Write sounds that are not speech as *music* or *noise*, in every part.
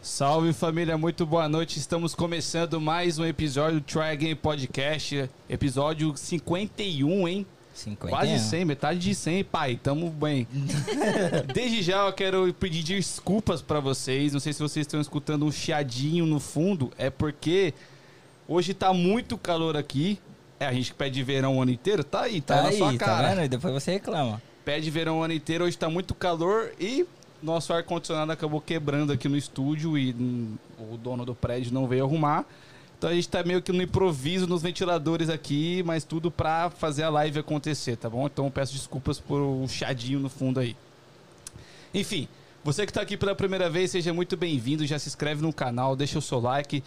Salve família, muito boa noite. Estamos começando mais um episódio do Try Again Podcast, episódio 51, hein? 50 Quase 100, metade de 100, pai. Tamo *laughs* bem. Desde já eu quero pedir desculpas pra vocês. Não sei se vocês estão escutando um chiadinho no fundo. É porque hoje tá muito calor aqui. É, a gente que pede verão o ano inteiro. Tá aí, tá, Tá na aí, sua cara. tá vendo? E depois você reclama. Pede verão o ano inteiro. Hoje tá muito calor e nosso ar-condicionado acabou quebrando aqui no estúdio e hum, o dono do prédio não veio arrumar. Então a gente tá meio que no improviso nos ventiladores aqui, mas tudo pra fazer a live acontecer, tá bom? Então eu peço desculpas por o chadinho no fundo aí. Enfim, você que tá aqui pela primeira vez, seja muito bem-vindo. Já se inscreve no canal, deixa o seu like.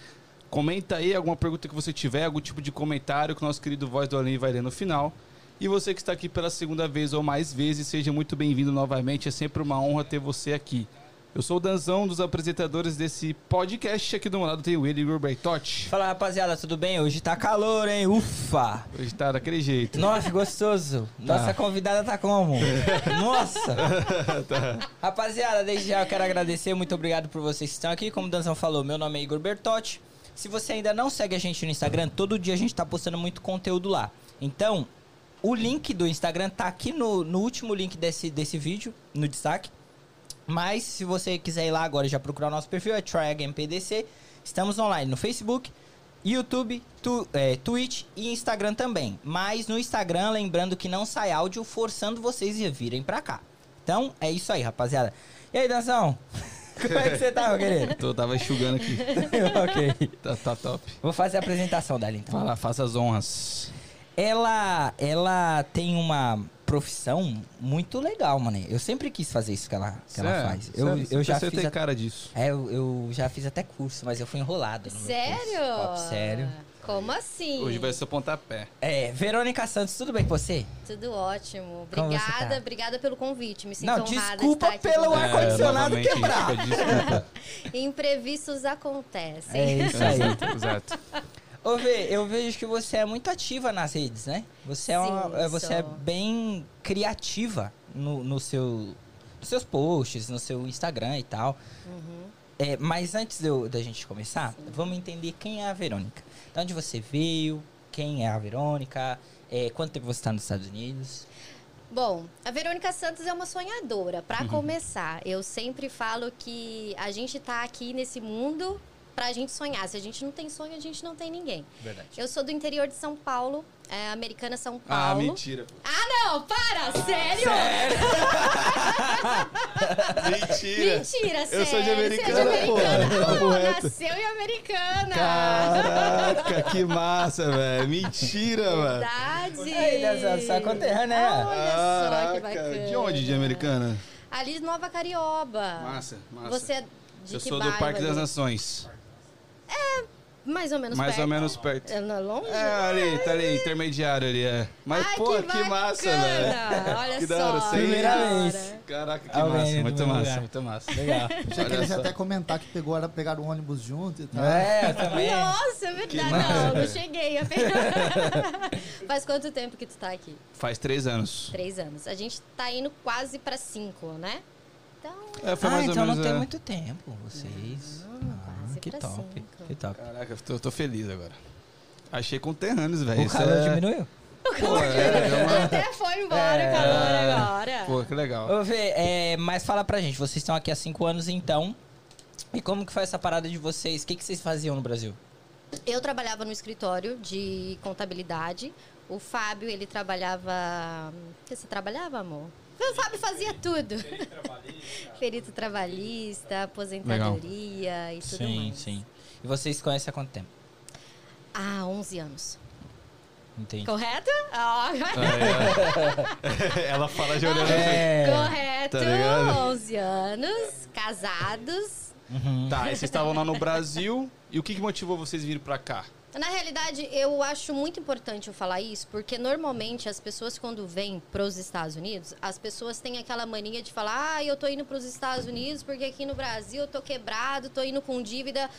Comenta aí alguma pergunta que você tiver, algum tipo de comentário que o nosso querido Voz do Além vai ler no final. E você que está aqui pela segunda vez ou mais vezes, seja muito bem-vindo novamente. É sempre uma honra ter você aqui. Eu sou o Danzão, um dos apresentadores desse podcast. Aqui do meu lado tem o Eli Bertotti. Fala rapaziada, tudo bem? Hoje tá calor, hein? Ufa! Hoje tá daquele jeito. *laughs* Nossa, gostoso! Nossa convidada tá como? Nossa! Tá. Rapaziada, desde já eu quero agradecer, muito obrigado por vocês que estão aqui. Como o Danzão falou, meu nome é Igor Bertotti. Se você ainda não segue a gente no Instagram, todo dia a gente tá postando muito conteúdo lá. Então, o link do Instagram tá aqui no, no último link desse, desse vídeo, no destaque. Mas se você quiser ir lá agora e já procurar o nosso perfil, é TryAgainPDC. Estamos online no Facebook, YouTube, tu- é, Twitch e Instagram também. Mas no Instagram, lembrando que não sai áudio, forçando vocês a virem pra cá. Então, é isso aí, rapaziada. E aí, Danção? *laughs* Como é que você tá, meu *laughs* querido? Tô, tava enxugando *laughs* aqui. ok. Tá, tá top. Vou fazer a apresentação dela, então. Fala, faça as honras. Ela, ela tem uma profissão muito legal, mano. Eu sempre quis fazer isso que ela, que é, ela faz. Eu, eu já Você fiz tem a- cara disso. É, eu, eu já fiz até curso, mas eu fui enrolado. no meu Sério? curso. Papo sério. Como assim? Hoje vai ser o pontapé. É, Verônica Santos, tudo bem com você? Tudo ótimo. Como você Obrigada, tá? obrigada pelo convite. Me sinto Não, honrada de desculpa estar aqui pelo com ar vocês. ar-condicionado É, novamente, quebrado. fica Desculpa. Imprevistos acontecem. É *laughs* isso aí. Exato, exato. Ô, Vê, eu vejo que você é muito ativa nas redes, né? Você é, uma- Sim, é, você é sou. bem criativa no, no seu, nos seus posts, no seu Instagram e tal. Uhum. É, mas antes de eu- da gente começar, vamos entender quem é a Verônica. De onde você veio, quem é a Verônica, é, quanto tempo você está nos Estados Unidos. Bom, a Verônica Santos é uma sonhadora. Uhum. Pra começar, eu sempre falo que a gente tá aqui nesse mundo pra gente sonhar. Se a gente não tem sonho, a gente não tem ninguém. Verdade. Eu sou do interior de São Paulo, é, americana São Ah, Paulo. mentira. não, para, sério? Mentira. Mentira, sério. Eu sou de Você é de americana, pô. americana. Papo Pô, reto. nasceu em americana. Caraca, que massa, velho. Mentira, mano. Verdade. Aí, Danzão, você tá conterrânea, né? Olha só que bacana. De onde, de americana? Ali de Nova Carioba. Massa, massa. Você é de Eu que sou do bairro Parque ali? das Nações. Mais ou menos mais perto. ou menos perto. É na- longe? É, ali, tá ali, intermediário ali, é. Mas, Ai, pô, que, que, massa, velho. bacana. Olha Que só. da hora, que primeira da vez. hora. Caraca, que Alguém massa, do muito meu massa, lugar. muito massa. *laughs* Legal. Achei que Olha eles só. ia até comentar que pegou, era pegar o ônibus junto e tal. É, eu também. Nossa, é verdade. Não, não cheguei. a pegar. *laughs* Faz quanto tempo que tu tá aqui? Faz três anos. Três anos. A gente tá indo quase pra cinco, né? Então, É, foi ah, mais então ou menos. não tem é. muito tempo, vocês. Ah, quase que pra top, cinco. que top. Caraca, eu tô, tô feliz agora. Achei conterrâneos, velho. O Isso calor é... diminuiu? Pô, é, é uma- até foi embora o É. calor agora. Pô, que *laughs* legal. Ô, Vê, é, mas fala pra gente, vocês estão aqui há cinco anos então. E como que foi essa parada de vocês? O que, que vocês faziam no Brasil? Eu trabalhava no escritório de contabilidade. O Fábio, ele trabalhava. O que você trabalhava, amor? O Fábio fazia tudo. Perito trabalhista, aposentadoria e tudo é mais. sim. E vocês se conhecem há quanto tempo? Há 11 Ah, anos. Entendi. Correto? Ó, É, é. *laughs* Ela fala de olhando assim. É. *laughs* Correto. tá ligado? 11 anos, casados. Uhum. Tá, e vocês estavam lá no Brasil. E o que, que motivou vocês virem pra cá? Na realidade, eu acho muito importante eu falar isso, porque normalmente as pessoas quando vêm para os Estados Unidos, as pessoas têm aquela mania de falar: "Ah, eu tô indo para os Estados Unidos porque aqui no Brasil eu tô quebrado, tô indo com dívida".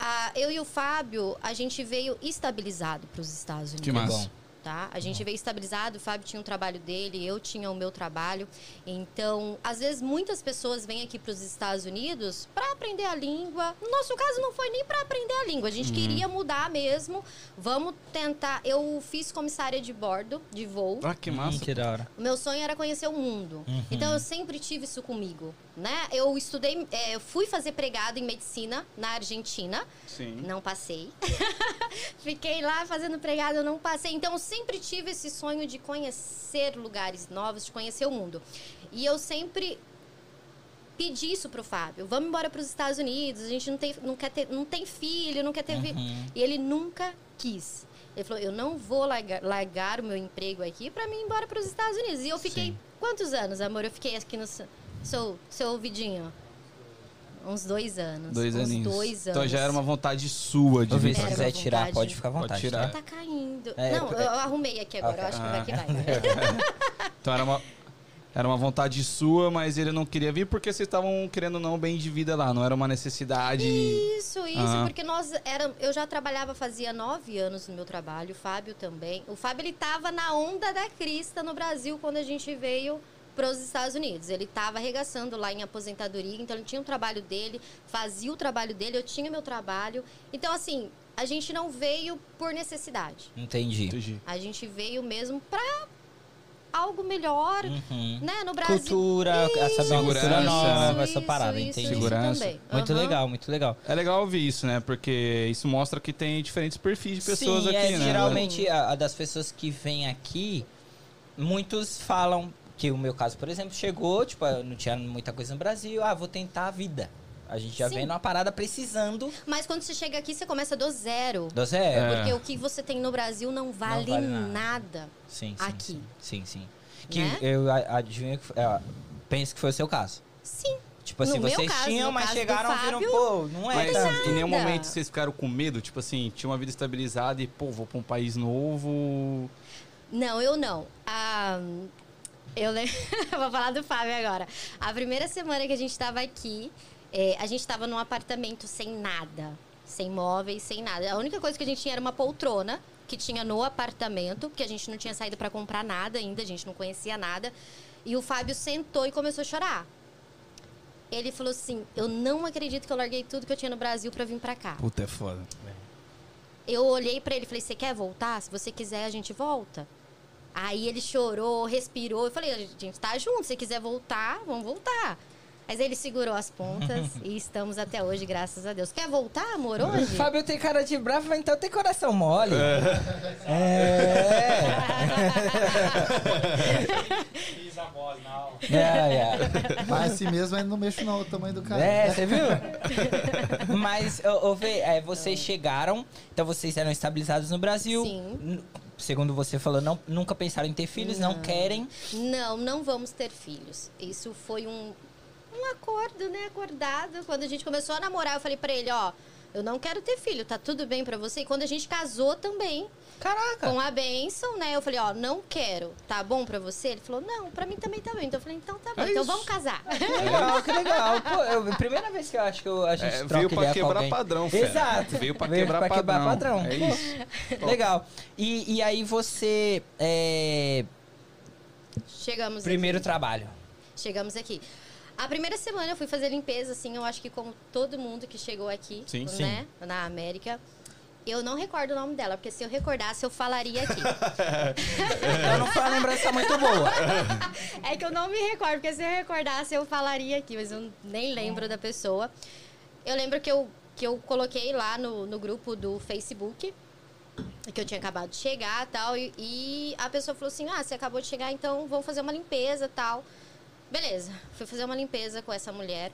Ah, eu e o Fábio, a gente veio estabilizado para os Estados Unidos. Que massa. bom. tá? A gente veio estabilizado, o Fábio tinha um trabalho dele, eu tinha o meu trabalho. Então, às vezes, muitas pessoas vêm aqui para os Estados Unidos para aprender a língua. No nosso caso, não foi nem para aprender a língua. A gente queria mudar mesmo. Vamos tentar. Eu fiz comissária de bordo, de voo. Ah, que massa. Hum, que da hora. O meu sonho era conhecer o mundo. Então eu sempre tive isso comigo, né? Eu estudei, eh, eu fui fazer pregado em medicina na Argentina, Sim. não passei. *laughs* Fiquei lá fazendo pregado, eu não passei. Então eu sempre tive esse sonho de conhecer lugares novos, de conhecer o mundo. E eu sempre pedi isso pro Fábio. Vamos embora pros Estados Unidos, a gente não tem, não quer ter, não tem filho, não quer ter Uhum. vi- Uhum. e ele nunca quis. Ele falou: Eu não vou largar, largar o meu emprego aqui pra mim ir embora para os Estados Unidos. E eu fiquei. Sim. Quantos anos, amor? Eu fiquei aqui no seu, seu, seu ouvidinho? Uns dois anos. Dois Uns aninhos. dois anos. Então já era uma vontade sua de Ô, Vi, vir se pra cá. quiser Era uma tirar, vontade. pode ficar à vontade. Pode tirar. né? Ah. Tá caindo. É, não, porque- Ah, é. eu, eu arrumei aqui agora. Eu acho que vai que vai. Então era uma, era uma vontade sua, mas ele não queria vir porque vocês estavam querendo ou não bem de vida lá, não era uma necessidade. *laughs* Isso, isso, Ah. Aham. porque nós era, eu já trabalhava fazia nove anos no meu trabalho, o Fábio também. O Fábio ele tava na onda da crista no Brasil quando a gente veio para os Estados Unidos. Ele tava arregaçando lá em aposentadoria, então ele tinha o trabalho dele, fazia o trabalho dele, eu tinha meu trabalho. Então assim, a gente não veio por necessidade. Entendi. Entendi. A gente veio mesmo para algo melhor, Uhum. né, no Brasil. Cultura, saber uma cultura Segurança, né? nova, Isso, essa parada, isso, entendi. isso Segurança. também. Muito Aham. legal, muito legal. É legal ouvir isso, né? Porque isso mostra que tem diferentes perfis de pessoas Sim, aqui, é, né? Geralmente, a, a das pessoas que vêm aqui, muitos falam que o meu caso, por exemplo, chegou, tipo, eu não tinha muita coisa no Brasil, ah, vou tentar a vida. A gente já Sim. vem numa parada precisando Mas quando você chega aqui, você começa do zero. do zero. É. Porque o que você tem no Brasil não vale, vale nada. Sim, sim. Aqui. Sim, sim. sim. Que Né? eu a- adivinho, que foi- é, penso que foi o seu caso. Sim. Tipo assim, No meu vocês caso, tinham, no mas caso do chegaram e viram, Fábio, pô, não é Mas tanto. em nenhum nada. momento vocês ficaram com medo, tipo assim, tinha uma vida estabilizada e, pô, vou pra um país novo. Não, eu não. Ah, eu lembro. *laughs* Vou falar do Fábio agora. A primeira semana que a gente estava aqui, eh, a gente estava num apartamento sem nada. Sem móveis, sem nada. A única coisa que a gente tinha era uma poltrona que tinha no apartamento, porque a gente não tinha saído para comprar nada ainda, a gente não conhecia nada. E o Fábio sentou e começou a chorar. Ele falou assim: Eu não acredito que eu larguei tudo que eu tinha no Brasil para vir para cá. Puta, é foda. Eu olhei pra ele e falei: Você quer voltar? Se você quiser, a gente volta. Aí ele chorou, respirou. Eu falei: A gente tá junto. Se quiser voltar, vamos voltar. Mas ele segurou as pontas e estamos até hoje, graças a Deus. Quer voltar, amor, hoje? Fábio tem cara de bravo, mas então tem coração mole. É. *laughs* Yeah, yeah. Mas assim mesmo ainda não mexo não, o tamanho do cara. É, você viu? *laughs* Mas, ô, ô Vê, é, vocês chegaram, então vocês eram estabilizados no Brasil. Sim. N- Segundo você falou, não, nunca pensaram em ter filhos, não, Não. querem. Não, não vamos ter filhos. Isso foi um, um acordo, né? Acordado. Quando a gente começou a namorar, eu falei pra ele: Ó, eu não quero ter filho, tá tudo bem pra você. E quando a gente casou também, Caraca! Com a bênção, né? Eu falei, ó, não quero. Tá bom pra você? Ele falou, não, pra mim também tá bem. Então eu falei, então tá bom. É então isso. *laughs* vamos casar. Que legal, que legal. Pô, eu, primeira vez que eu acho que eu, a gente É, troca veio pra ideia com quebrar alguém. padrão, fera. Exato. Veio *laughs* pra quebrar pra padrão. É Pô, isso. *laughs* Legal. E, e aí você. é, Chegamos primeiro aqui. trabalho. Chegamos aqui. A primeira semana eu fui fazer limpeza, assim, eu acho que como todo mundo que chegou aqui, Sim, né? Na América. Eu não recordo o nome dela, porque se eu recordasse, eu *laughs* falaria aqui. Então não foi uma lembrança muito boa. É que eu não me recordo, porque se eu recordasse, eu falaria aqui, mas eu nem lembro da pessoa. Eu lembro que eu, que eu coloquei lá no, no grupo do Facebook, que eu tinha acabado de chegar tal, e, e a pessoa falou assim, ah, você acabou de chegar, então vamos fazer uma limpeza tal. Beleza, fui fazer uma limpeza com essa mulher.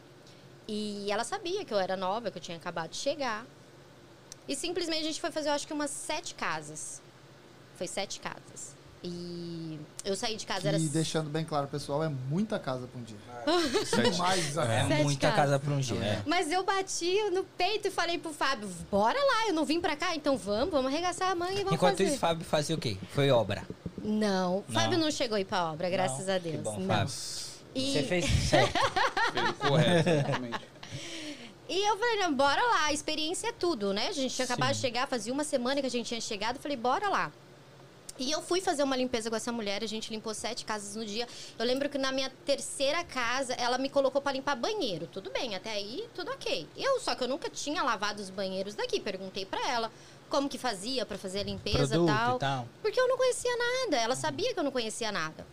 E ela sabia que eu era nova, que eu tinha acabado de chegar. E simplesmente a gente foi fazer, eu acho que umas sete casas. Foi sete casas. E eu saí de casa, era E deixando bem claro, pessoal, é muita casa pra *laughs* um dia. Sete. Demais, É né? Sete muita casas. casa pra um dia. né? Mas eu bati no peito e falei pro Fábio, bora lá, eu não vim pra cá, então vamos, vamos arregaçar a mãe e vamos Enquanto fazer. isso, Fábio fazia o quê? Foi obra. Não, Não. Fábio não chegou aí pra obra, graças Não. a Que Deus. bom, não. Fábio. Ah, E, Você fez *laughs* certo. Correto, exatamente. e eu falei, não, bora lá, experiência é tudo, né? A gente tinha acabado de chegar, fazia uma semana que a gente tinha chegado, eu falei, bora lá. E eu fui fazer uma limpeza com essa mulher, a gente limpou sete casas no dia. Eu lembro que na minha terceira casa, ela me colocou pra limpar banheiro. Tudo bem, até aí tudo ok. Eu, só que eu nunca tinha lavado os banheiros daqui. Perguntei pra ela como que fazia pra fazer a limpeza e Produto tal. e tal. Porque eu não conhecia nada. Ela sabia que eu não conhecia nada.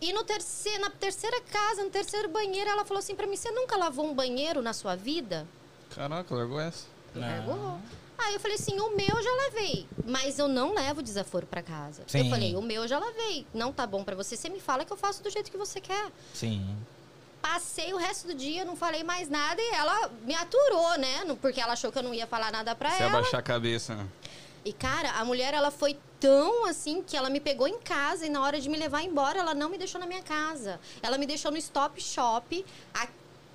E no terceiro, na terceira casa, no terceiro banheiro, ela falou assim pra mim: Você nunca lavou um banheiro na sua vida? Caraca, é largou essa. Largou. Aí eu falei assim, o meu eu já lavei, mas eu não levo desaforo pra casa. Sim. Eu falei, o meu eu já lavei, não tá bom pra você, você me fala que eu faço do jeito que você quer. Sim. Passei o resto do dia, não falei mais nada e ela me aturou, né? No- Porque ela achou que eu não ia falar nada pra Se ela. abaixar a cabeça. E cara, a mulher ela foi tão assim que ela me pegou em casa e na hora de me levar embora ela não me deixou na minha casa. Ela me deixou no Stop Shop a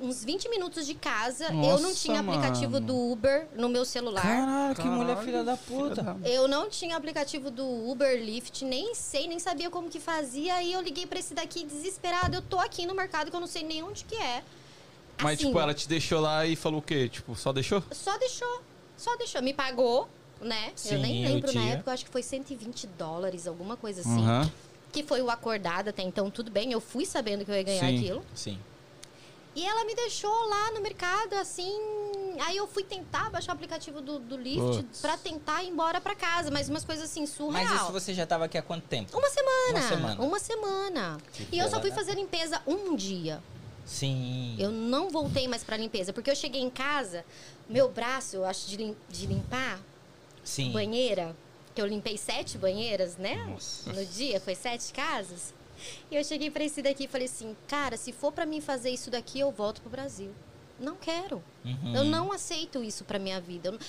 uns 20 minutos de casa. eu não Nossa, tinha aplicativo mano. do Uber no meu celular. Caralho, Ah, que mulher Caralho, filha da puta. Eu não tinha aplicativo do Uber Lyft, nem sei, nem sabia como que fazia. Aí eu liguei pra esse daqui desesperado. Eu tô aqui no mercado que eu não sei nem onde que é. Mas, Assim, tipo, ela te deixou lá e falou o quê? Tipo, só deixou? Só deixou, só deixou. Me pagou, né? Sim, eu nem o lembro na dia. época, eu acho que foi 120 dólares, alguma coisa assim. Aham. Que foi o acordado até então, tudo bem. Eu fui sabendo que eu ia ganhar Sim. aquilo. Sim. E ela me deixou lá no mercado, assim. Aí eu fui tentar baixar o aplicativo do, do Lyft Putz. pra tentar ir embora pra casa. Mas umas coisas assim, surreal. Mas isso você já tava aqui há quanto tempo? Uma semana. Um Uma semana. Uma semana. Que E eu só foda, fui né? Hum. fazer limpeza um dia. Sim. Eu não voltei mais pra limpeza, porque eu cheguei em casa, meu braço, eu acho, de, lim- de limpar Sim. banheira, que eu limpei sete banheiras, né? Nossa. No dia, foi sete casas. E eu cheguei pra esse daqui e falei assim, cara, se for pra mim fazer isso daqui, eu volto pro Brasil. Não quero. Uhum. Eu não aceito isso pra minha vida. Eu não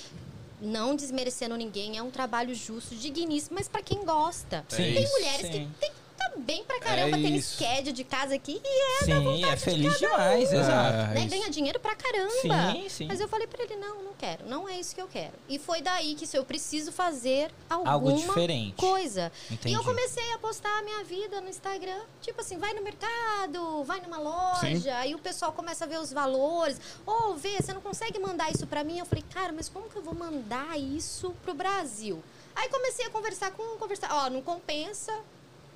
não desmerecendo ninguém, é um trabalho justo, digníssimo, mas pra quem gosta. Sim. Tem mulheres Sim. que tem, tá bem pra caramba, É tem isso. esquédio de casa aqui e Sim, é feliz demais, exato. Ah, um, né, isso. ganha dinheiro pra caramba. Sim, sim. Mas eu falei pra ele, não, não quero, não é isso que eu quero. E foi daí que se eu preciso fazer alguma Algo diferente. coisa. Entendi. E eu comecei a postar a minha vida no Instagram. Tipo assim, vai no mercado, vai numa loja. Sim. Aí o pessoal começa a ver os valores. Ou vê, você não consegue mandar isso pra mim? Eu falei, cara, mas como que eu vou mandar isso pro Brasil? Aí comecei a conversar com um, conversar, ó, não compensa,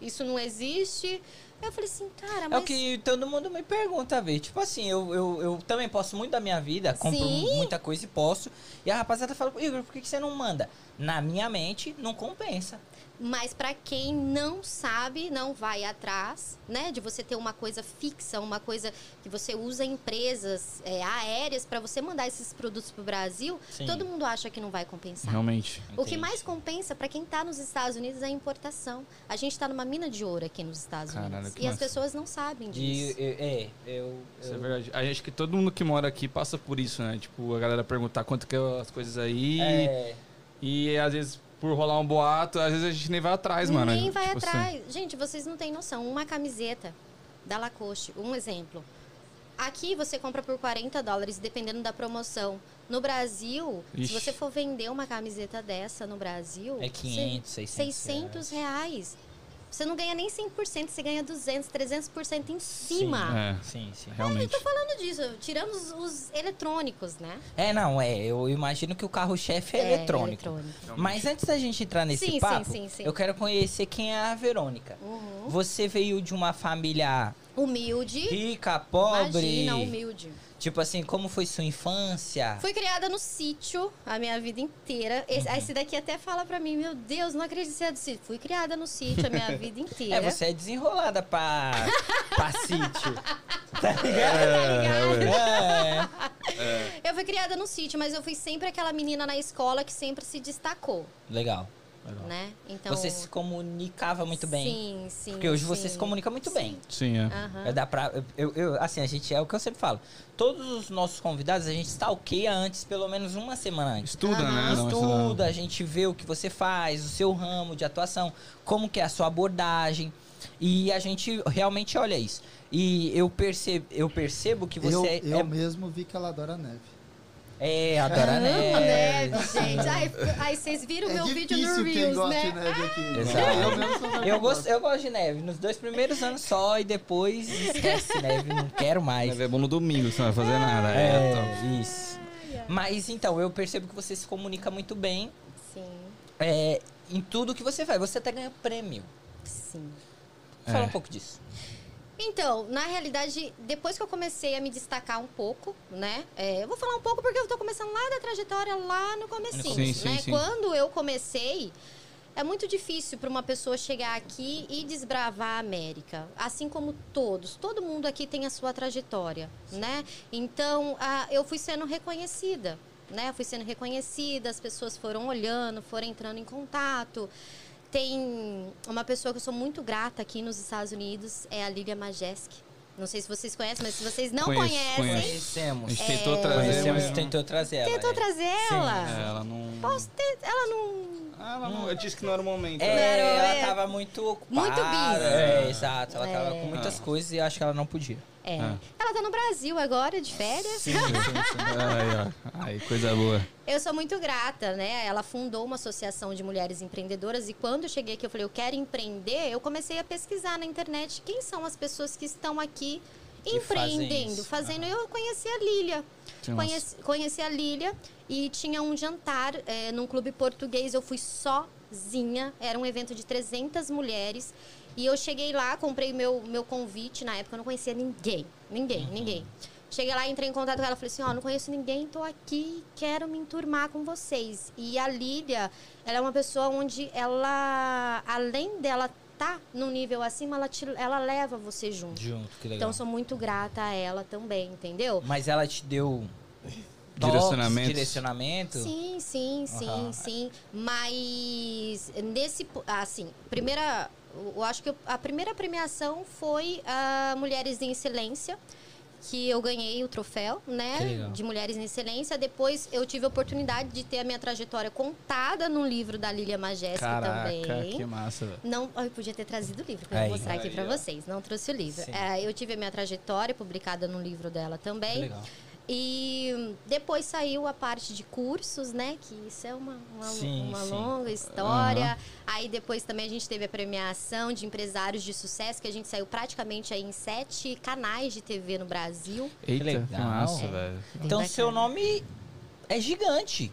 isso não existe. Eu falei assim, cara, É mas... o que todo mundo me pergunta, velho. Tipo assim, eu, eu, eu também posto muito da minha vida, compro Sim. muita coisa e posto. E a rapaziada fala, Igor, por que, que você não manda? Na minha mente, não compensa. Mas pra quem não sabe, não vai atrás, né? De você ter uma coisa fixa, uma coisa que você usa em empresas é, aéreas pra você mandar esses produtos pro Brasil, Sim. todo mundo acha que não vai compensar. Realmente. O que Entendi. mais compensa pra quem tá nos Estados Unidos é a importação. A gente tá numa mina de ouro aqui nos Estados Caralho, Unidos. que E as massa. pessoas não sabem E, disso. e- é, eu. Isso é eu- verdade. A gente que todo mundo que mora aqui passa por isso, né? Tipo, a galera perguntar quanto que é as coisas aí. é, E às vezes, por rolar um boato, às vezes a gente nem vai atrás, mano. Nem vai Tipo assim. atrás. Gente, vocês não têm noção. Uma camiseta da Lacoste, um exemplo. Aqui você compra por 40 dólares, dependendo da promoção. No Brasil, Ixi. se você for vender uma camiseta dessa no Brasil, é 500, você- 600. 600 reais. Você não ganha nem 100%, você ganha 200, 300% em Sim, cima. É. sim, sim. tá Realmente. Falando disso, tirando os, os eletrônicos, né? É, não, é. Eu imagino que o carro-chefe é, eletrônico. Mas antes da gente entrar nesse Sim, sim, papo, sim, sim. eu quero conhecer quem é a Verônica. Uhum. Você veio de uma família Humilde. rica, pobre. Imagina, um humilde. Tipo assim, como foi sua infância? Fui criada no sítio a minha vida inteira. Esse, esse daqui até fala pra mim, meu Deus, não acredito que você é do sítio. Fui criada no sítio a minha vida inteira. É, você é desenrolada *laughs* pra, pra sítio. Tá ligado? É, Eu fui criada no sítio, mas eu fui sempre aquela menina na escola que sempre se destacou, legal. né? Então. Você se comunicava muito bem. Sim, sim. porque hoje sim. você se comunica muito bem. Sim, é. Aham. É, Dá pra, eu, eu- assim, a gente é o que eu sempre falo. Todos os nossos convidados, a gente stalkeia antes, pelo menos uma semana antes. Estuda, Ah, né? Não, Estuda, a gente vê o que você faz, o seu ramo de atuação, como que é a sua abordagem. E a gente realmente olha isso. E eu percebo, eu percebo que Eu, é- você eu mesmo vi que ela adora neve. é, é adora Amo neve. neve, né, gente. Ai, aí vocês viram o é meu vídeo no difícil quem Reels, gosta né? de neve É. aqui. É, Exato. Eu mesmo sou Eu neve. gosto, eu gosto de neve, nos dois primeiros anos só e depois esquece neve, não quero mais. Mas é bom no domingo, você não vai fazer nada. É, então, É, isso. Mas então, eu percebo que você se comunica muito bem. Sim. É, em tudo que você faz. Você até ganha prêmio. Sim. Fala É. um pouco disso. Então, na realidade, depois que eu comecei a me destacar um pouco, né? é, eu vou falar um pouco porque eu tô começando lá da trajetória, lá no comecinho, Sim, sim, né? sim. Quando eu comecei, é muito difícil para uma pessoa chegar aqui e desbravar a América. Assim como todos. Todo mundo aqui tem a sua trajetória, né? Então, ah, eu fui sendo reconhecida, né? Fui sendo reconhecida, as pessoas foram olhando, foram entrando em contato. Tem uma pessoa que eu sou muito grata aqui nos Estados Unidos, é a Lilia Majeski. Não sei se vocês conhecem, mas se vocês não Conheço, conhecem, conheço. A Conhecemos. gente É. tentou trazer, Conhecemos, mas... tentou trazer ela. tentou é. trazer Sim. ela. É, ela não... Posso ter, ela não... Ah, ela não... Eu disse que não era o momento. É, né? Claro, ela é. tava muito ocupada. Muito busy. É, exato. Ela tava É. com muitas Ah. coisas e acho que ela não podia. É. Ah. Ela tá no Brasil agora, de férias. Sim, sim, sim. Aí, ó. Aí, coisa boa. Eu sou muito grata, né? Ela fundou uma associação de mulheres empreendedoras e quando eu cheguei aqui eu falei, eu quero empreender, eu comecei a pesquisar na internet quem são as pessoas que estão aqui Que fazem empreendendo, isso. fazendo. Eu conheci a Lília. Tinha umas- Conheci, conheci a Lília e tinha um jantar eh, num clube português. Eu fui sozinha. Era um evento de 300 mulheres. E eu cheguei lá, comprei meu, meu convite. Na época eu não conhecia ninguém. Ninguém, ninguém. Cheguei lá, entrei em contato com ela. Falei assim, ó, não conheço ninguém, tô aqui, quero me enturmar com vocês. E a Lília, ela é uma pessoa onde ela, além dela tá num nível acima, ela, te- ela leva você junto. Junto, que legal. Então, sou muito grata a ela também, entendeu? Mas ela te deu toques, Direcionamentos. direcionamento? Sim, sim, sim, Aham. sim. Mas nesse. po- Assim, primeira. Eu acho que a primeira premiação foi a Mulheres em Excelência, que eu ganhei o troféu, Que né? legal. De Mulheres em Excelência. Depois eu tive a oportunidade de ter a minha trajetória contada num livro da Lilia Majeski Caraca, também. que massa, velho. Não, eu podia ter trazido o livro, que eu Aí. vou mostrar aqui Aí, pra ó. vocês. Não trouxe o livro. Sim. É, eu tive a minha trajetória publicada no livro dela também. Que legal. E hum, depois saiu a parte de cursos, né? Que isso é uma, uma, Sim, uma sim. longa história. Aí depois também a gente teve a premiação de empresários de sucesso, que a gente saiu praticamente aí em sete canais de TV no Brasil. Eita, que, legal. massa, É. velho. Então Bacana. É, seu nome é gigante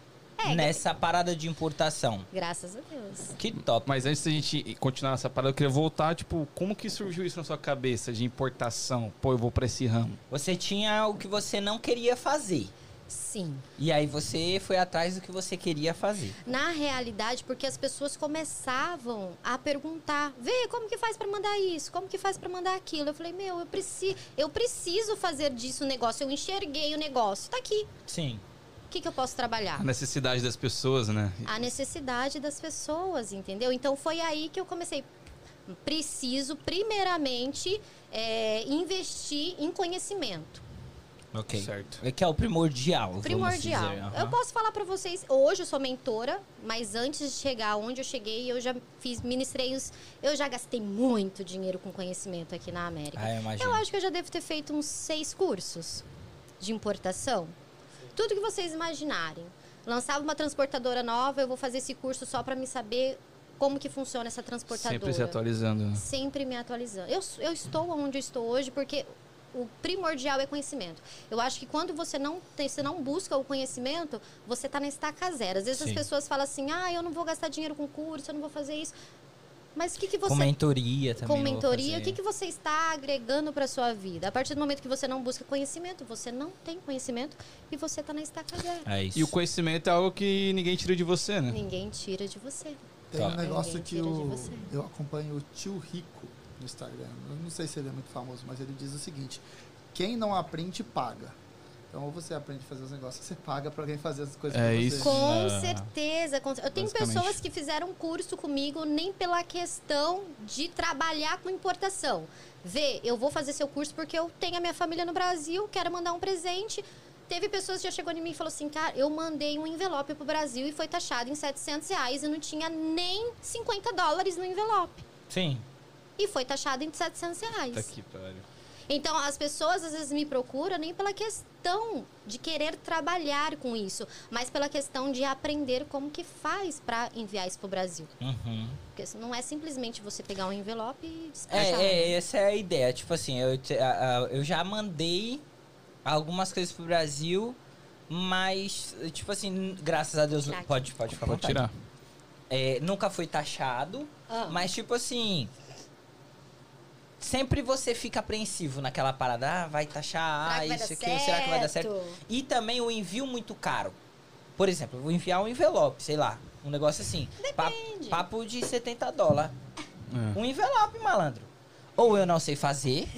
nessa parada de importação. Graças a Deus. Que top. Mas antes da gente continuar essa parada, eu queria voltar, tipo, como que surgiu isso na sua cabeça de importação? Pô, eu vou pra esse ramo. Você tinha o que você não queria fazer. Sim. E aí você foi atrás do que você queria fazer. Na realidade, porque as pessoas começavam a perguntar: vê, como que faz pra mandar isso? Como que faz pra mandar aquilo? Eu falei: meu, eu, preci eu preciso fazer disso um negócio. Eu enxerguei o negócio. Tá aqui. Sim. O que, que eu posso trabalhar? A necessidade das pessoas, né? a necessidade das pessoas, entendeu? Então foi aí que eu comecei. Preciso, primeiramente, é, investir em conhecimento. Ok. Certo. É que é o primordial. vamos primordial. dizer. Aham. Eu posso falar pra vocês, hoje eu sou mentora, mas antes de chegar onde eu cheguei, eu já fiz, ministrei os. Eu já gastei muito dinheiro com conhecimento aqui na América. Ah, eu imagino. Eu acho que eu já devo ter feito uns seis cursos de importação. Tudo que vocês imaginarem. Lançava uma transportadora nova, eu vou fazer esse curso só para me saber como que funciona essa transportadora. Sempre se atualizando. né? Sempre me atualizando. Eu, eu estou onde eu estou hoje porque o primordial é conhecimento. Eu acho que quando você não tem, você não busca o conhecimento, você está na estaca zero. Às vezes Sim. as pessoas falam assim, ah, eu não vou gastar dinheiro com curso, eu não vou fazer isso. Mas o que, que Com você mentoria também. com eu vou mentoria, fazer. o que, que você está agregando para sua vida? A partir do momento que você não busca conhecimento, você não tem conhecimento e você está na estaca *laughs* zero. É isso. E o conhecimento é algo que ninguém tira de você, né? Ninguém tira de você. Tem Tá. um negócio Ninguém que tira de o, você. eu acompanho o tio Rico no Instagram. Eu não sei se ele é muito famoso, mas ele diz o seguinte: quem não aprende, paga. Então, ou você aprende a fazer os negócios, você paga pra alguém fazer as coisas É pra você. isso. Com Ah. certeza. com- Eu tenho Basicamente. pessoas que fizeram curso comigo nem pela questão de trabalhar com importação. Vê, eu vou fazer seu curso porque eu tenho a minha família no Brasil, quero mandar um presente. Teve pessoas que já chegou em mim e falou assim, cara, eu mandei um envelope pro Brasil e foi taxado em 700 reais e não tinha nem 50 dólares no envelope. Sim. E foi taxado em 700 reais. Tá aqui, pariu. Então, as pessoas às vezes me procuram nem pela questão de querer trabalhar com isso, mas pela questão de aprender como que faz para enviar isso pro Brasil. Uhum. Porque isso não é simplesmente você pegar um envelope e É, despachar. é, né? essa é a ideia. Tipo assim, eu, te- a- a- eu já mandei algumas coisas pro Brasil, mas, tipo assim, graças a Deus. Tirar aqui. Pode, pode ficar à Pode vontade. tirar. é, nunca foi taxado, Ah. mas tipo assim. Sempre você fica apreensivo naquela parada, ah, vai taxar, Será ah, que vai isso dar aqui, será que vai dar certo? certo? E também o envio muito caro. Por exemplo, eu vou enviar um envelope, sei lá, um negócio assim. pa- Depende. papo de 70 dólares. É. Um envelope, malandro. Ou eu não sei *laughs* fazer,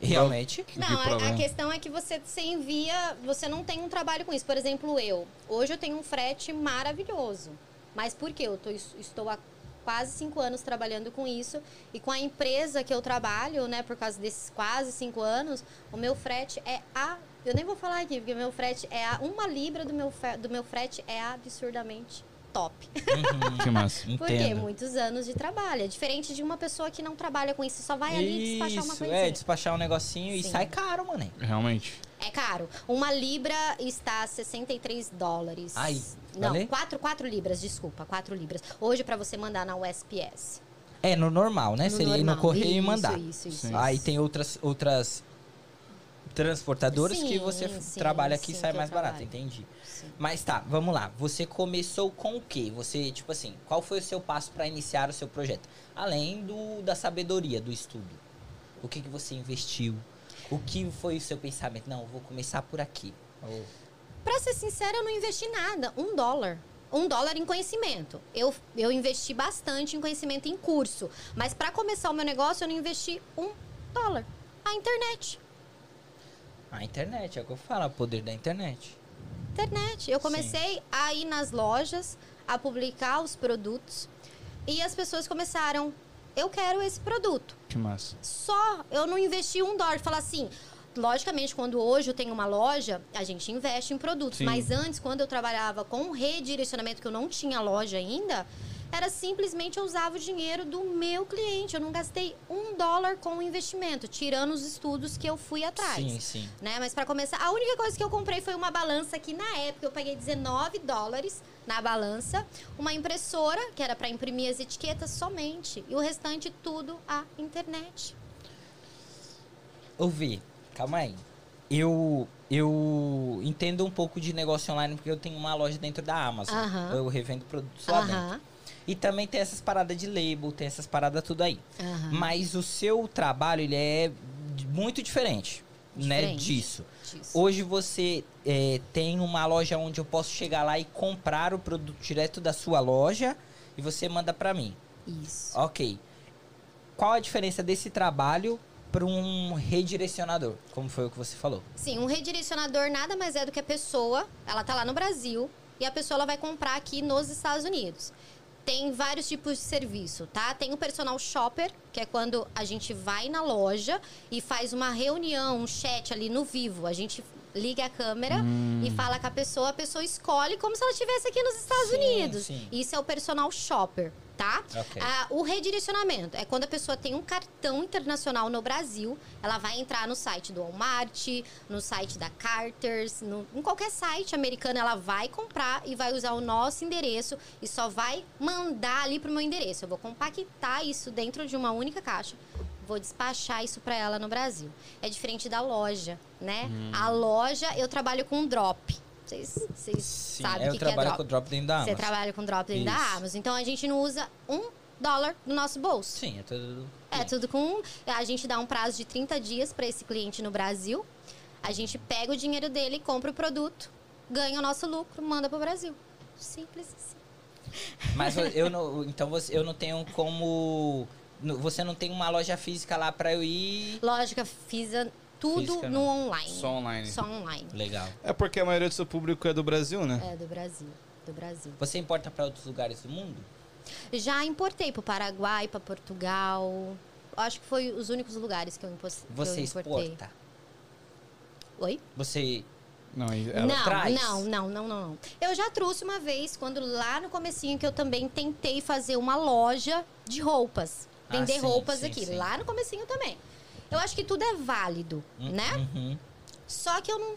realmente. Que Não, a- a, problema. questão é que você, você envia, você não tem um trabalho com isso. Por exemplo, eu. Hoje eu tenho um frete maravilhoso. Mas por quê? Eu tô- estou há quase cinco anos trabalhando com isso. E com a empresa que eu trabalho, né, por causa desses quase cinco anos, o meu frete é a. Eu nem vou falar aqui, porque meu frete é a. Uma libra do meu, fe- do meu frete é absurdamente top. Que massa. Uhum, Entendo. Porque muitos anos de trabalho. É diferente de uma pessoa que não trabalha com isso, só vai ali despachar uma Isso, coisinha. é, despachar um negocinho e Sim. sai caro, mano. Realmente. É caro. Uma libra está a 63 dólares. Ai, Não, valeu? 4, 4 libras, desculpa, 4 libras. Hoje pra você mandar na USPS. É, no normal, né? No Seria ir normal. no correio e Isso, mandar. Isso, isso, Sim. isso. Aí tem outras, outras transportadoras que Sim, você sim, trabalha aqui e sim, sai que eu mais barato, trabalho. entendi. Sim. Mas tá, vamos lá. Você começou com o quê? Você, tipo assim, qual foi o seu passo pra iniciar o seu projeto? Além do da sabedoria, do estudo. O que, que você investiu? O que foi o seu pensamento? Não, eu vou começar por aqui. Ou- Pra ser sincera, eu não investi nada. Um dólar. Um dólar em conhecimento. Eu, eu investi bastante em conhecimento em curso. Mas pra começar o meu negócio, eu não investi um dólar. A internet. A internet, é o que eu falo, o poder da internet. internet. Eu comecei a ir nas lojas, a publicar os produtos e as pessoas começaram, eu quero esse produto. Que massa. Só eu não investi um dólar. Falar assim, logicamente, quando hoje eu tenho uma loja, a gente investe em produtos. Sim. Mas antes, quando eu trabalhava com redirecionamento, que eu não tinha loja ainda, era simplesmente eu usava o dinheiro do meu cliente. Eu não gastei um dólar com o investimento, tirando os estudos que eu fui atrás Sim, sim. né? Mas pra começar, a única coisa que eu comprei foi uma balança que na época eu paguei 19 dólares na balança, uma impressora que era pra imprimir as etiquetas somente e o restante tudo a internet. Ô, Vi, calma aí. Eu, eu entendo um pouco de negócio online porque eu tenho uma loja dentro da Amazon. Aham. Eu revendo produtos lá dentro. Aham. E também tem essas paradas de label, tem essas paradas tudo aí. Aham. Mas o seu trabalho, ele é d- muito diferente, né, Diferente. disso. Disso. Hoje você é, tem uma loja onde eu posso chegar lá e comprar o produto direto da sua loja e você manda pra mim. Isso. Ok. Qual a diferença desse trabalho para um redirecionador? Como foi o que você falou? Sim, um redirecionador nada mais é do que a pessoa, ela tá lá no Brasil e a pessoa ela vai comprar aqui nos Estados Unidos. Tem vários tipos de serviço, tá? Tem o personal shopper, que é quando a gente vai na loja e faz uma reunião, um chat ali no vivo. A gente liga a câmera e Hum. fala com a pessoa, a pessoa escolhe como se ela estivesse aqui nos Estados Sim, Unidos. sim. Isso é o personal shopper, tá? Ok. Ah, o redirecionamento é quando a pessoa tem um cartão internacional no Brasil, ela vai entrar no site do Walmart, no site da Carters, no- em qualquer site americano, ela vai comprar e vai usar o nosso endereço e só vai mandar ali pro meu endereço. Eu vou compactar isso dentro de uma única caixa, vou despachar isso para ela no Brasil. É diferente da loja, né? Uhum. A loja, eu trabalho com drop. Vocês vocês sabem eu o que, que é trabalho drop? com o drop dentro da Você Amazon. trabalha com drop dentro da Isso. Amazon. Então a gente não usa um dólar do nosso bolso. Sim, é tudo... É tudo com. A gente dá um prazo de 30 dias para esse cliente no Brasil. A gente pega o dinheiro dele, compra o produto, ganha o nosso lucro, manda pro Brasil. Simples assim. Mas eu- eu não... Então você, eu não tenho como... no- Você não tem uma loja física lá para eu ir... Lógica, fisa tudo Física, no não. online. Só online. Só online. Legal. É porque a maioria do seu público é do Brasil, né? É, do Brasil. Do Brasil. Você importa para outros lugares do mundo? Já importei pro Paraguai, pra Portugal. Acho que foi os únicos lugares que eu, impos... que eu Você importei. exporta? Oi? Você... Não, e ela- não, traz? não, não, não, não, não. Eu já trouxe uma vez, quando lá no comecinho, que eu também tentei fazer uma loja de roupas. Ah, Vender sim, roupas sim, aqui, sim. lá no comecinho também. Eu acho que tudo é válido, né? Uhum. Só que eu não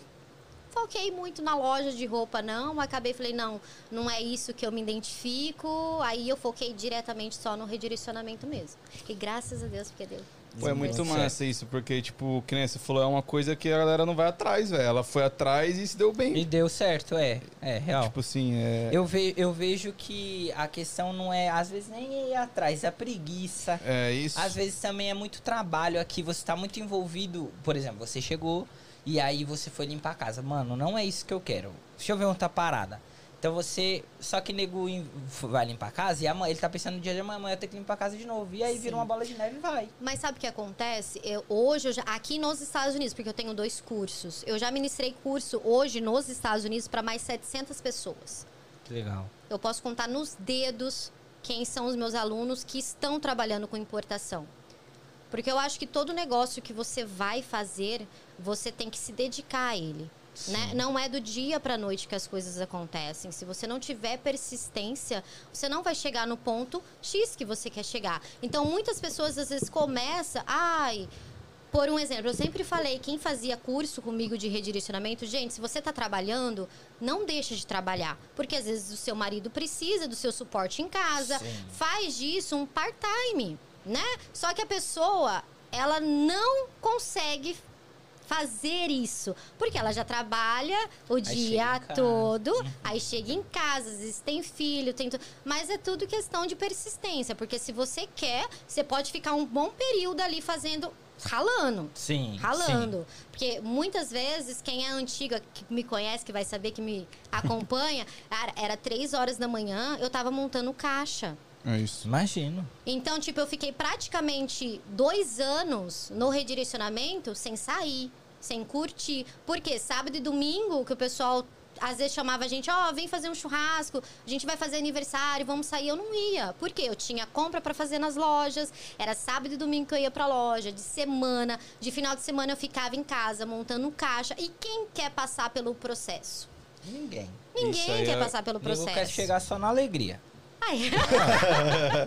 foquei muito na loja de roupa, não. Acabei, falei, não, não é isso que eu me identifico. Aí eu foquei diretamente só no redirecionamento mesmo. E graças a Deus, porque deu. Pô, é muito massa isso, porque, tipo, que nem você falou, é uma coisa que a galera não vai atrás, velho. Ela foi atrás e se deu bem. E deu certo, é. É, real. Tipo assim, é. Eu, ve eu vejo que a questão não é, às vezes, nem ir atrás, é a preguiça. É isso. Às vezes também é muito trabalho aqui, você tá muito envolvido. Por exemplo, você chegou e aí você foi limpar a casa. Mano, não é isso que eu quero. Deixa eu ver outra parada. Então você. Só que nego in- vai limpar a casa e amanhã, ele tá pensando no dia de amanhã, amanhã eu tenho que limpar a casa de novo. E aí vira uma bola de neve e vai. Mas sabe o que acontece? Eu- hoje, eu já- aqui nos Estados Unidos, porque eu tenho dois cursos, eu já ministrei curso hoje nos Estados Unidos para mais 700 pessoas. Legal. Eu posso contar nos dedos quem são os meus alunos que estão trabalhando com importação. Porque eu acho que todo negócio que você vai fazer, você tem que se dedicar a ele. né? Não é do dia para noite que as coisas acontecem. Se você não tiver persistência, você não vai chegar no ponto X que você quer chegar. Então, muitas pessoas às vezes começam, ai. Por um exemplo, eu sempre falei, quem fazia curso comigo de redirecionamento, gente, se você está trabalhando, não deixa de trabalhar. Porque às vezes o seu marido precisa do seu suporte em casa. Sim. Faz disso um part-time, né? Só que a pessoa, ela não consegue fazer isso. Porque ela já trabalha o dia chega em casa. Uhum. todo, aí chega em casa, às vezes tem filho, tem tudo. Mas é tudo questão de persistência. Porque se você quer, você pode ficar um bom período ali fazendo. Ralando. Sim. Ralando. Porque muitas vezes, quem é antiga, que me conhece, que vai saber, que me acompanha, *laughs* cara, era três horas da manhã, eu tava montando caixa. É isso. Imagino. Então, tipo, eu fiquei praticamente dois anos no redirecionamento sem sair, sem curtir. Porque sábado e domingo, que o pessoal às vezes chamava a gente, ó, vem fazer um churrasco, a gente vai fazer aniversário, vamos sair. Eu não ia. Por quê? Eu tinha compra pra fazer nas lojas, era sábado e domingo que eu ia pra loja, de semana, de final de semana eu ficava em casa montando um caixa. E quem quer passar pelo processo? Ninguém. Isso Ninguém aí quer é- passar pelo Nego processo. Ah, é quer chegar só na alegria. Ai,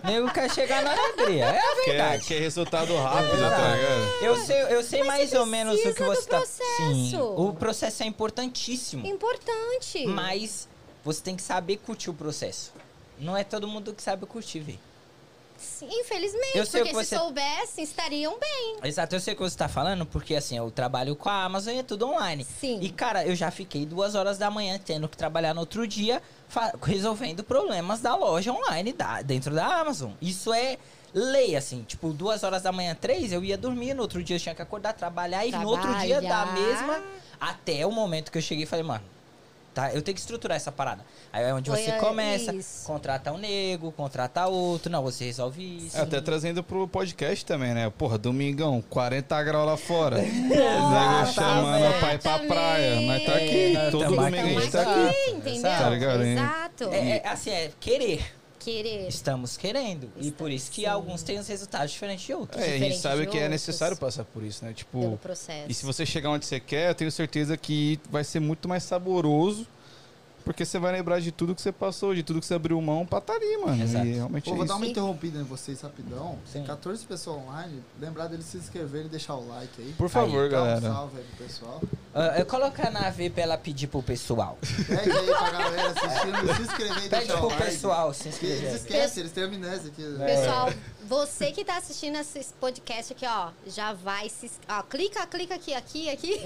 Nego quer chegar na alegria. É a Quer, verdade. quer resultado rápido, É. tá ligado? Eu sei, eu sei mais ou menos o que precisa você do tá. processo. Sim. O processo é importantíssimo. importante. Mas você tem que saber curtir o processo. Não é todo mundo que sabe curtir, velho. Sim, Infelizmente, Eu sei o porque que se você- soubessem, estariam bem. Exato, eu sei o que você tá falando, porque assim, eu trabalho com a Amazon e é tudo online. Sim. E cara, eu já fiquei duas horas da manhã tendo que trabalhar no outro dia, fa- resolvendo problemas da loja online da- dentro da Amazon. Isso é lei, assim, tipo, duas horas da manhã, três, eu ia dormir, no outro dia eu tinha que acordar, trabalhar, e no outro dia da Trabalhar. mesma. Até o momento que eu cheguei e falei, mano. Tá, eu tenho que estruturar essa parada. Aí é onde Foi, você é, começa, isso. contrata um nego, contrata outro, não, você resolve É. isso. É, Até trazendo pro podcast também, né? Porra, domingão, 40 graus lá fora. *laughs* Os Exatamente. negros é chamando pra ir é pra praia. Mas tá aqui, É, Nós todo tamo domingo a aqui. gente tá aqui. Sim, entendeu? Tá ligado, hein? Exato. É, é, assim, é querer. Querer. Estamos querendo. e por isso que sim. alguns têm os resultados diferentes de outros. É, a gente Diferente sabe de que é outros. necessário passar por isso, né? Pelo Tipo, processo. e se você chegar onde você quer, eu tenho certeza que vai ser muito mais saboroso. Porque você vai lembrar de tudo que você passou, de tudo que você abriu mão pra tá ali, mano. Exato. E realmente Pô, é vou isso. dar uma interrompida em vocês rapidão. Sim. Tem 14 pessoas online. Lembrar deles se inscreverem e deixar o like aí. Por favor, Aí, Dá um galera. salve aí pro pessoal. Ah, eu coloco a nave pra ela pedir *laughs* pro pessoal. Pede aí pra galera assistindo, se inscrever e Pede deixar o pro like. pessoal se Porque eles inscrever. esquecem, eles têm amnésia aqui. né? Pessoal, É. você que tá assistindo esse podcast aqui, ó, já vai se. is- Ó, clica, clica aqui, *laughs* aqui, aqui.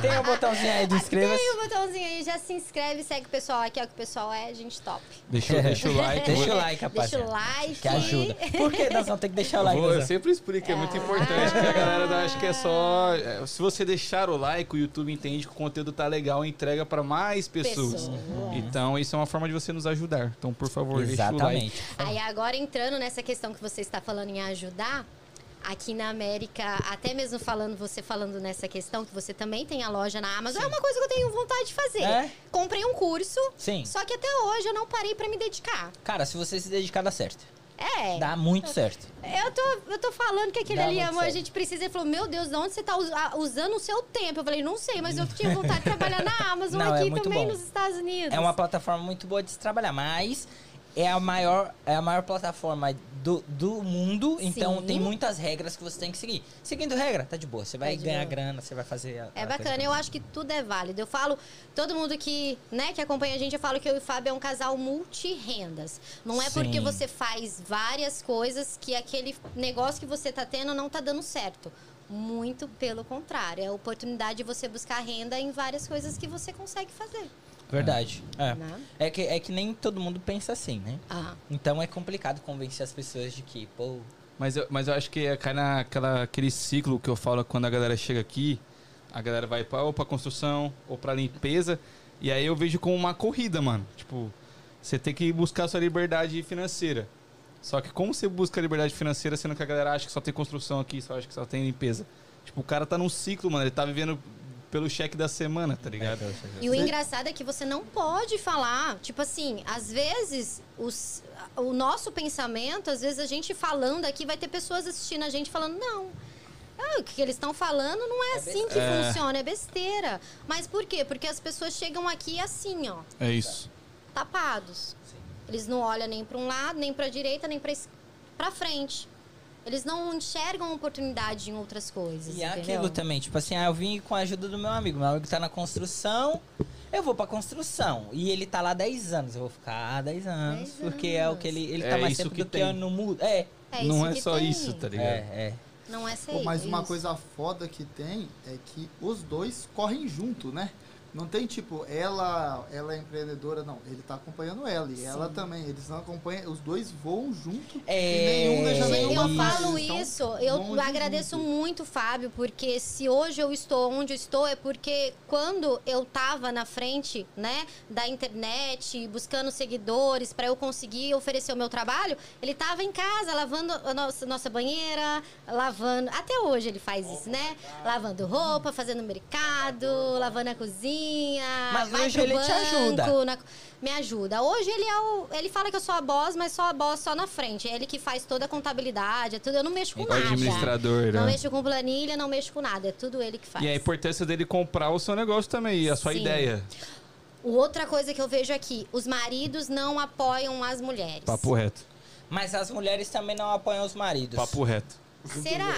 Tem o botãozinho aí do inscreva-se. Ah, Tem um- o botãozinho aí, já se inscreve, segue o pessoal aqui, ó, que o pessoal é gente top. *laughs* Deixa, deixa *laughs* o like. Deixa o like, rapaz. Deixa o like. Que ajuda. Por que nós vamos ter que deixar o like? Vou- eu Nozão? sempre explico, é muito importante, porque a galera dá- acha que é só. é, Se você deixar o like, o YouTube entende que o conteúdo tá legal e entrega pra mais pessoas. Pessoas. Então, isso é uma forma de você nos ajudar. Então, por favor, deixa o like. Exatamente. Aí agora entrando nessa questão que você está falando em ajudar, aqui na América, até mesmo falando, você falando nessa questão, que você também tem a loja na Amazon, é uma coisa que eu tenho vontade de fazer. É? Comprei um curso, Sim. só que até hoje eu não parei pra me dedicar. Cara, se você se dedicar, dá certo. É. Dá muito certo. Eu tô, eu tô falando que aquele Dá ali, muito amor, a certo. gente precisa. Ele falou, meu Deus, de onde você tá us- a- usando o seu tempo? Eu falei, não sei, mas eu tinha vontade *laughs* de trabalhar na Amazon Não, é aqui muito também, bom. nos Estados Unidos. É uma plataforma muito boa de se trabalhar, mas é a maior, é a maior plataforma do, do mundo, então Sim. tem muitas regras que você tem que seguir. Seguindo regra, tá de boa. Você vai Tá de ganhar boa. grana, você vai fazer. a- É a coisa bacana, que eu acho que tudo é válido. Eu falo, todo mundo que, né, que acompanha a gente, eu falo que eu e o Fábio é um casal multi-rendas. Não é porque Sim. você faz várias coisas que aquele negócio que você tá tendo não tá dando certo. Muito pelo contrário, é a oportunidade de você buscar renda em várias coisas que você consegue fazer. Verdade. É. Né? É, que, é que nem todo mundo pensa assim, né? Ah, Então é complicado convencer as pessoas de que, pô, Mas eu, mas eu acho que é cai naquela, aquele ciclo que eu falo quando a galera chega aqui, a galera vai pra, ou pra construção ou pra limpeza, e aí eu vejo como uma corrida, mano. Tipo, você tem que buscar sua liberdade financeira. Só que como você busca a liberdade financeira sendo que a galera acha que só tem construção aqui, só acha que só tem limpeza? Tipo, o cara tá num ciclo, mano, ele tá vivendo pelo cheque da semana, tá ligado? E o engraçado é que você não pode falar. Tipo assim, às vezes os- o nosso pensamento, às vezes a gente falando aqui, vai ter pessoas assistindo a gente falando, não. ah, o que eles estão falando não é, assim que funciona, é besteira. Mas por quê? Porque as pessoas chegam aqui assim, ó, É isso. tapados. Eles não olham nem para um lado, nem para a direita, nem para para frente. Eles não enxergam oportunidade em outras coisas. E é entendeu? aquilo também, tipo assim, ah, eu vim com a ajuda do meu amigo. Meu amigo tá na construção, eu vou pra construção. E ele tá lá 10 anos, eu vou ficar 10 anos, 10 porque é o que ele. Ele tá É mais isso tempo que do que tem. eu no mundo. É, É não isso é que só tem. isso, tá é, ligado? é. Não é só Pô, mas isso. uma coisa foda que tem é que os dois correm junto, né? Não tem tipo, ela, ela é empreendedora, não. Ele tá acompanhando ela e ela também. Eles não acompanham, os dois voam junto. É. E nenhum deixa Gente, nenhum Eu atrás, falo eles Então, tão isso, eu longe agradeço junto. muito, Fábio, porque se hoje eu estou onde eu estou é porque quando eu tava na frente, né, da internet, buscando seguidores para eu conseguir oferecer o meu trabalho, ele tava em casa lavando a nossa, nossa banheira, lavando, até hoje ele faz isso, né? Lavando roupa, fazendo mercado, lavando a cozinha, Mas vai hoje pro ele te ajuda. banco, na- me ajuda. Hoje ele é o. Ele fala que eu sou a boss, mas só a boss só na frente. É ele que faz toda a contabilidade, é tudo. Eu não mexo com O nada. administrador, Não né? mexo com planilha, não mexo com nada. É tudo ele que faz. E a importância dele comprar o seu negócio também, e a sua Sim. ideia. Outra coisa que eu vejo aqui: os maridos não apoiam as mulheres. Papo reto. Mas as mulheres também não apoiam os maridos. Papo reto. Será?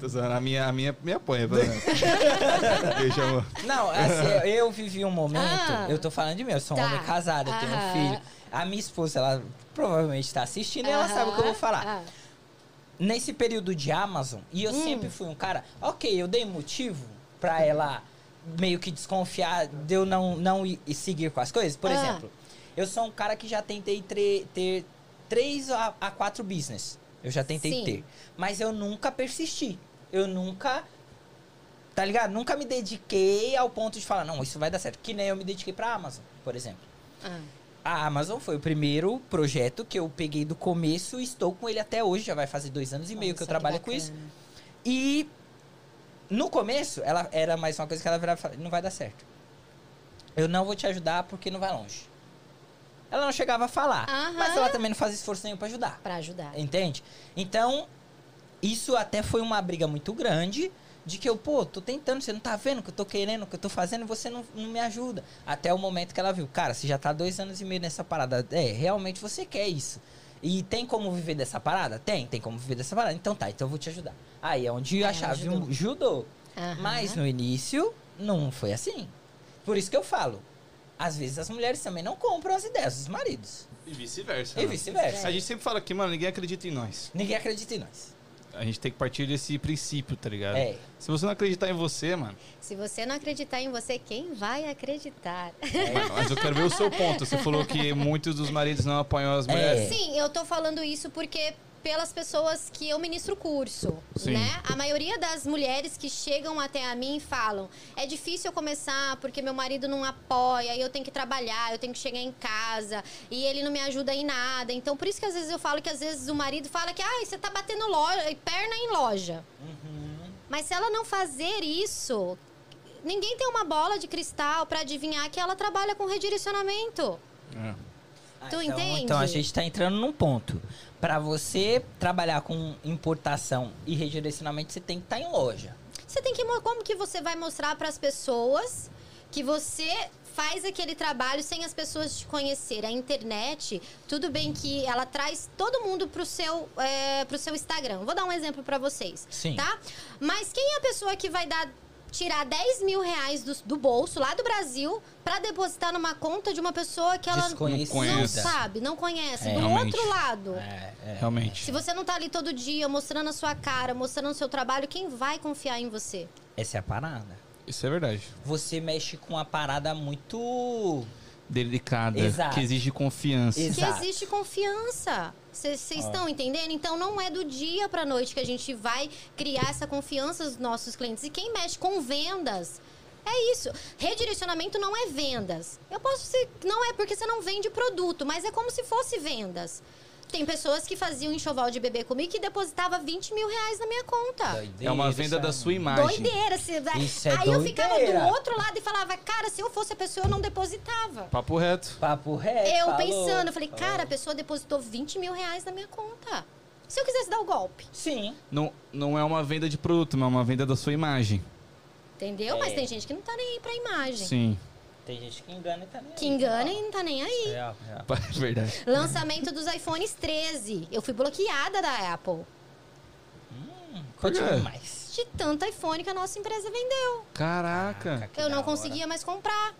Tô zoando, *laughs* A minha, a minha me apanha, pelo *laughs* menos. Deixa eu... Não, assim, eu vivi um momento. Ah. eu tô falando de mim, eu sou um Tá. homem casado, eu tenho um Aham. filho. A minha esposa, ela provavelmente tá assistindo e ela sabe o que eu vou falar. Ah, nesse período de Amazon, e eu Hum. sempre fui um cara, ok, eu dei motivo pra ela meio que desconfiar de eu não, não ir, e seguir com as coisas. Por Ah. exemplo, eu sou um cara que já tentei tre- ter três a, a quatro business. Eu já tentei Sim. ter. Mas eu nunca persisti. Eu nunca. Tá ligado? Nunca me dediquei ao ponto de falar, não, isso vai dar certo. Que nem eu me dediquei pra Amazon, por exemplo. ah. A Amazon foi o primeiro projeto que eu peguei do começo e estou com ele até hoje. Já vai fazer dois anos e meio que Nossa, eu trabalho com bacana. isso. E no começo, ela era mais uma coisa que ela virava, e falava, não vai dar certo. Eu não vou te ajudar porque não vai longe. Ela não chegava a falar, Aham. mas ela também não fazia esforço nenhum pra ajudar. Pra ajudar. Entende? Então, isso até foi uma briga muito grande de que eu, pô, tô tentando, você não tá vendo o que eu tô querendo, o que eu tô fazendo, e você não, não me ajuda. Até o momento que ela viu, cara, você já tá dois anos e meio nessa parada. É, realmente você quer isso. E tem como viver dessa parada? Tem, tem como viver dessa parada. Então tá, então eu vou te ajudar. Aí é onde ela a chave ajudou. mu- ajudou. Aham. Mas no início, não foi assim. Por isso que eu falo. Às vezes as mulheres também não compram as ideias dos maridos. E vice-versa. E né? vice-versa. A gente sempre fala que, mano, ninguém acredita em nós. Ninguém acredita em nós. A gente tem que partir desse princípio, tá ligado? É. Se você não acreditar em você, mano, Se você não acreditar em você, quem vai acreditar? É. mano, mas eu quero ver o seu ponto. Você falou que muitos dos maridos não apanham as mulheres. É. Sim, eu tô falando isso porque pelas pessoas que eu ministro curso, Sim. né? A maioria das mulheres que chegam até a mim falam: "É difícil eu começar porque meu marido não apoia, eu tenho que trabalhar, eu tenho que chegar em casa e ele não me ajuda em nada". Então, por isso que às vezes eu falo que às vezes o marido fala que: "Ai, você tá batendo loja, perna em loja". Mas se ela não fazer isso, ninguém tem uma bola de cristal pra adivinhar que ela trabalha com redirecionamento. É. Ah, Tu então, entende? Então a gente tá entrando num ponto. Pra você trabalhar com importação e redirecionamento, você tem que estar em loja. Você tem que mo- como que você vai mostrar para as pessoas que você faz aquele trabalho sem as pessoas te conhecer. A internet, tudo bem que ela traz todo mundo pro seu, é, pro seu Instagram. Vou dar um exemplo para vocês. Sim. Tá? Mas quem é a pessoa que vai dar tirar 10 mil reais do, do bolso lá do Brasil para depositar numa conta de uma pessoa que ela Desconhecida. não sabe, não conhece. É, do realmente. outro lado. É, é. Realmente. Se você não tá ali todo dia mostrando a sua cara, mostrando o seu trabalho, quem vai confiar em você? Essa é a parada. Isso é verdade. Você mexe com uma parada muito. Delicada, Exato. que exige confiança. Ex- Exato. Que existe confiança. Vocês estão entendendo? Então não é do dia pra noite que a gente vai criar essa confiança dos nossos clientes. E quem mexe com vendas. É isso. Redirecionamento não é vendas. Eu posso ser. Não é porque você não vende produto, mas é como se fosse vendas. Tem pessoas que faziam enxoval de bebê comigo que depositava 20 mil reais na minha conta. é uma venda da sua imagem. Doideira, se... Isso é Aí eu ficava doideira. do outro lado e falava, cara, se eu fosse a pessoa, eu não depositava. Papo reto. Papo reto. Eu É, falou, pensando, eu falei, falou. cara, a pessoa depositou 20 mil reais na minha conta. Se eu quisesse dar o golpe, Sim. Não, não é uma venda de produto, mas é uma venda da sua imagem. entendeu? É. Mas tem gente que não tá nem aí pra imagem. Sim. *laughs* Tem gente que engana e tá nem Que engana e não tá nem aí. Real, real. É verdade. Lançamento dos iPhones 13. Eu fui bloqueada da Apple. Continue quê? mais. De tanto iPhone que a nossa empresa vendeu. Caraca. Que Eu da não hora. conseguia mais comprar.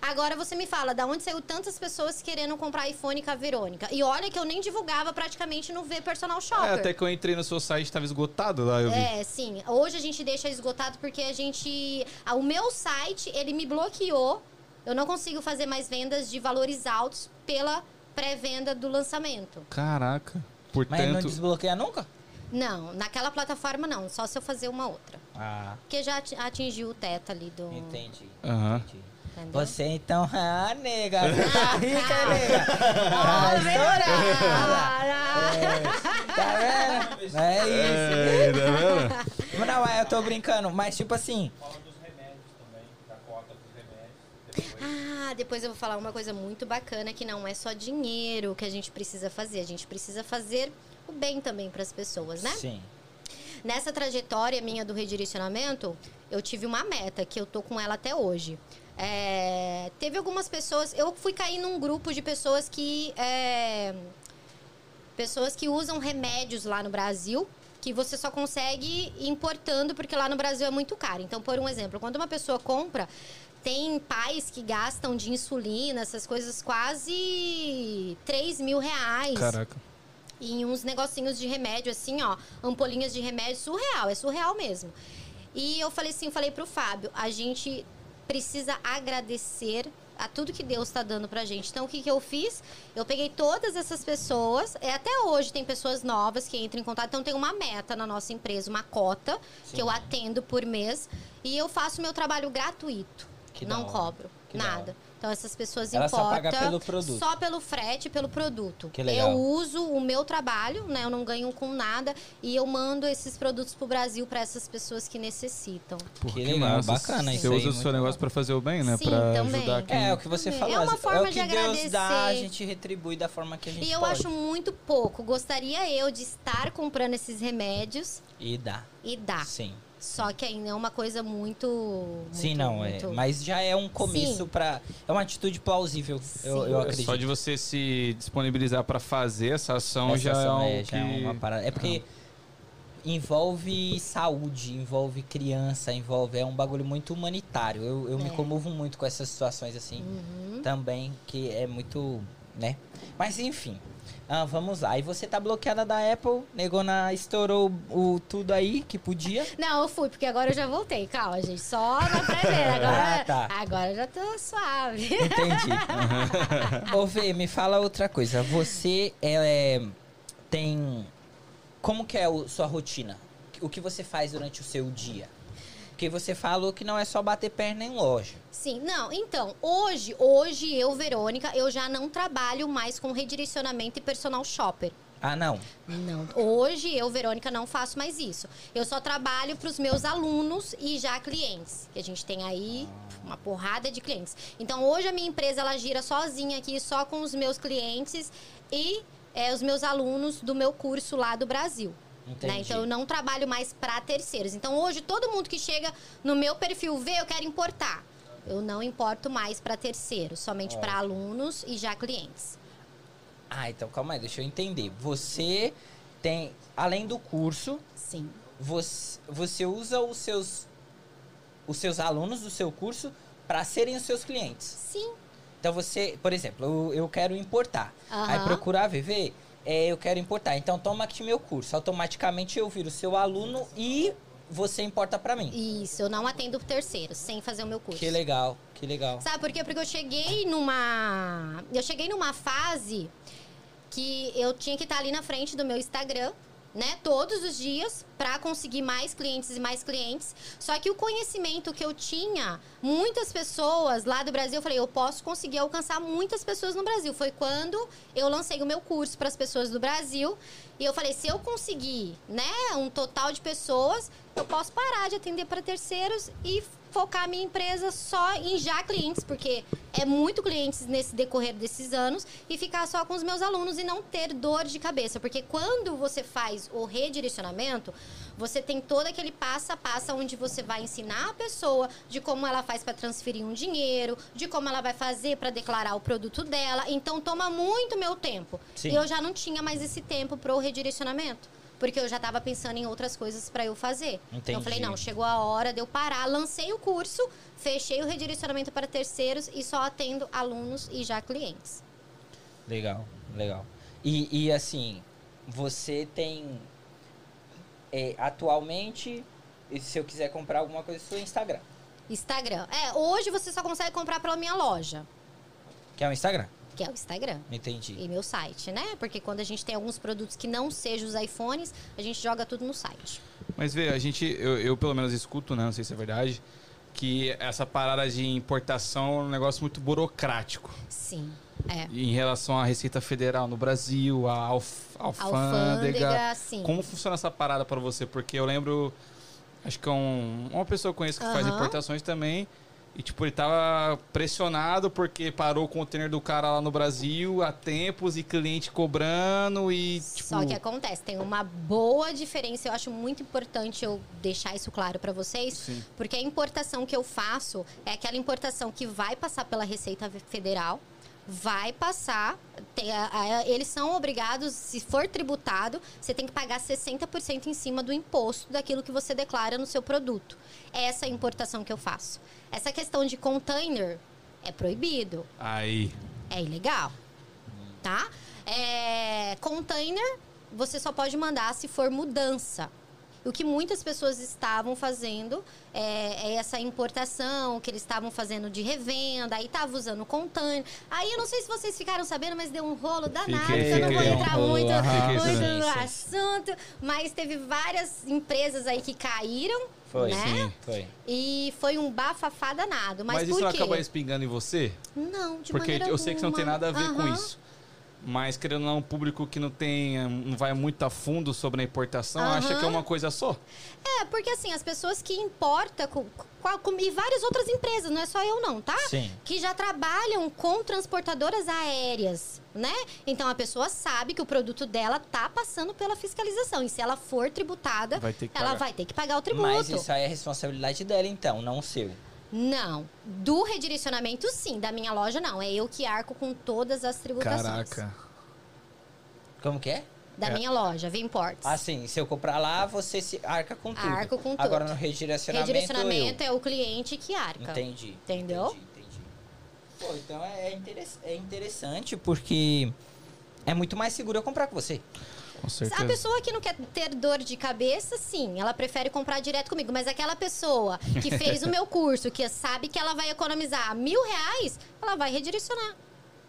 Agora você me fala, da onde saiu tantas pessoas querendo comprar iPhone com a Verônica? E olha que eu nem divulgava praticamente no V Personal Shopper. É, até que eu entrei no seu site, estava esgotado lá, eu vi. É, sim. Hoje a gente deixa esgotado porque a gente. ah, O meu site, ele me bloqueou. Eu não consigo fazer mais vendas de valores altos pela pré-venda do lançamento. Caraca. Mas é não Portanto, desbloqueia nunca? Não, naquela plataforma não, só se eu fazer uma outra. Ah, Porque já ati- atingiu o teto ali do. entendi. Aham. entendi. entendeu? Você então, *laughs* ah, nega, tá rica, nega. Tá Olha, estourada. *laughs* cara! Tá vendo? É isso. É, tá vendo? Não, é, eu tô brincando, mas tipo assim, Ah, depois eu vou falar uma coisa muito bacana que não é só dinheiro que a gente precisa fazer. A gente precisa fazer o bem também para as pessoas, né? sim. Nessa trajetória minha do redirecionamento, eu tive uma meta que eu tô com ela até hoje. É, teve algumas pessoas. Eu fui cair num grupo de pessoas que. é, pessoas que usam remédios lá no Brasil que você só consegue importando porque lá no Brasil é muito caro. Então, por um exemplo, quando uma pessoa compra, tem pais que gastam de insulina, essas coisas, quase 3 mil reais Caraca. em uns negocinhos de remédio, assim, ó, ampolinhas de remédio, surreal, é surreal mesmo. E eu falei assim, eu falei pro Fábio, a gente precisa agradecer a tudo que Deus tá dando pra gente. Então, o que que eu fiz? Eu peguei todas essas pessoas, é, até hoje tem pessoas novas que entram em contato, então tem uma meta na nossa empresa, uma cota, que eu atendo por mês, e eu faço meu trabalho gratuito. Que da não hora. cobro, Que da hora. nada. Então, essas pessoas Ela importam só paga pelo produto. só pelo frete, pelo produto. Que legal. Eu uso o meu trabalho, né? Eu não ganho com nada e eu mando esses produtos pro Brasil para essas pessoas que necessitam. Porra, Que legal, bacana Você isso aí, usa o muito seu negócio pra fazer o bem, né? Sim, pra também. ajudar quem... É, o que você É falou. uma é forma o que de Deus dá, a agradecer. gente retribui da forma que a gente E eu pode. acho muito pouco. Gostaria eu de estar comprando esses remédios E dá, e dar. sim. Só que ainda é uma coisa muito. Sim, Ah, muito, não, é. muito... Mas já é um começo Sim. pra. É uma atitude plausível, eu, Sim. eu É acredito. Só de você se disponibilizar pra fazer essa ação Essa já é ação algo já é que- uma parada. É porque envolve saúde, envolve criança, envolve. É um bagulho muito humanitário. Eu, eu me É. comovo muito com essas situações assim Uhum. também, que é muito. né? Mas enfim. Ah, vamos lá. E você tá bloqueada da Apple, negona estourou o tudo aí que podia. Não, eu fui, porque agora eu já voltei. Calma, gente. Só na *laughs* primeira. Agora, Ah, tá. agora eu já tô suave. Entendi. *laughs* Ô, Vê, me fala outra coisa. Você é, tem. Como que é a sua rotina? O que você faz durante o seu dia? Porque você falou que não é só bater perna em loja. Sim, não, então, hoje, hoje eu, Verônica, eu já não trabalho mais com redirecionamento e personal shopper. Ah, não. Não, hoje eu, Verônica, não faço mais isso. Eu só trabalho para os meus alunos e já clientes, que a gente tem aí uma porrada de clientes. Então, hoje a minha empresa ela gira sozinha aqui, só com os meus clientes e é, os meus alunos do meu curso lá do Brasil. Entendi. Né? Então eu não trabalho mais para terceiros. Então hoje todo mundo que chega no meu perfil vê, eu quero importar. Eu não importo mais para terceiros, somente para alunos e já clientes. Ah, então calma aí, deixa eu entender. Você tem, além do curso, Sim. você, você usa os seus, os seus alunos do seu curso para serem os seus clientes. Sim. Então você, por exemplo, eu, eu quero importar. Aham. Aí procurar VV, é, eu quero importar. Então toma aqui meu curso. Automaticamente eu viro seu aluno e você importa pra mim. Isso, eu não atendo terceiros sem fazer o meu curso. Que legal, que legal. Sabe por quê? Porque eu cheguei numa. Eu cheguei numa fase que eu tinha que estar ali na frente do meu Instagram, né? Todos os dias, pra conseguir mais clientes e mais clientes. Só que o conhecimento que eu tinha, muitas pessoas lá do Brasil, eu falei, eu posso conseguir alcançar muitas pessoas no Brasil. Foi quando eu lancei o meu curso para as pessoas do Brasil. E eu falei, se eu conseguir, né, um total de pessoas, eu posso parar de atender para terceiros e focar a minha empresa só em já clientes, porque é muito clientes nesse decorrer desses anos e ficar só com os meus alunos e não ter dor de cabeça, porque quando você faz o redirecionamento, você tem todo aquele passo a passo onde você vai ensinar a pessoa de como ela faz para transferir um dinheiro, de como ela vai fazer para declarar o produto dela. Então toma muito meu tempo. Sim. E eu já não tinha mais esse tempo para o redirecionamento, porque eu já estava pensando em outras coisas para eu fazer. Então eu falei, Entendi. não, chegou a hora de eu parar, lancei o curso, fechei o redirecionamento para terceiros e só atendo alunos e já clientes. Legal, legal. E, e, assim, você tem. é, atualmente, e se eu quiser comprar alguma coisa, é seu Instagram. Instagram. É, hoje você só consegue comprar pela minha loja, Que é o Instagram? que é o Instagram. Entendi. E meu site, né? Porque quando a gente tem alguns produtos que não sejam os iPhones, a gente joga tudo no site. Mas vê, a gente, eu, eu pelo menos escuto, né? Não sei se é verdade, que essa parada de importação é um negócio muito burocrático. Sim. É. Em relação à Receita Federal no Brasil, à alf- alfândega. Alfândega, sim. Como funciona essa parada pra você? Porque eu lembro, acho que é um, uma pessoa que eu conheço que faz Aham. importações também. E, tipo, ele tava pressionado porque parou o container do cara lá no Brasil há tempos e cliente cobrando e, tipo... Só que é- acontece, tem uma boa diferença. Eu acho muito importante eu deixar isso claro para vocês, Sim. porque a importação que eu faço é aquela importação que vai passar pela Receita Federal, vai passar. tem a- a- eles são obrigados, se for tributado, você tem que pagar 60% em cima do imposto daquilo que você declara no seu produto. Essa é a importação que eu faço. Essa questão de container é proibido Aí, é ilegal, tá? É, container, você só pode mandar se for mudança. O que muitas pessoas estavam fazendo é, é essa importação que eles estavam fazendo de revenda, aí tava usando container. Aí eu não sei se vocês ficaram sabendo, mas deu um rolo danado, Fiquei, que eu não vou fiquei. entrar Deu um rolo, muito, aham. Fiquei muito no sabendo. assunto, mas teve várias empresas aí que caíram, Foi, né? sim. foi. E foi um bafafá danado. Mas, Mas, isso por não quê? acaba espingando em você? Não, de Porque maneira eu sei que você não tem alguma. nada a ver com Aham. isso. Mas querendo ou não, um público que não tem, eh, não vai muito a fundo sobre a importação, Aham. acha que é uma coisa só. É, porque assim, as pessoas que importam com, com- com- e várias outras empresas, não é só eu não, tá? Sim. Que já trabalham com transportadoras aéreas, né? Então a pessoa sabe que o produto dela tá passando pela fiscalização. E se ela for tributada, Vai ter que ela pagar. vai ter que pagar o tributo. Mas isso aí é responsabilidade dela, então, não seu. Não. Do redirecionamento, sim. Da minha loja, não. É eu que arco com todas as tributações. Como que é? Da É. minha loja, Vimports. Assim, se eu comprar lá, você se arca com tudo. Arco com tudo. Agora no redirecionamento. Redirecionamento eu. é o cliente que arca. Entendi. Entendeu? Entendi, entendi. Pô, então é, é interess- é interessante porque é muito mais seguro eu comprar com você. Com A pessoa que não quer ter dor de cabeça, sim, ela prefere comprar direto comigo. Mas aquela pessoa que fez o meu curso, que sabe que ela vai economizar mil reais, ela vai redirecionar.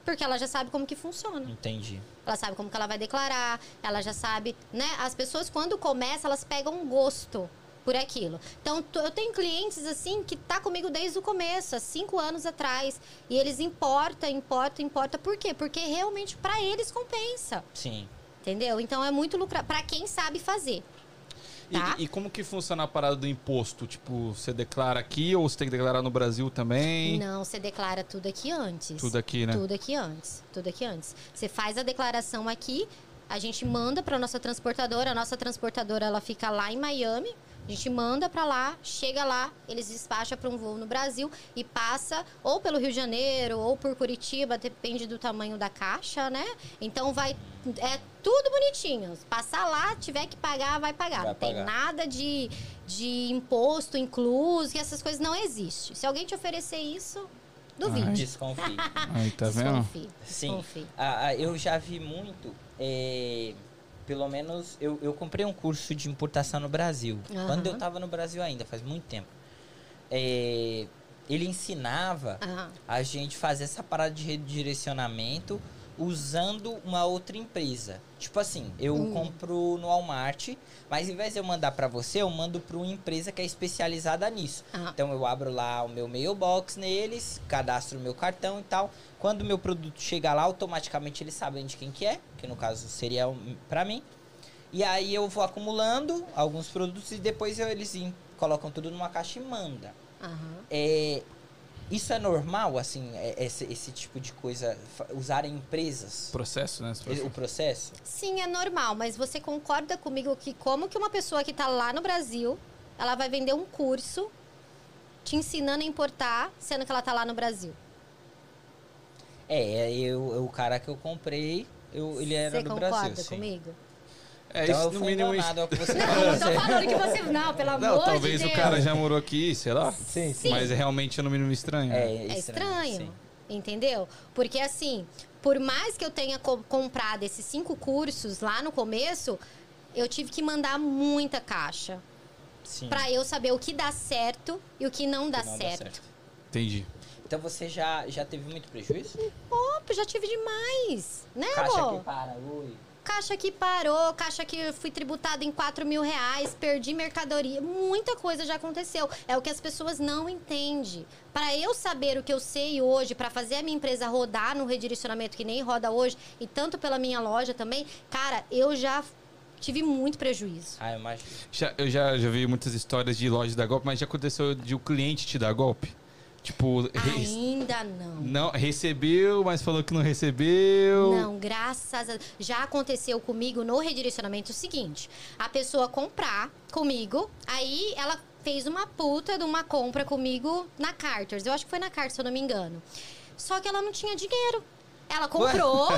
Porque ela já sabe como que funciona. Entendi. Ela sabe como que ela vai declarar, ela já sabe, né? As pessoas, quando começam, elas pegam um gosto por aquilo. Então, t- eu tenho clientes, assim, que tá comigo desde o começo, há cinco anos atrás. E eles importa, importa, importa. Por quê? Porque realmente, para eles, compensa. Sim. Entendeu? Então é muito lucrativo para quem sabe fazer. tá? E, e como que funciona a parada do imposto? Tipo, você declara aqui ou você tem que declarar no Brasil também? Não, você declara tudo aqui antes. Tudo aqui, né? Tudo aqui antes. Tudo aqui antes. Você faz a declaração aqui, a gente manda para nossa transportadora, a nossa transportadora ela fica lá em Miami. A gente manda para lá, chega lá, eles despacham para um voo no Brasil e passa ou pelo Rio de Janeiro ou por Curitiba, depende do tamanho da caixa, né? Então vai é tudo bonitinho. Passar lá, tiver que pagar, vai pagar. Vai não tem pagar. nada de, de imposto incluso, que essas coisas não existem. Se alguém te oferecer isso, duvide. *laughs* Desconfie. Aí, tá vendo? Desconfie. Sim. Desconfie. Ah, ah, eu já vi muito. é, pelo menos eu, eu comprei um curso de importação no Brasil. Aham. Quando eu tava no Brasil ainda, faz muito tempo. É, ele ensinava Aham. a gente fazer essa parada de redirecionamento usando uma outra empresa. Tipo assim, eu Hum. compro no Walmart, mas em vez de eu mandar pra você, eu mando pra uma empresa que é especializada nisso. Aham. Então eu abro lá o meu mailbox neles, cadastro o meu cartão e tal. Quando o meu produto chegar lá, automaticamente eles sabem de quem que é, que no caso seria um- pra mim. E aí eu vou acumulando alguns produtos e depois eu- eles em- colocam tudo numa caixa e manda. Aham. É, isso é normal, assim, é- esse, esse tipo de coisa, fa- usarem empresas, Processo, né? Esse processo. o processo? Sim, é normal, mas você concorda comigo que como que uma pessoa que tá lá no Brasil, ela vai vender um curso te ensinando a importar, sendo que ela tá lá no Brasil? É, eu, eu- o cara que eu comprei, eu, ele era você do concorda Brasil, sim. *laughs* comigo? É, Então eu isso no fui mínimo. enganado ao *laughs* que você Não, tô falou. né? falando que você... Não, pelo amor Não, de talvez o Deus. cara já morou aqui, sei lá. Sim, Mas é realmente é no mínimo estranho. né? É, É sim. estranho, entendeu? Porque assim, por mais que eu tenha co- comprado esses cinco cursos lá no começo, eu tive que mandar muita caixa Sim, pra eu saber o que dá certo e o que não dá, que não dá certo. Entendi. Então você já, já teve muito prejuízo? Opa, já tive demais, né, Caixa amor? que para, ui. Caixa que parou, caixa que eu fui tributada em 4 mil reais, perdi mercadoria. Muita coisa já aconteceu. É o que as pessoas não entendem. Para eu saber o que eu sei hoje, para fazer a minha empresa rodar no redirecionamento que nem roda hoje, e tanto pela minha loja também, cara, eu já tive muito prejuízo. Ah, eu imagino. Já- eu já, já vi muitas histórias de lojas dar golpe, mas já aconteceu de o cliente te dar golpe? Tipo, re- Ainda não. não, recebeu, mas falou que não recebeu. Não, graças a Já aconteceu comigo no redirecionamento o seguinte: a pessoa comprar comigo, aí ela fez uma puta de uma compra comigo na Carters. Eu acho que foi na Carters, se eu não me engano. Só que ela não tinha dinheiro. Ela comprou,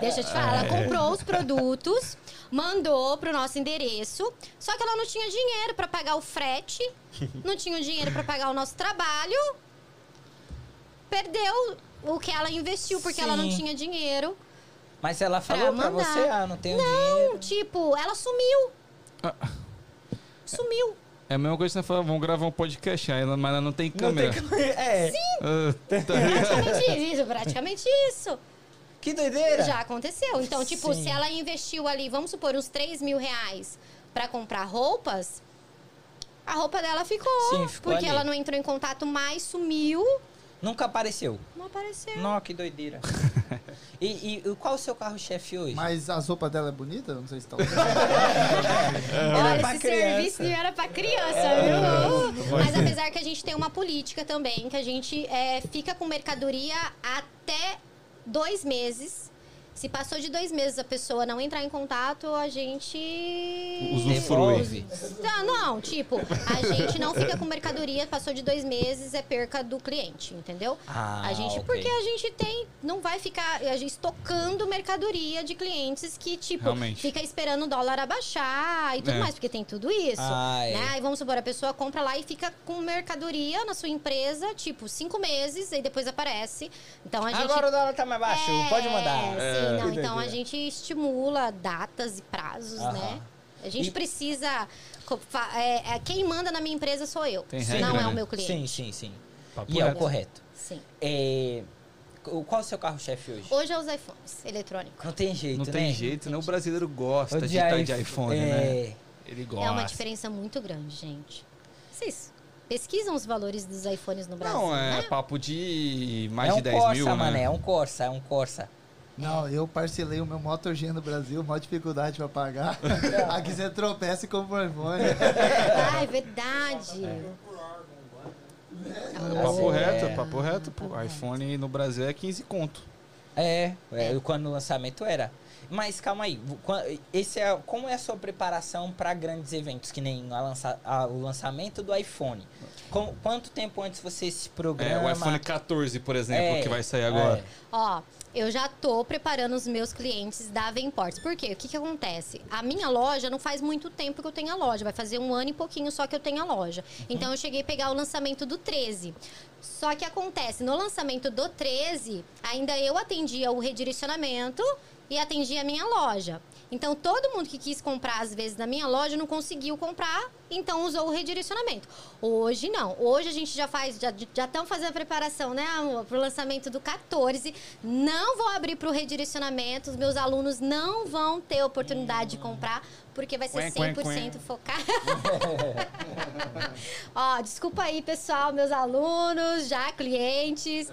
deixa eu te falar, ela comprou os produtos, mandou pro nosso endereço, só que ela não tinha dinheiro pra pagar o frete, não tinha o dinheiro pra pagar o nosso trabalho, perdeu o que ela investiu porque ela não Sim. tinha dinheiro. Mas ela falou pra, mandar. você, ah, não tenho dinheiro. Tipo, ela sumiu. Ah. Sumiu. É a mesma coisa que você falar, vamos gravar um podcast, aí ela- mas ela não tem câmera. como- *laughs* É, Ah, tá. *laughs* Praticamente isso, praticamente isso. que doideira. Já aconteceu. Então, tipo, Sim. se ela investiu ali, vamos supor, uns 3 mil reais pra comprar roupas, a roupa dela ficou. Sim, ficou porque ali. ela não entrou em contato mais, sumiu, Nunca apareceu. não apareceu. Não, que doideira. e, e- e qual o seu carro-chefe hoje? Mas as roupas dela é bonita? Não sei se tá usando. É. Olha, pra esse criança. serviço não era pra criança, viu? Mas apesar que a gente tem uma política também, que a gente é, fica com mercadoria até dois meses. Se passou de dois meses a pessoa não entrar em contato, a gente. Usufrui. Devolve. Não, não, tipo, a gente não fica com mercadoria, passou de dois meses, é perca do cliente, entendeu? Ah, a gente, ok. porque a gente tem, não vai ficar a gente estocando mercadoria de clientes que, tipo, Realmente. fica esperando o dólar abaixar e tudo É. mais, porque tem tudo isso. Ah, é. né? Aí vamos supor, a pessoa compra lá e fica com mercadoria na sua empresa, tipo, cinco meses, e depois aparece. Então a gente. Agora o dólar tá mais baixo, É, pode mandar. Sim, não, então a Doideira. gente estimula datas e prazos, Aham. né? A gente E- precisa. co- fa- é, é, quem manda na minha empresa sou eu. Tem não regra, é né? o meu cliente. Sim, sim, sim. Papo E é o reto. correto. Sim. É, o- qual o seu carro-chefe hoje? Hoje é os iPhones eletrônicos. Não tem jeito, Não né? tem jeito, né? O brasileiro gosta de Odiar estar de iPhone, né? É. Ele É uma gosta. diferença muito grande, gente. Vocês pesquisam os valores dos iPhones no Brasil? Não, é né? papo de é mais um de 10 Corsa, mil, né? mano. É um Corsa, é um Corsa. Não, eu parcelei o meu Moto G no Brasil, maior dificuldade pra pagar. É. Aqui você tropeça e compra o iPhone. Ah, é verdade. Tá Papo É. É. reto, papo reto, pô. iPhone no Brasil é 15 é conto. É, é, quando o lançamento era. Mas calma aí, quan- esse é, como é a sua preparação para grandes eventos, que nem a lança- a- o lançamento do iPhone? Com- quanto tempo antes você se É, programa? o iPhone 14, por exemplo, É, que vai sair agora. é. Ó, eu já tô preparando os meus clientes da Vemports. Por quê? O que, que acontece? A minha loja não faz muito tempo que eu tenho a loja. Vai fazer um ano e pouquinho só que eu tenho a loja. Uhum. Então eu cheguei a pegar o lançamento do 13. Só que acontece, no lançamento do 13, ainda eu atendia o redirecionamento e atendia a minha loja. Então todo mundo que quis comprar às vezes na minha loja não conseguiu comprar, então usou o redirecionamento. Hoje não. Hoje a gente já faz, já estão fazendo a preparação, né, amor, pro lançamento do 14. Não vou abrir pro redirecionamento, os meus alunos não vão ter oportunidade de comprar, porque vai ser Quen, quen, 100% focado. é. Ó, desculpa aí, pessoal, meus alunos, já clientes.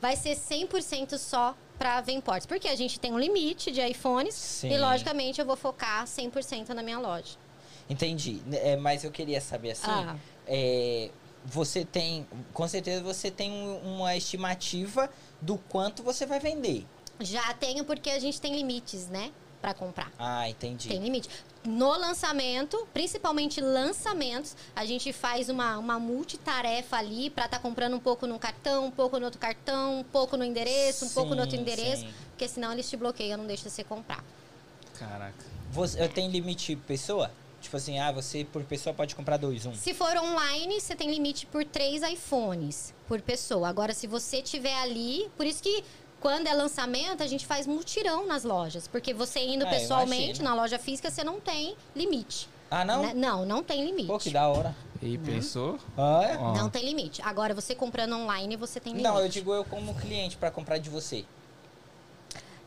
Vai ser 100% só para Vemports, porque a gente tem um limite de iPhones Sim. e, logicamente, eu vou focar 100% na minha loja. *laughs* Entendi, N- é, mas eu queria saber assim, Ah. é, você tem, com certeza você tem um- uma estimativa do quanto você vai vender. Já tenho, porque a gente tem limites, né, para comprar. Ah, entendi. Tem limite. No lançamento, principalmente lançamentos, a gente faz uma, uma multitarefa ali para estar comprando um pouco num cartão, um pouco no outro cartão, um pouco no endereço, um pouco no outro Sim, endereço, sim. porque senão eles te bloqueiam, não deixam você comprar. é. Caraca. Você, eu tenho limite pessoa? Tipo assim, ah, você por pessoa pode comprar dois, um. Se for online, você tem limite por três iPhones por pessoa. Agora, se você tiver ali, por isso que quando é lançamento, a gente faz mutirão nas lojas. Porque você indo Ah, eu pessoalmente imagino. na loja física, você não tem limite. Ah, não? né? Não, não tem limite. Pô, que da hora. E pensou? Ah, Ó. Uhum. Não tá, tem limite. Agora, você comprando online, você é? tem limite. Não, eu digo eu como cliente pra comprar de você.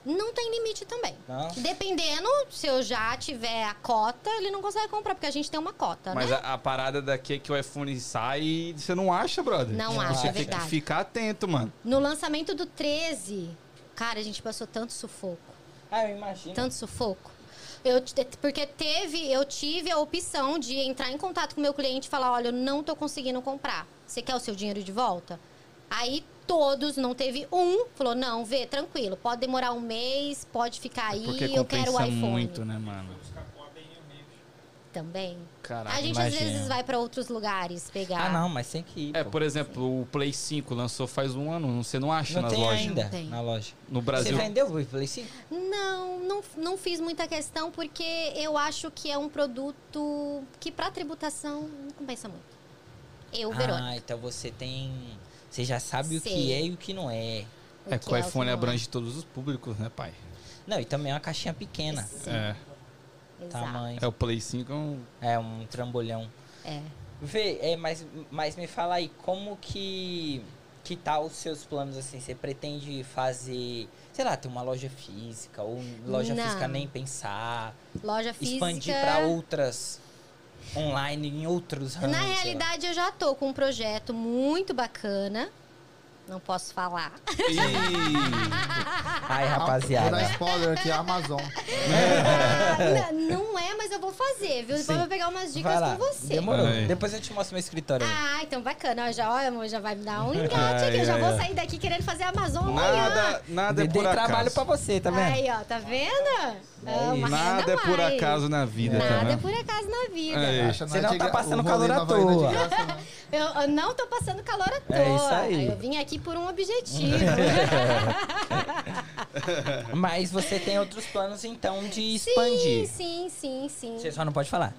Não tem limite também. Não? Dependendo, se eu já tiver a cota, ele não consegue comprar, porque a gente tem uma cota, Mas né? a, a parada daqui é que o iPhone sai e você não acha, brother. Não Tipo, acha, Você é tem que verdade. ficar atento, mano. No lançamento do 13, cara, a gente passou tanto sufoco. Ah, eu imagino. tanto sufoco. Eu, te- porque teve, eu tive a opção de entrar em contato com o meu cliente e falar, olha, eu não tô conseguindo comprar. Você quer o seu dinheiro de volta? Aí todos, não teve um, falou, não, vê, tranquilo, pode demorar um mês, pode ficar aí, É Porque eu quero o compensa iPhone. muito, né, mano? Também. Caraca. a gente às imagina. vezes vai pra outros lugares pegar. Ah, não, mas tem que ir. É, pô. por exemplo, o Play 5 lançou faz um ano, você não acha não nas tem lojas. ainda Não tem. na loja. No Brasil. Você vendeu o Play 5? Não, não, não fiz muita questão porque eu acho que é um produto que pra tributação não compensa muito. Eu, Verônica. Ah, então você tem. Você já sabe o que Sei. é e o que não é. É que o que iPhone não é. abrange todos os públicos, né, pai? Não, e também é uma caixinha pequena. Sim, É. exato. Tamanho. É o Play 5 é *laughs* um. É um trambolhão. É. Vê, é, mas, mas me fala aí, como que. Que tal os seus planos assim? Você pretende fazer, sei lá, ter uma loja física ou loja Não. física nem pensar, Loja física. expandir pra outras online em outros ramos? Na sei lá. realidade, eu já tô com um projeto muito bacana. Não *laughs* posso falar. Ih, Ai, rapaziada. Vou dar spoiler aqui, a Amazon. Ah, n- não é, mas eu vou fazer, viu? Depois Sim. eu vou pegar umas Vai dicas lá. com você. Demorou. Ai. Depois eu te mostro meu escritório. aí. Ah, então bacana. Ó, já, ó, amor, já vai me *laughs* dar um engate aqui. Eu já Ai, ai, vou ai. sair daqui querendo fazer Amazon amanhã. nada, nada é Dei por acaso. trabalho pra você, tá vendo? Aí, ó, tá vendo? É uma isso. Nada renda é por mais. acaso na vida, Nada tá, né? é por acaso na vida. É. Acha, Você é não de tá gra- passando o rolê calor à não vai ainda de toa. graça, não. Eu, eu não tô passando calor à toa. É isso aí. Eu vim aqui por um *laughs* objetivo. Mas você tem outros planos, então, de expandir. Sim, sim, sim, sim. Você só não pode falar.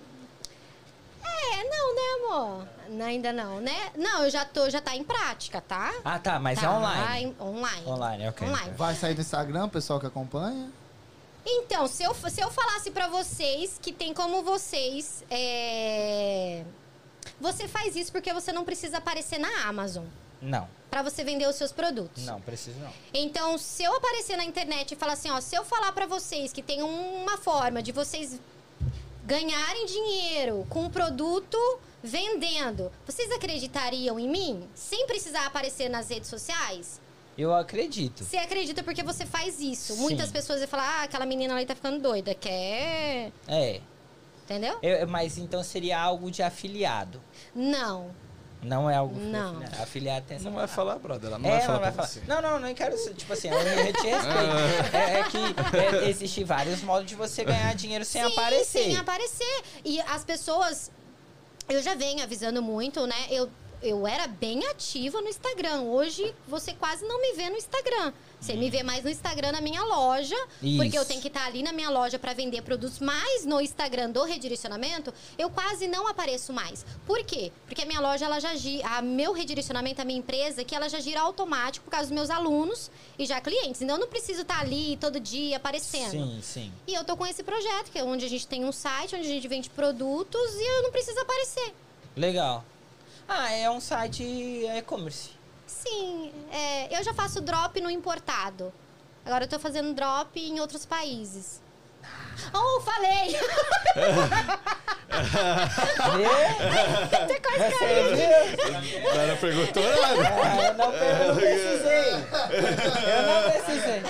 É, não, né, amor? Não, ainda não, né? Não, eu já tô, já tá em prática, tá? Ah, tá, mas é Tá online. em- Online. Online, ok. Online. Vai sair do Instagram, pessoal que acompanha. Então, se eu, f- se eu falasse pra vocês que tem como vocês. é, Você faz isso porque você não precisa aparecer na Amazon Não, pra você vender os seus produtos. não, preciso não. Então, se eu aparecer na internet e falar assim, ó, se eu falar pra vocês que tem uma forma de vocês ganharem dinheiro com um produto vendendo, vocês acreditariam em mim sem precisar aparecer nas redes sociais? Eu acredito. Você acredita porque você faz isso. Sim. Muitas pessoas vão falar, ah, aquela menina ali tá ficando doida, quer... É. Entendeu? Eu- mas então seria algo de afiliado. Não. Não é algo Não. fofo, né? Afiliado tem essa Não vai falar, brother. Ela não é, vai falar não vai pra falar. você. Não, não, não quero. Tipo assim, eu te *laughs* respeito. é, é que é, existem vários modos de você ganhar dinheiro sem Sim, aparecer. Sem aparecer. E as pessoas. Eu já venho avisando muito, né? Eu, eu era bem ativa no Instagram. Hoje você quase não me vê no Instagram. Você me vê mais no Instagram na minha loja, Isso. porque eu tenho que estar ali na minha loja para vender produtos, mas no Instagram do redirecionamento, eu quase não apareço mais. Por quê? Porque a minha loja ela já gira, a meu redirecionamento, a minha empresa, que ela já gira automático por causa dos meus alunos e já clientes. Então eu não preciso estar ali todo dia aparecendo. Sim, sim. E eu tô com esse projeto, que é onde a gente tem um site, onde a gente vende produtos e eu não preciso aparecer. Legal. Ah, é um site e-commerce. *laughs* Sim, é, eu já faço drop no importado. Agora eu tô fazendo drop em outros países. Oh, falei! Vê? Até quase Você viu? Ela perguntou nada. Ah, eu não, eu não precisei. Eu não precisei.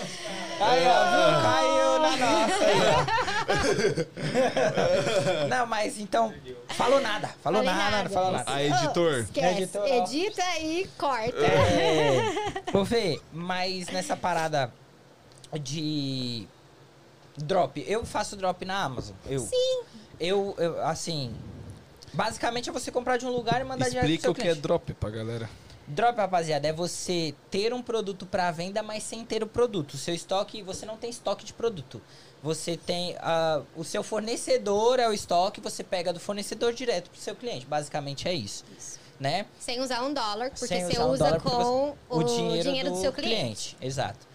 Aí, ó, viu? Caiu na nossa. aí, ó. Não, mas então. Falou nada. Falou Falei nada, nada. não falou nada. A editor. *laughs* Esquece. Editor. Edita e corta. É. Ô, Fê, mas nessa parada de drop, eu faço drop na Amazon. Eu, Sim. eu, eu, assim. Basicamente é você comprar de um lugar e mandar direto pro Explica seu o que é cliente. drop pra galera. Drop, rapaziada, é você ter um produto pra venda, mas sem ter o produto. O Seu estoque, você não tem estoque de produto. Você tem ah, o seu fornecedor é o estoque, você pega do fornecedor direto pro seu cliente. Basicamente é isso, Isso. né? *laughs* Sem usar um dólar, porque Sem você usar um usa dólar, porque com você- o dinheiro, do, seu cliente. Exato.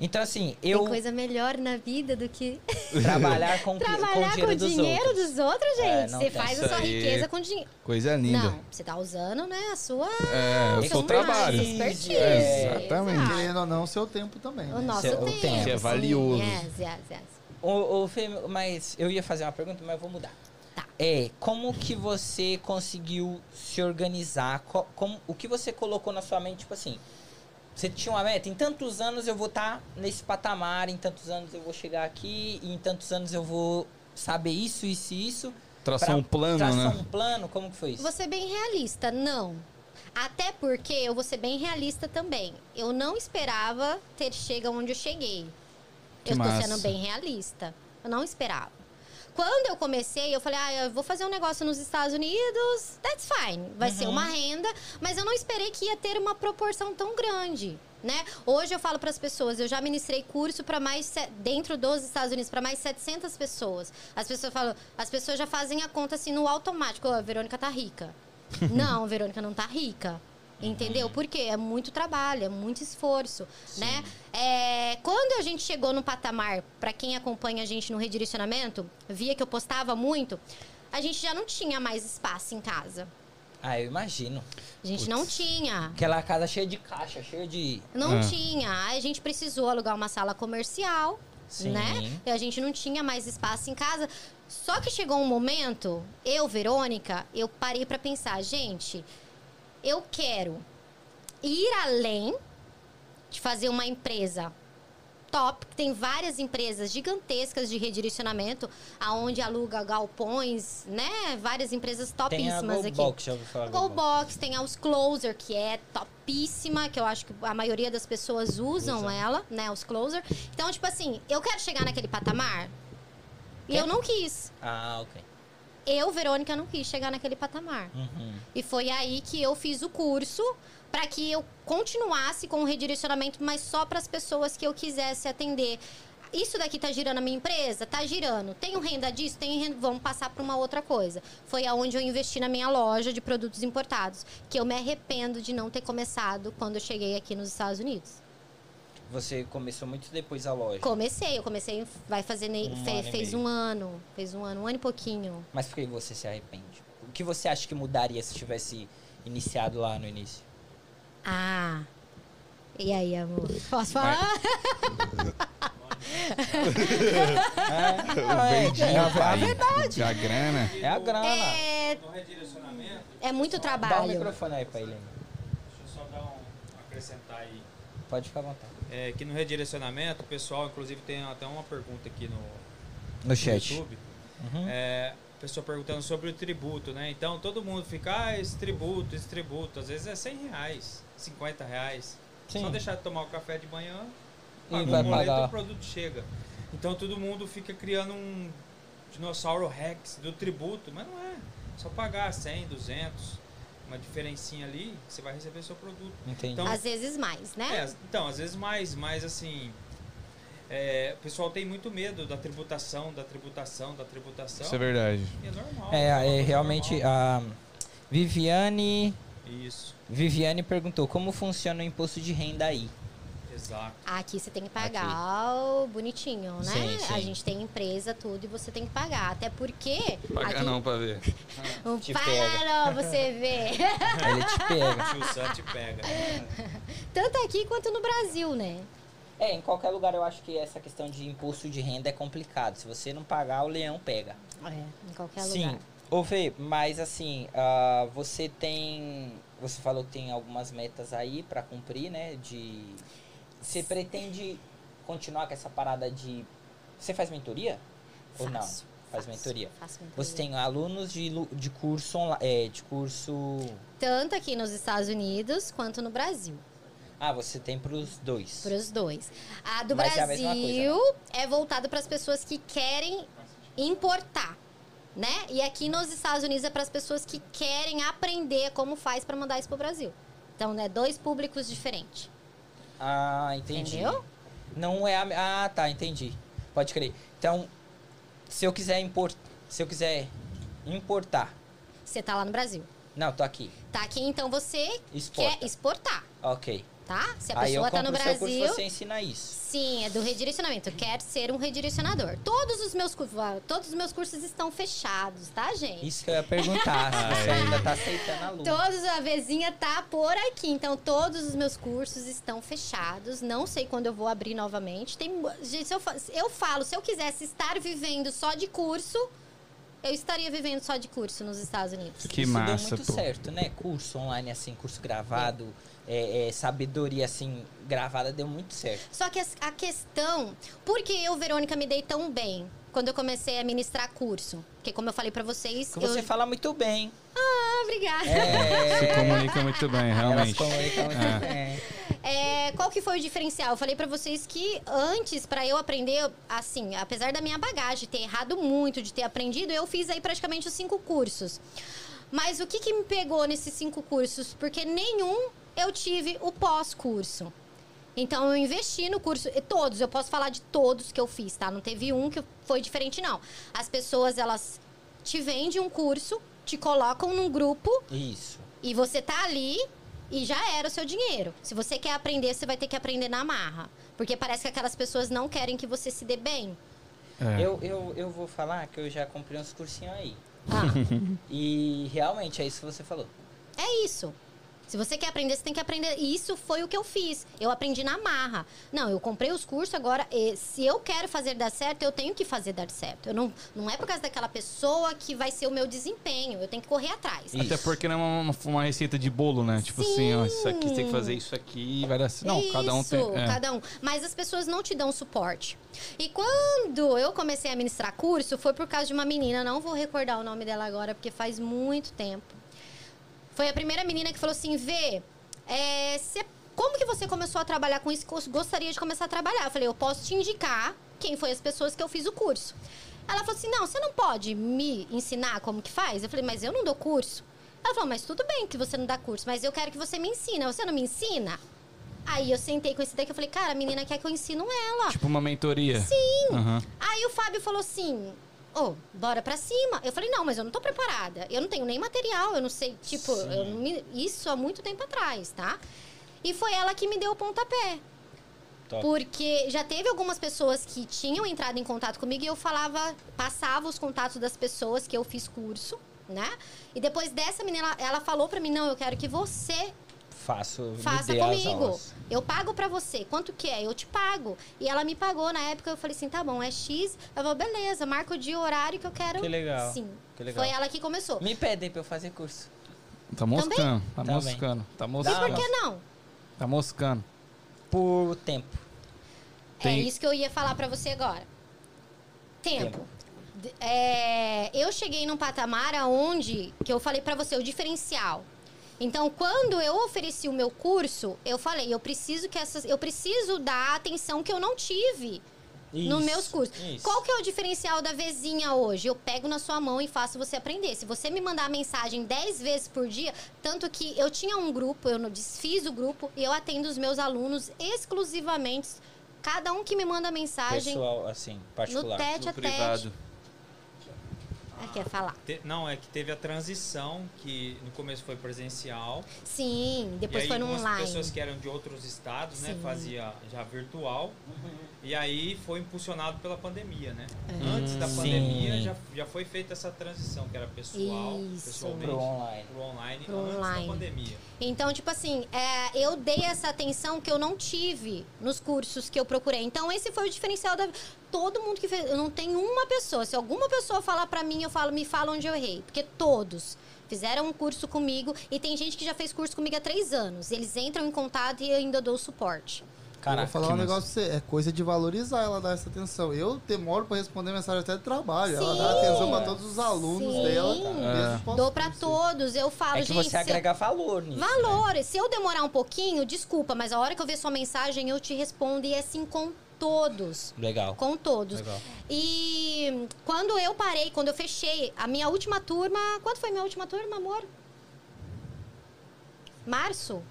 Então, assim, eu Tem coisa melhor na vida do que *laughs* trabalhar com, o cli- com o trabalhar dinheiro, com o dos, dinheiro outros. dos outros, gente. É, não você tem. faz a Isso sua aí. riqueza com dinheiro. Coisa Não, linda. você tá usando, né, a sua É, o seu São mais trabalho. expertise. É, exatamente. Exato. Querendo ou não, seu tempo também. O né? nosso Seu- o tempo. tempo. Que é sim. valioso. Yes, yes, yes. Ô, ô, Fê, mas eu ia fazer uma pergunta, mas eu vou mudar. Tá. É, como que você conseguiu se organizar? Co- como, o que você colocou na sua mente, tipo assim, você tinha uma meta, em tantos anos eu vou estar nesse patamar, em tantos anos eu vou chegar aqui, e em tantos anos eu vou saber isso, isso e isso. Traçar um plano, traçar um né? plano, como que foi isso? Vou ser bem realista, não. Até porque eu vou ser bem realista também. Eu não esperava ter chega onde eu cheguei. Que eu tô massa. sendo bem realista. Eu não esperava. Quando eu comecei, eu falei, ah, eu vou fazer um negócio nos Estados Unidos, that's fine. Vai ser uma Uhum. renda, mas eu não esperei que ia ter uma proporção tão grande, né? Hoje eu falo para as pessoas, eu já ministrei curso para mais se- dentro dos Estados Unidos para mais 700 pessoas. As pessoas falam, as pessoas já fazem a conta assim no automático, "Ó, a Verônica tá rica. não, a Verônica não tá rica. Entendeu? Porque é muito trabalho, é muito esforço, né? É, quando a gente chegou no patamar, para quem acompanha a gente no redirecionamento, via que eu postava muito, a gente já não tinha mais espaço em casa. Ah, eu imagino. A gente não tinha. Aquela casa cheia de caixa, cheia de... Não Ah. tinha. Aí A gente precisou alugar uma sala comercial, Sim. né? E a gente não tinha mais espaço em casa. Só que chegou um momento, eu, Verônica, eu parei pra pensar, gente, eu quero ir além de fazer uma empresa top, que tem várias empresas gigantescas de redirecionamento, aonde aluga galpões, né? Várias empresas Tem a topíssimas aqui. Goldbox, já ouviu falar Go Goldbox? Box, tem a Os Closer, que é topíssima, que eu acho que a maioria das pessoas usam Usam. ela, né? Os Closer. Então, tipo assim, eu quero chegar naquele patamar. E É. eu não quis. Ah, ok. Eu, Verônica, não quis chegar naquele patamar. Uhum. E foi aí que eu fiz o curso para que eu continuasse com o redirecionamento, mas só para as pessoas que eu quisesse atender. Isso daqui tá girando a minha empresa? Tá girando. Tenho renda disso? Tenho renda... Vamos passar para uma outra coisa. Foi aonde eu investi na minha loja de produtos importados, que eu me arrependo de não ter começado quando eu cheguei aqui nos Estados Unidos. Você começou muito depois a loja. Comecei, eu comecei, em- vai fazer, ne- Um fe- ano e fez meio. um ano, fez um ano, um ano e pouquinho. Mas por que você se arrepende? O que você acha que mudaria se tivesse iniciado lá no início? Ah. E aí, amor? Posso falar? é, a verdade. Com a grana. É a grana. É, No redirecionamento, é muito Dá o trabalho. microfone aí pra ele. deixa eu só dar um acrescentar aí. Pode ficar à vontade. É, que no redirecionamento, o pessoal, inclusive, tem até uma pergunta aqui no, No no chat. YouTube. É, pessoa perguntando sobre o tributo, né? Então todo mundo fica, ah, esse tributo, esse tributo. Às vezes é 100 reais, 50 reais. Sim. Só deixar de tomar o café de manhã, E paga vai o boleto pagar. o produto chega. Então todo mundo fica criando um dinossauro rex do tributo, mas não é. Só pagar 100, 200, uma diferencinha ali, você vai receber seu produto. Entendi. Então- Às vezes mais, né? É, as- então, às vezes mais, mas assim. é, o pessoal tem muito medo da tributação, da tributação, da tributação. Isso é verdade. E é normal. É, uma é, coisa realmente normal. a Viviane, Isso, Viviane perguntou como funciona o imposto de renda aí. exato. Aqui você tem que pagar o bonitinho, né? Sim, sim. A gente tem empresa, tudo, e você tem que pagar. Até porque. Pagar aqui- não pra ver. Não Te para pega. não, você *laughs* vê. Aí Ele te pega. O tio Sam te pega. Tanto aqui quanto no Brasil, né? *laughs* É, em qualquer lugar eu acho que essa questão de imposto de renda é complicado. Se você não pagar, o leão pega. É, em qualquer Sim. lugar. Ô, Fê, mas assim, ah, você tem. Você falou que tem algumas metas aí pra cumprir, né? De. Você pretende continuar com essa parada de. Você faz mentoria? Ou não? Faço, Faz faço, mentoria. faço mentoria. Você tem alunos de, lu- de curso online. É, de curso. Tanto aqui nos Estados Unidos quanto no Brasil. Ah, você tem pros dois. Para os dois. A do Mas é a Brasil mesma é, voltada para as pessoas que querem importar, né? E aqui nos Estados Unidos é para as pessoas que querem aprender como faz para mandar isso pro Brasil. Então, né, dois públicos diferentes. Ah, entendi. Entendeu? Não é a. me- Ah, tá, entendi. Pode crer. Então, se eu quiser import... se eu quiser importar. Você tá lá no Brasil. Não, tô aqui. Tá aqui, então você Exporta. quer exportar, Ok. tá? Se a Aí eu pessoa compro tá no o seu Brasil, curso, você ensina isso. Sim, é do redirecionamento. Eu quero ser um redirecionador. Todos os meus cursos, todos os meus cursos estão fechados, tá, gente? Isso que eu ia *laughs* perguntar, se você ainda tá aceitando aluno. Todos a vezinha tá por aqui. Então, todos os meus cursos estão fechados. Não sei quando eu vou abrir novamente. Tem, mu- gente, se eu, fa- eu falo, se eu quisesse estar vivendo só de curso, eu estaria vivendo só de curso nos Estados Unidos. Que isso deu massa, muito pô. certo, né? Curso online, assim, curso gravado, é, é, sabedoria, assim, gravada, deu muito certo. Só que as- a questão, por que eu, Verônica, me dei tão bem quando eu comecei a ministrar curso? Porque, como eu falei pra vocês, Porque você eu... fala muito bem. *laughs* Ah, obrigada. É, Se comunica muito bem, elas realmente. comunicam muito É. bem. É, qual que foi o diferencial? Eu falei pra vocês que antes, pra eu aprender, assim, apesar da minha bagagem ter errado muito, de ter aprendido, eu fiz aí praticamente os cinco cursos. Mas o que, que me pegou nesses cinco cursos? Porque nenhum eu tive o pós-curso. Então eu investi no curso, e todos, eu posso falar de todos que eu fiz, tá? Não teve um que foi diferente, não. As pessoas, elas te vendem um curso, te colocam num grupo Isso. e você tá ali e já era o seu dinheiro. Se você quer aprender, você vai ter que aprender na marra. Porque parece que aquelas pessoas não querem que você se dê bem. É. Eu, eu, eu vou falar que eu já comprei uns cursinhos aí. Ah, E realmente é isso que você falou. é isso. Se você quer aprender, você tem que aprender. E isso foi o que eu fiz. Eu aprendi na marra. Não, eu comprei os cursos agora. e se eu quero fazer dar certo, eu tenho que fazer dar certo. Eu não, não é por causa daquela pessoa que vai ser o meu desempenho. Eu tenho que correr atrás. Até Isso. porque não é uma, uma receita de bolo, né? Tipo assim, ó, isso aqui você tem que fazer isso aqui e vai dar assim. Não, cada um Isso, tem. é. cada um. Mas as pessoas não te dão suporte. E quando eu comecei a ministrar curso, foi por causa de uma menina, não vou recordar o nome dela agora, porque faz muito tempo. Foi a primeira menina que falou assim: Vê, é, cê- como que você começou a trabalhar com isso? Gos- Gostaria de começar a trabalhar. Eu falei: Eu posso te indicar quem foi as pessoas que eu fiz o curso. Ela falou assim: Não, você não pode me ensinar como que faz? Eu falei: Mas eu não dou curso. Ela falou: Mas tudo bem que você não dá curso, mas eu quero que você me ensina. Você não me ensina? Aí eu sentei com esse daqui e falei: Cara, a menina quer que eu ensino ela. Tipo uma mentoria. Sim. Aham. Aí o Fábio falou assim: Ô, bora pra cima. Eu falei: Não, mas eu não tô preparada. Eu não tenho nem material, eu não sei. Tipo, eu não me- isso há muito tempo atrás, tá? E foi ela que me deu o pontapé. Top. Porque já teve algumas pessoas que tinham entrado em contato comigo e eu falava, passava os contatos das pessoas que eu fiz curso, né? E depois dessa menina, ela- ela falou pra mim: Não, eu quero que você Faço, me Faça dê as comigo. aulas. Eu pago pra você. Quanto que é? Eu te pago. E ela me pagou na época. Eu falei assim, tá bom, é X. Ela falou, beleza, marca o dia e o horário que eu quero. Que legal, Sim. que legal. Foi ela que começou. Me pedem pra eu fazer curso. Tá moscando. Tá Também. moscando. Tá E por moscando. que não? Tá moscando. Por tempo. É Tem- isso que eu ia falar pra você agora. Tempo. D- é, eu cheguei num patamar onde que eu falei pra você o diferencial. Então, quando eu ofereci o meu curso, eu falei, eu preciso que essas, eu preciso dar a atenção que eu não tive nos meus cursos. isso. Qual que é o diferencial da vezinha hoje? Eu pego na sua mão e faço você aprender. Se você me mandar mensagem 10 vezes por dia, tanto que eu tinha um grupo, eu não desfiz o grupo e eu atendo os meus alunos exclusivamente cada um que me manda mensagem Pessoal, assim, no particular. tete a No tete. privado. Ah, quer falar? Te- não, é que teve a transição, que no começo foi presencial. Sim, depois e aí foi no algumas online. pessoas que eram de outros estados, né? Sim. Fazia já virtual. E aí foi impulsionado pela pandemia, né? É. Antes da Hum, Sim. pandemia já, já foi feita essa transição, que era pessoal, Isso. pessoalmente, Pro online. pro online, Pro antes online. da pandemia. Então, tipo assim, é, eu dei essa atenção que eu não tive nos cursos que eu procurei. Então, esse foi o diferencial da. Todo mundo que fez. Eu não tenho uma pessoa. Se alguma pessoa falar pra mim, eu falo, me fala onde eu errei. Porque todos fizeram um curso comigo e tem gente que já fez curso comigo há três anos. Eles entram em contato e eu ainda dou suporte. Cara, Caraca, vou falar um que negócio pra você. É coisa de valorizar ela dar essa atenção. Eu demoro pra responder mensagem até de trabalho. Ela dá Sim. atenção pra todos os alunos Sim. dela. É. mesmo pós- Dou pra todos. Eu falo, É que gente. você se eu- agrega né?" valor nisso. Valores. Se eu demorar um pouquinho, desculpa, mas a hora que eu ver sua mensagem, eu te respondo. E é assim com todos. né? Legal. Com todos. Legal. E quando eu parei, quando eu fechei, a minha última turma. Quanto foi minha última turma, amor? Março?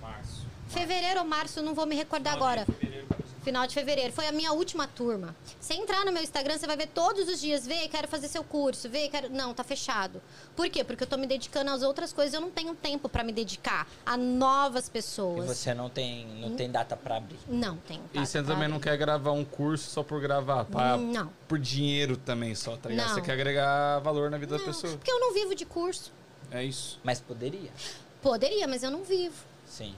Março. Fevereiro ou março, não vou me recordar agora. Fevereiro, Final de fevereiro. Foi a minha última turma. Você entrar no meu Instagram, você vai ver todos os dias. Vê, quero fazer seu curso. Vê, quero. Não, tá fechado. Por quê? Porque eu tô me dedicando às outras coisas. Eu não tenho tempo pra me dedicar a novas E pessoas. você não tem, não tem data pra abrir. Não tenho. E tá você também não quer gravar um curso só por gravar, pra, Hum. Não. por dinheiro também só, tá ligado? Não. Você quer agregar valor na vida da Não, pessoa. porque eu não vivo de curso. É isso. Mas poderia, Poderia, mas eu não vivo. sim.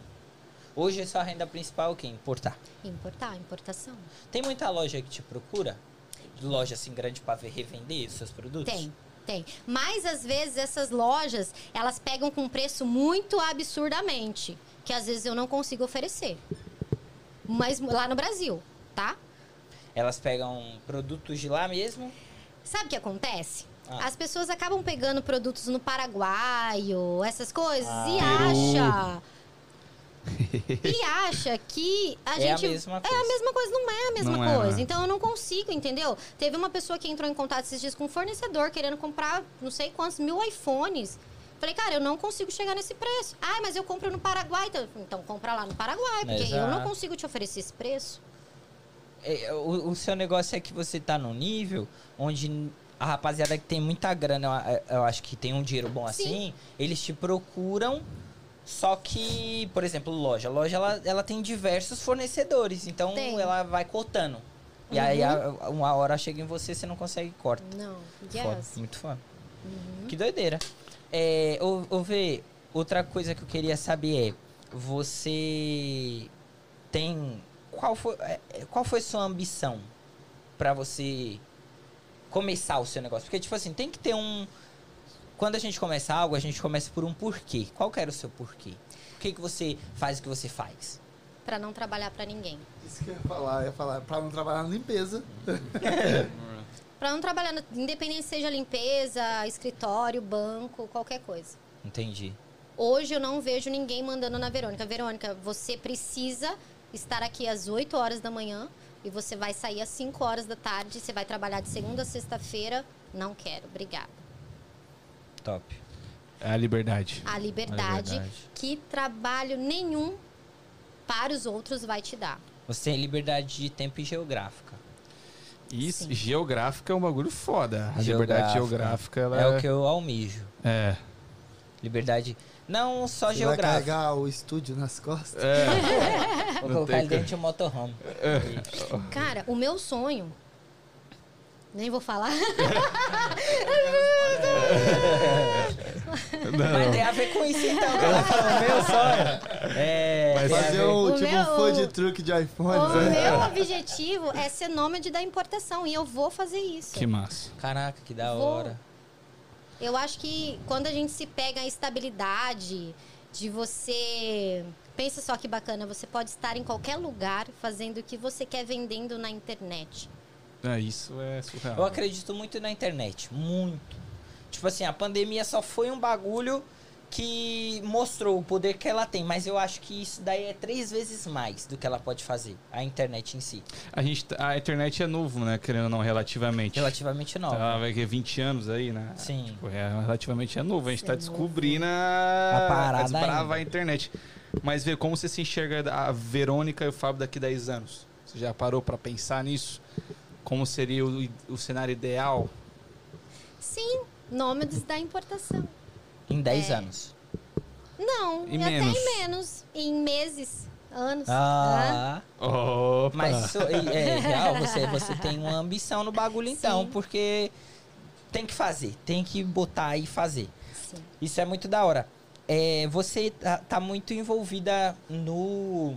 Hoje sua renda principal é o quê? Importar. Importar, importação. Tem muita loja que te procura? Loja assim grande pra ver- revender os seus produtos? Tem, tem. Mas às vezes essas lojas, elas pegam com um preço muito absurdamente, que às vezes eu não consigo oferecer. Mas lá no Brasil, tá? Elas pegam produtos de lá mesmo? Sabe o que acontece? Ah. As pessoas acabam pegando produtos no Paraguaio, essas coisas, e Peru. Ah. acha. e acha que a é gente. a mesma É coisa. a mesma coisa, não é a mesma Não é, coisa. não é. Então eu não consigo, entendeu? Teve uma pessoa que entrou em contato esses dias com um fornecedor querendo comprar não sei quantos mil iPhones. Falei, cara, eu não consigo chegar nesse preço. Ah, mas eu compro no Paraguai. Então, então compra lá no Paraguai, porque eu não Exato. consigo te oferecer esse preço. É, o, o seu negócio é que você tá num nível onde a rapaziada que tem muita grana, eu a- eu, acho que tem um dinheiro bom assim, eles te procuram. Só que, por exemplo, loja. Loja ela, ela tem diversos fornecedores, então Tem. ela vai cortando. E aí a- uma hora chega em você, você não consegue corta. Não. Foda, Yes. muito foda. Que doideira. É, ô, ô, Vê, outra coisa que eu queria saber é, você tem... Qual foi, é, é, qual foi sua ambição pra você começar o seu negócio? Porque, tipo assim, tem que ter um... Quando a gente começa algo, a gente começa por um porquê. Qual que era o seu porquê? Por que, que você faz o que você faz? Pra não trabalhar pra ninguém. Isso que eu ia falar. Eu ia falar pra não trabalhar na limpeza. Pra não trabalhar, no- independente seja limpeza, escritório, banco, qualquer coisa. Entendi. Hoje eu não vejo ninguém mandando na Verônica. Verônica, você precisa estar aqui às 8 horas da manhã e você vai sair às 5 horas da tarde. Você vai trabalhar de segunda a sexta-feira. Não quero, obrigada. Top. É a liberdade. A liberdade, que trabalho nenhum para os outros vai te dar. Você tem liberdade de tempo e geográfica. Isso, Sim. geográfica é um bagulho foda. A Geográfica. liberdade geográfica, ela É o que eu almejo. É. Liberdade. Não só Você vai geográfica. carregar o estúdio nas é. *laughs* costas. É. Vou Não colocar tem ele dentro de um motorhome. Cara, o meu sonho. Nem vou falar. Mas tem a ver com isso então, que ela falou, meu sonho. É. tem a Fazer ver- um, O tipo meu- um food truck de iPhones. *laughs* O né? meu objetivo é ser nômade da importação e eu vou fazer isso. Que massa. Caraca, que da Vou. hora. Eu acho que quando a gente se pega a estabilidade de você. Pensa só que bacana, você pode estar em qualquer lugar fazendo o que você quer vendendo na internet. É, isso é Eu surreal. acredito muito na internet, muito. Tipo assim, a pandemia só foi um bagulho que mostrou o poder que ela tem, mas eu acho que isso daí é três vezes mais do que ela pode fazer, a internet em si. A, gente, tá- a internet é novo, né? Querendo ou não, relativamente. Relativamente nova. Ela vai ter 20 anos aí, né? Sim. Pô, é, relativamente é novo. A gente tá É novo. descobrindo a, A parada a desbrava ainda. a internet. Mas vê como você se enxerga a Verônica e o Fábio daqui 10 anos. Você já parou pra pensar nisso? Como seria o, o cenário ideal? Sim, nômades da importação. Em 10 É. anos. Não, E e até menos. em menos. Em meses, anos. né? Ah, Opa. mas isso *laughs* é, é real, você, você tem uma ambição no bagulho então, Sim. porque tem que fazer, tem que botar e fazer. Sim. Isso é muito da hora. É, você tá, tá muito envolvida no.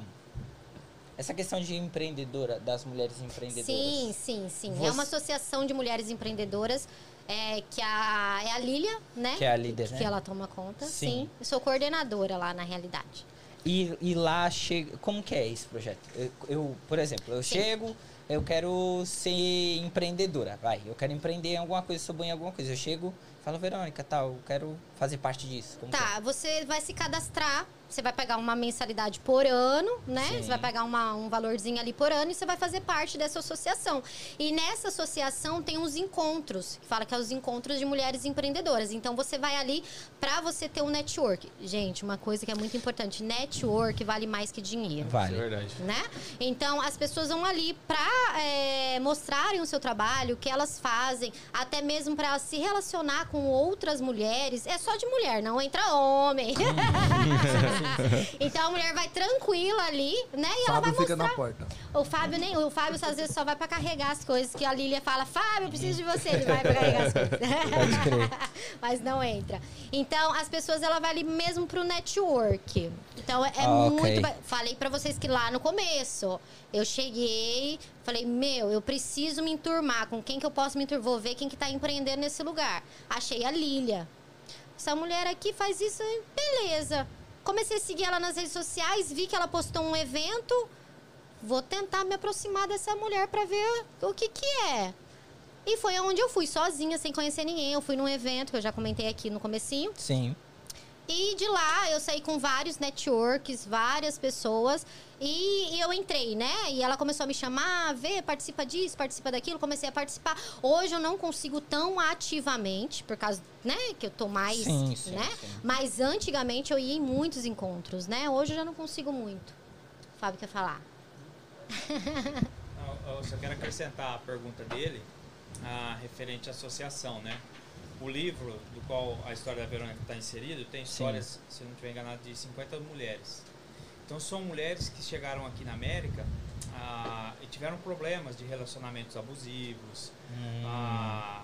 Essa questão de empreendedora, das mulheres empreendedoras. Sim, sim, sim. Você- É uma associação de mulheres empreendedoras é, que a, é a Lilia, né? Que é a líder, né? Que ela toma conta, Sim. sim. Eu sou coordenadora lá na realidade. E, e lá chega. Como que é esse projeto? Eu, eu, por exemplo, eu Sim. chego, eu quero ser empreendedora. Vai, eu quero empreender em alguma coisa, sou boa em alguma coisa. Eu chego, falo, Verônica, tal, eu quero fazer parte disso. Como que é? Tá, você vai se cadastrar, você vai pagar uma mensalidade por ano, né? Sim. Você vai pagar uma- um valorzinho ali por ano e você vai fazer parte dessa associação. E nessa associação tem uns encontros, que fala que é os encontros de mulheres empreendedoras. Então você vai ali pra você ter um network. Gente, uma coisa que é muito importante, network vale mais que é? dinheiro. É Vale. verdade. né? Então as pessoas vão ali para mostrarem o seu trabalho, o que elas fazem, até mesmo para se relacionar com outras mulheres. É só de mulher, não entra homem. *laughs* então a mulher vai tranquila ali, né? E ela vai Fábio fica mostrar. na porta. O Fábio nem, o Fábio às vezes só vai para carregar as coisas que a Lília fala: "Fábio, eu preciso de você". Ele vai pra carregar as coisas. *laughs* Mas não entra. Então, as pessoas ela vai ali mesmo pro network. Então é é Ah, ok. muito. ba- Falei pra vocês que lá no começo eu cheguei, falei, meu, eu preciso me enturmar. Com quem que eu posso me enturmar? Vou ver quem que tá empreendendo nesse lugar. Achei a Lilia. Essa mulher aqui faz isso, hein? beleza. Comecei a seguir ela nas redes sociais, vi que ela postou um evento. Vou tentar me aproximar dessa mulher pra ver o que que é. E foi aonde eu fui, sozinha, sem conhecer ninguém. Eu fui num evento que eu já comentei aqui no comecinho. Sim. E de lá eu saí com vários networks, várias pessoas. E, e eu entrei, né? E ela começou a me chamar, "Ah, vê, participa disso, participa daquilo. Comecei a participar. Hoje eu não consigo tão ativamente, por causa, né? Que eu tô mais, Sim, sim, né? sim. Mas antigamente eu ia em muitos encontros, né? Hoje eu já não consigo muito. O Fábio quer falar. Não, Ah, Eu só quero acrescentar a pergunta dele, a referente à associação, né? O livro do qual a história da Verônica tá está inserido tem histórias, se eu não estiver enganado, de 50 mulheres. Então são mulheres que chegaram aqui na América ah, e tiveram problemas de relacionamentos abusivos, Hum. Hum. ah,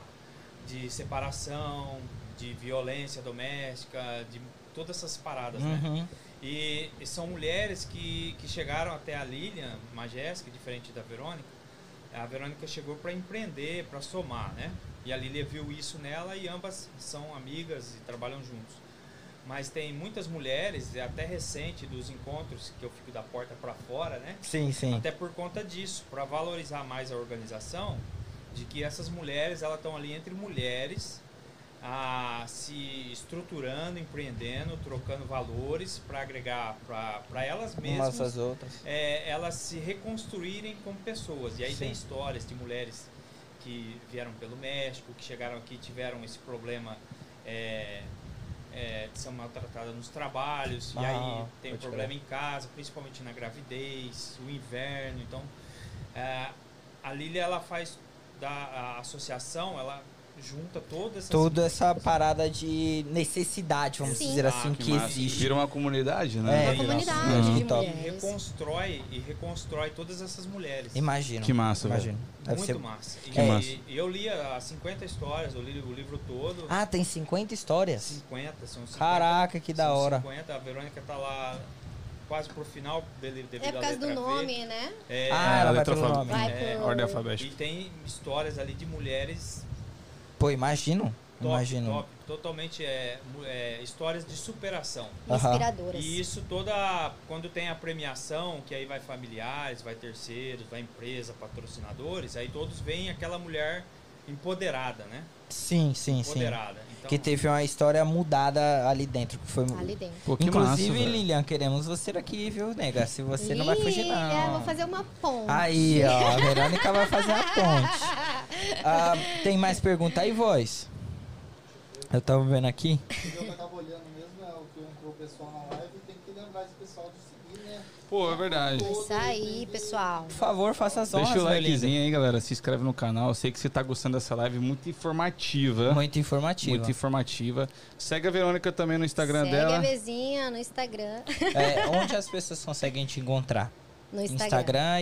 de separação, de violência doméstica, de todas essas paradas, né? Uhum. E e são mulheres que, que chegaram até a Lilian Majeski, diferente da Verônica. A Verônica chegou para empreender, para somar, né? E a Lilian viu isso nela e ambas são amigas e trabalham juntos. Mas tem muitas mulheres, até recente, dos encontros que eu fico da porta para fora, né? Sim, sim. Até por conta disso, para valorizar mais a organização, de que essas mulheres elas estão ali entre mulheres, ah, se estruturando, empreendendo, trocando valores para agregar para elas mesmas, Umas às outras. é, elas se reconstruírem como pessoas. E aí tem Sim. histórias de mulheres que vieram pelo México, que chegaram aqui e tiveram esse problema. é, é, de ser maltratadas nos trabalhos, e aí Ah, tem um pode problema em casa, principalmente na gravidez, o inverno. Então, é, a Lilia ela faz da a associação, ela junta todas essas Toda essa parada de necessidade, vamos Sim. dizer Ah, assim, que que massa. existe. Vira uma comunidade, É, né? Uma vira- comunidade Uhum. de Top. e mulheres. reconstrói e reconstrói todas essas mulheres. Imagino. Que massa, velho. Imagino. Deve Muito ser- massa. E, Que massa. e eu li as 50 histórias, eu li o livro todo. Ah, tem 50 histórias? 50, são 50. Caraca, que da são hora. 50, a Verônica tá lá quase pro final dele- devido É por causa tá à do letra V. nome, né? É, Ah, ela vai letra pelo fala- nome. Vai É, por... Ordem E alfabética. tem histórias ali de mulheres Pô, imagino. top, Imagino. top, totalmente é, mu- é, histórias de superação. Inspiradoras. E isso toda. Quando tem a premiação, que aí vai familiares, vai terceiros, vai empresa, patrocinadores, aí todos veem aquela mulher empoderada, né? Sim, sim, sim. Empoderada. Então, Que teve uma história mudada ali dentro. Que foi... Ali dentro. Pô, que Inclusive, massa, velho. Lilian, queremos você aqui, viu, nega? Se você não vai fugir, não. Ih, eu vou fazer um. uma ponte. Aí, ó, a Verônica vai fazer a *laughs* ponte. Ah, tem mais pergunta aí, voz? Eu tava vendo aqui. O que eu tava olhando mesmo é o que entrou o pessoal na live e tem que lembrar esse pessoal de seguir, né? Pô, é verdade. Isso aí, pessoal. Por favor, faça as honras, Deixa o meu lindo. likezinho aí, galera. Se inscreve no canal. Eu sei que você tá gostando dessa live muito informativa. Muito informativo. tá? Muito informativa. Segue a Verônica também no Instagram Segue dela. a Bezinha no Instagram. *laughs* É, onde as pessoas conseguem te encontrar? No Instagram,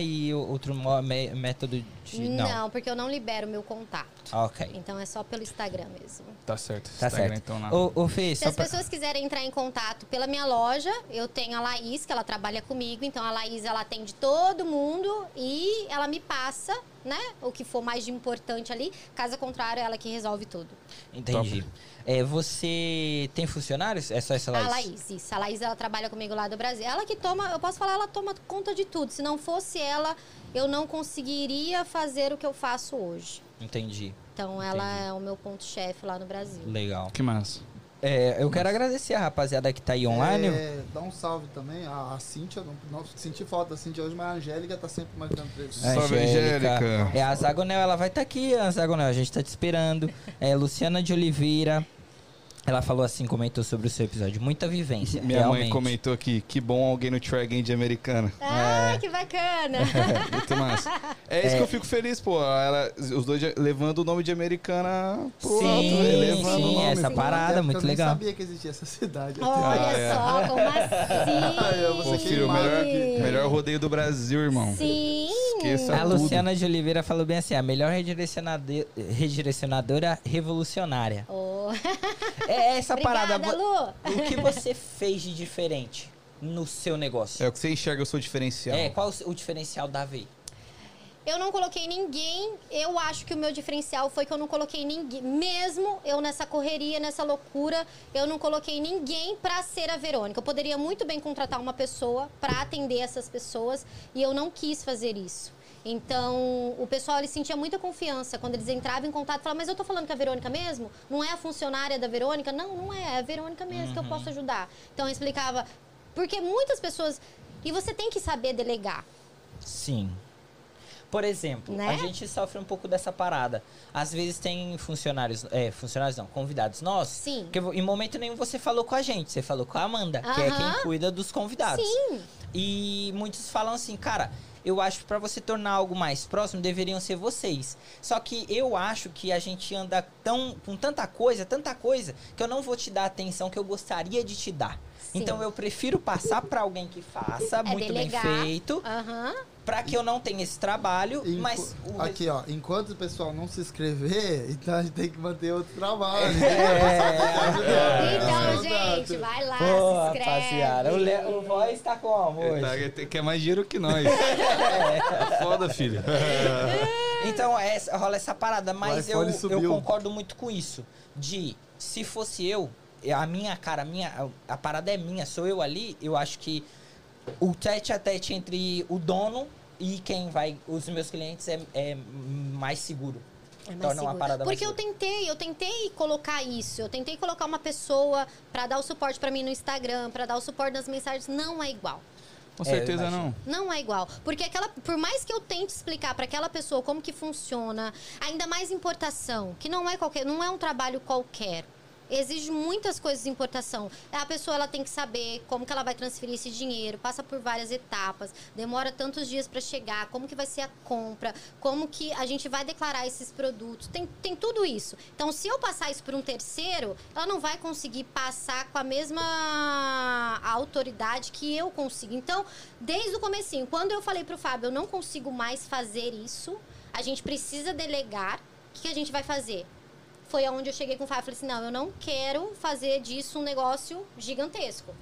Instagram. e o- outro mo- me- método de... Não. porque eu não libero meu contato. Ah, Ok. Então é só pelo Instagram mesmo. Tá certo. Tá Instagram, certo. então lá. Ô, ô Fê, Se só as pra- pessoas quiserem entrar em contato pela minha loja, eu tenho a Laís, que ela trabalha comigo. Então a Laís, ela atende todo mundo e ela me passa, né? O que for mais de importante ali. Caso contrário, é ela que resolve tudo. Entendi. É, você tem funcionários? É só essa Laís? A Laís, isso. A Laís, ela trabalha comigo lá do Brasil. Ela que toma, eu posso falar, ela toma conta de tudo. Se não fosse ela, eu não conseguiria fazer o que eu faço hoje. Entendi. Então, ela Entendi. é o meu ponto-chefe lá no Brasil. Legal. Que massa. É, eu quero agradecer a rapaziada que tá aí online. É, dá um salve também. A, a Cíntia, não, não senti falta da Cíntia hoje, mas a Angélica tá sempre marcando presença. A Salve, Angélica. É, a Zagonel, ela vai estar aqui, a Zagonel, a gente tá te esperando. É, Luciana de Oliveira, ela falou assim, comentou sobre o seu episódio. Muita vivência, Minha realmente. mãe comentou aqui. Que bom alguém no Try Game de *laughs* americana. Ah, que bacana! Muito massa. É isso que eu fico feliz, pô. Ela- os dois já- levando o nome de americana pro Sim, alto. né? Levando sim, é. o nome. essa parada, Até porque muito eu nem legal. sabia que existia essa cidade. Olha Ah, é. só, como assim? Eu vou ser Pô, filho, o queimado melhor, aqui. melhor rodeio do Brasil, irmão. Sim! Esqueça A tudo. Luciana de Oliveira falou bem assim, a melhor redirecionade- redirecionadora revolucionária. Oh. É essa Obrigada, parada. vo- Lu! O que você fez de diferente no seu negócio? É o que você enxerga, eu sou diferencial. É, qual o seu- o diferencial da VI? Eu não coloquei ninguém. Eu acho que o meu diferencial foi que eu não coloquei ninguém. Mesmo eu nessa correria, nessa loucura, eu não coloquei ninguém pra ser a Verônica. Eu poderia muito bem contratar uma pessoa pra atender essas pessoas e eu não quis fazer isso. Então, o pessoal ele sentia muita confiança quando eles entravam em contato. Falavam, mas eu tô falando que é a Verônica mesmo? Não é a funcionária da Verônica? Não, não é. É a Verônica mesmo que eu posso ajudar. Então, eu explicava. Porque muitas pessoas. E você tem que saber delegar. Sim. Por exemplo, Né? a gente sofre um pouco dessa parada. Às vezes tem funcionários, é, funcionários não, convidados nossos. Sim. Porque em momento nenhum você falou com a gente, você falou com a Amanda, que é Aham. quem cuida dos convidados. Sim. E muitos falam assim, cara, eu acho que pra você tornar algo mais próximo, deveriam ser vocês. Só que eu acho que a gente anda tão com tanta coisa, tanta coisa, que eu não vou te dar a atenção que eu gostaria de te dar. Sim. É Então eu prefiro passar pra alguém que faça, muito delegar. bem feito, Aham. Pra que eu não tenha esse trabalho, Enqu- mas o *laughs* Aqui, ó. Enquanto o pessoal não se inscrever, *laughs* então a gente tem que manter outro trabalho. *laughs* É, Então, Exato. gente, vai lá, Pô, se inscreve. rapaziada, o, Le... o voz tá como Ele tá- hoje? ele quer mais dinheiro que *laughs* nós. Tá foda, filho. É, Então essa, rola essa parada, mas eu, iPhone eu subiu. concordo muito com isso. De se fosse eu, a minha cara, a, minha, a parada é minha, sou eu ali, eu acho que o tete a tete entre o dono e quem vai, os meus clientes, é, é mais seguro. É mais Torna uma seguro. parada mais Porque eu segura. tentei, eu tentei colocar isso. Eu tentei colocar uma pessoa pra dar o suporte pra mim no Instagram, pra dar o suporte nas mensagens. Não é igual. Com É, certeza imagina. não. Não é igual. Porque aquela, por mais que eu tente explicar pra aquela pessoa como que funciona, ainda mais importação, que não é qualquer, não é um trabalho qualquer. Exige muitas coisas de importação. A pessoa ela tem que saber como que ela vai transferir esse dinheiro, passa por várias etapas, demora tantos dias pra chegar, como que vai ser a compra, como que a gente vai declarar esses produtos. Tem, tem tudo isso. Então, se eu passar isso por um terceiro, ela não vai conseguir passar com a mesma autoridade que eu consigo. Então, desde o comecinho, quando eu falei pro Fábio, eu não consigo mais fazer isso, a gente precisa delegar, o que, que a gente vai fazer? Foi aonde eu cheguei com o Fábio, falei assim, não, eu não quero fazer disso um negócio gigantesco.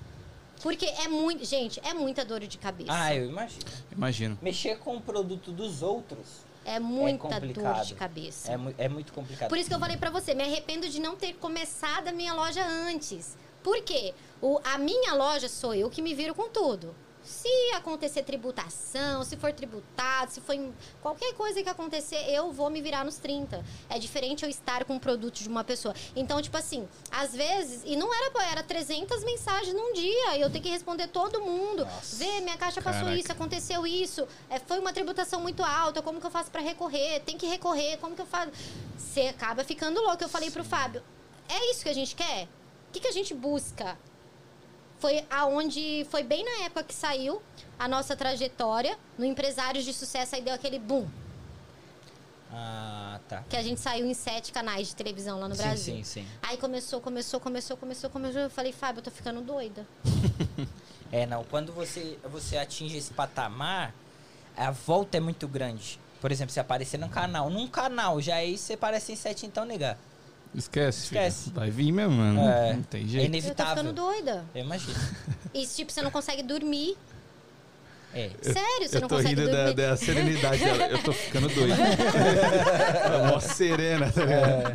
Porque é muito, gente, é muita dor de cabeça. Ah, eu imagino. Imagino. Mexer com o produto dos outros É muita dor de complicado. cabeça. É, mu- é muito complicado. Por isso que eu falei pra você, me arrependo de não ter começado a minha loja antes. Por quê? O, a minha loja sou eu que me viro com tudo. Se acontecer tributação, se for tributado, se for em- qualquer coisa que acontecer, eu vou me virar nos 30. É diferente eu estar com o produto de uma pessoa. Então, tipo assim, às vezes, e não era, era 300 mensagens num dia, eu tenho que responder todo mundo. Vê, minha caixa passou Caraca. isso, aconteceu isso, é, foi uma tributação muito alta, como que eu faço pra recorrer? Tem que recorrer, como que eu faço? Você acaba ficando louco. Eu falei pro Fábio, é isso que a gente quer? O que, que a gente busca? Foi aonde foi bem na época que saiu a nossa trajetória no Empresários de Sucesso aí deu aquele boom Ah, tá. que a gente saiu em sete canais de televisão lá no Brasil. Sim, sim, sim. Aí começou, começou, começou, começou, começou. Eu falei, Fábio, eu tô ficando doida. É, não. Quando você, você atinge esse patamar, a volta é muito grande. Por exemplo, se aparecer num canal. Num canal, já aí você aparece em sete, então, nega. Esquece. filho. Esquece. Vai vir mesmo, mano. É. Não tem É jeito. Eu tô inevitável. ficando doida. Eu imagino. E tipo, você não consegue dormir. É. Sério, você Eu não tô consegue rindo da, dormir. da serenidade dela. Eu tô ficando *laughs* doido. Ela é mó serena, tá ligado?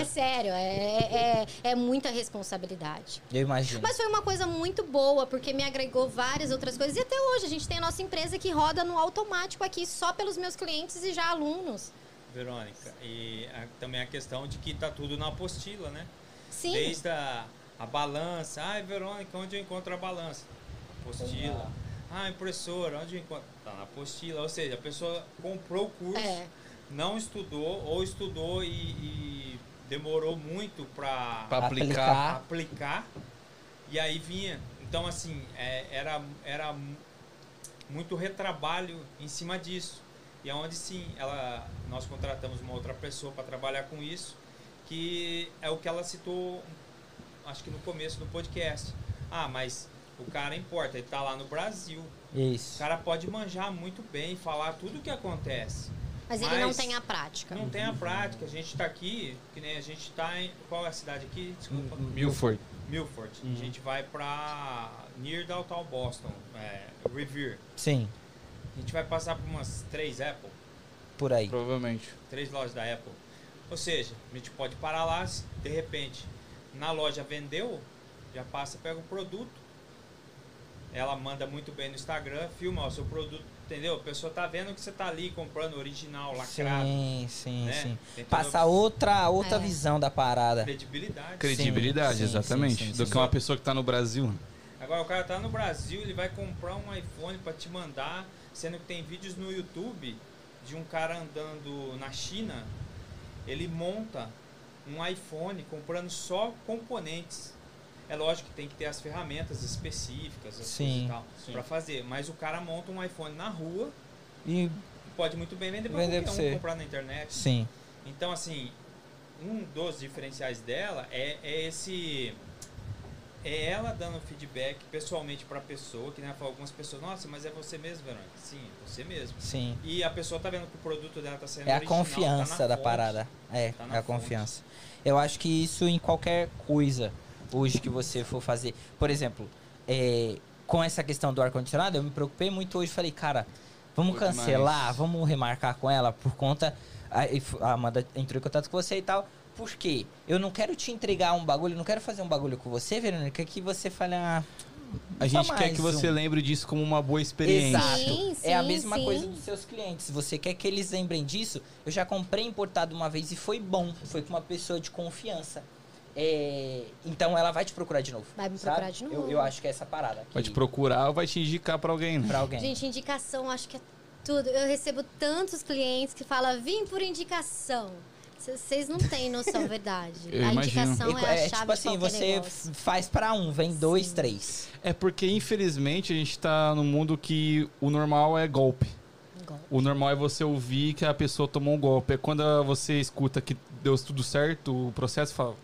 É sério, é, é, é muita responsabilidade. Eu imagino. Mas foi uma coisa muito boa, porque me agregou várias outras coisas. E até hoje, a gente tem a nossa empresa que roda no automático aqui, só pelos meus clientes e já alunos. Verônica. E a- também a questão de que tá tudo na apostila, né? Sim. Desde a, a balança. Ai, Verônica, onde eu encontro a balança? Apostila. Ah, impressora, onde eu encontro? Tá na apostila. Ou seja, a pessoa comprou o curso, É. não estudou, ou estudou e, e demorou muito para Pra aplicar. Aplicar. aplicar. E aí vinha. Então, assim, é, era, era mu- muito retrabalho em cima disso. E é onde sim, ela, nós contratamos uma outra pessoa para trabalhar com isso, que é o que ela citou, acho que no começo do podcast. Ah, mas o cara importa, ele está lá no Brasil. O Isso. cara pode manjar muito bem, falar tudo o que acontece. Mas ele não Mas- tem a prática. Não tem a prática, a gente está aqui, que nem a gente está em. Qual é a cidade aqui? Desculpa. Uhum. Milford. Milford. Uhum. A gente vai pra near downtown Boston, é, Revere. Sim, A gente vai passar por umas três Apple, por aí. Provavelmente. três lojas da Apple. Ou seja, a gente pode parar lá, se de repente, na loja vendeu, já passa, pega o produto. Ela manda muito bem no Instagram, filma o seu produto, entendeu? A pessoa tá vendo que você tá ali comprando original, lacrado, Sim, sim, né? sim. Tem toda Passar outra, outra É. visão da parada. credibilidade. Credibilidade, sim, exatamente. sim, sim, do sim. que uma pessoa que tá no Brasil. Agora o cara tá no Brasil, ele vai comprar um iPhone pra te mandar, sendo que tem vídeos no YouTube de um cara andando na China, ele monta um iPhone comprando só componentes. É lógico que tem que ter as ferramentas específicas, as Sim, coisas e tal, pra fazer, mas o cara monta um iPhone na rua, E pode muito bem vender pra Vender pra qualquer você. um, comprar na internet. sim. Então, assim, um dos diferenciais dela é, é esse. É ela dando feedback pessoalmente pra pessoa, que nem ela falou, algumas pessoas, nossa, mas é você mesmo, Verônica? Sim, é você mesmo. Sim. E a pessoa tá vendo que o produto dela tá sendo É a original, tá na confiança da fonte. parada. É, Tá é na a fonte. confiança. Eu acho que isso em qualquer coisa hoje que você for fazer. Por exemplo, é, com essa questão do ar-condicionado, eu me preocupei muito hoje. Falei, cara, vamos Foi cancelar, demais. vamos remarcar com ela por conta. A, e f- a Amanda entrou em contato com você e tal. Por quê? Eu não quero te entregar um bagulho, não quero fazer um bagulho com você, Verônica, que você fale, ah, A gente Só quer mais que você um. lembre disso como uma boa experiência. Exato. Sim, é a sim, mesma sim. coisa dos seus clientes. Se você quer que eles lembrem disso, eu já comprei importado uma vez e foi bom. Foi com uma pessoa de confiança. É, Então ela vai te procurar de novo. Vai me sabe? procurar de novo. Eu, eu acho que é essa parada. Vai que- te procurar ou vai te indicar pra alguém. né? pra alguém. Gente, indicação, acho que é tudo. Eu recebo tantos clientes que falam, vim por indicação. C- Vocês não têm noção, é verdade. Eu a imagino. indicação E- é a chave tipo assim, de qualquer você negócio. f- faz pra um, vem dois, três. É porque, infelizmente, a gente tá num mundo que o normal é golpe. Golpe. O normal é você ouvir que a pessoa tomou um golpe. É quando você escuta que deu tudo certo, o processo fala.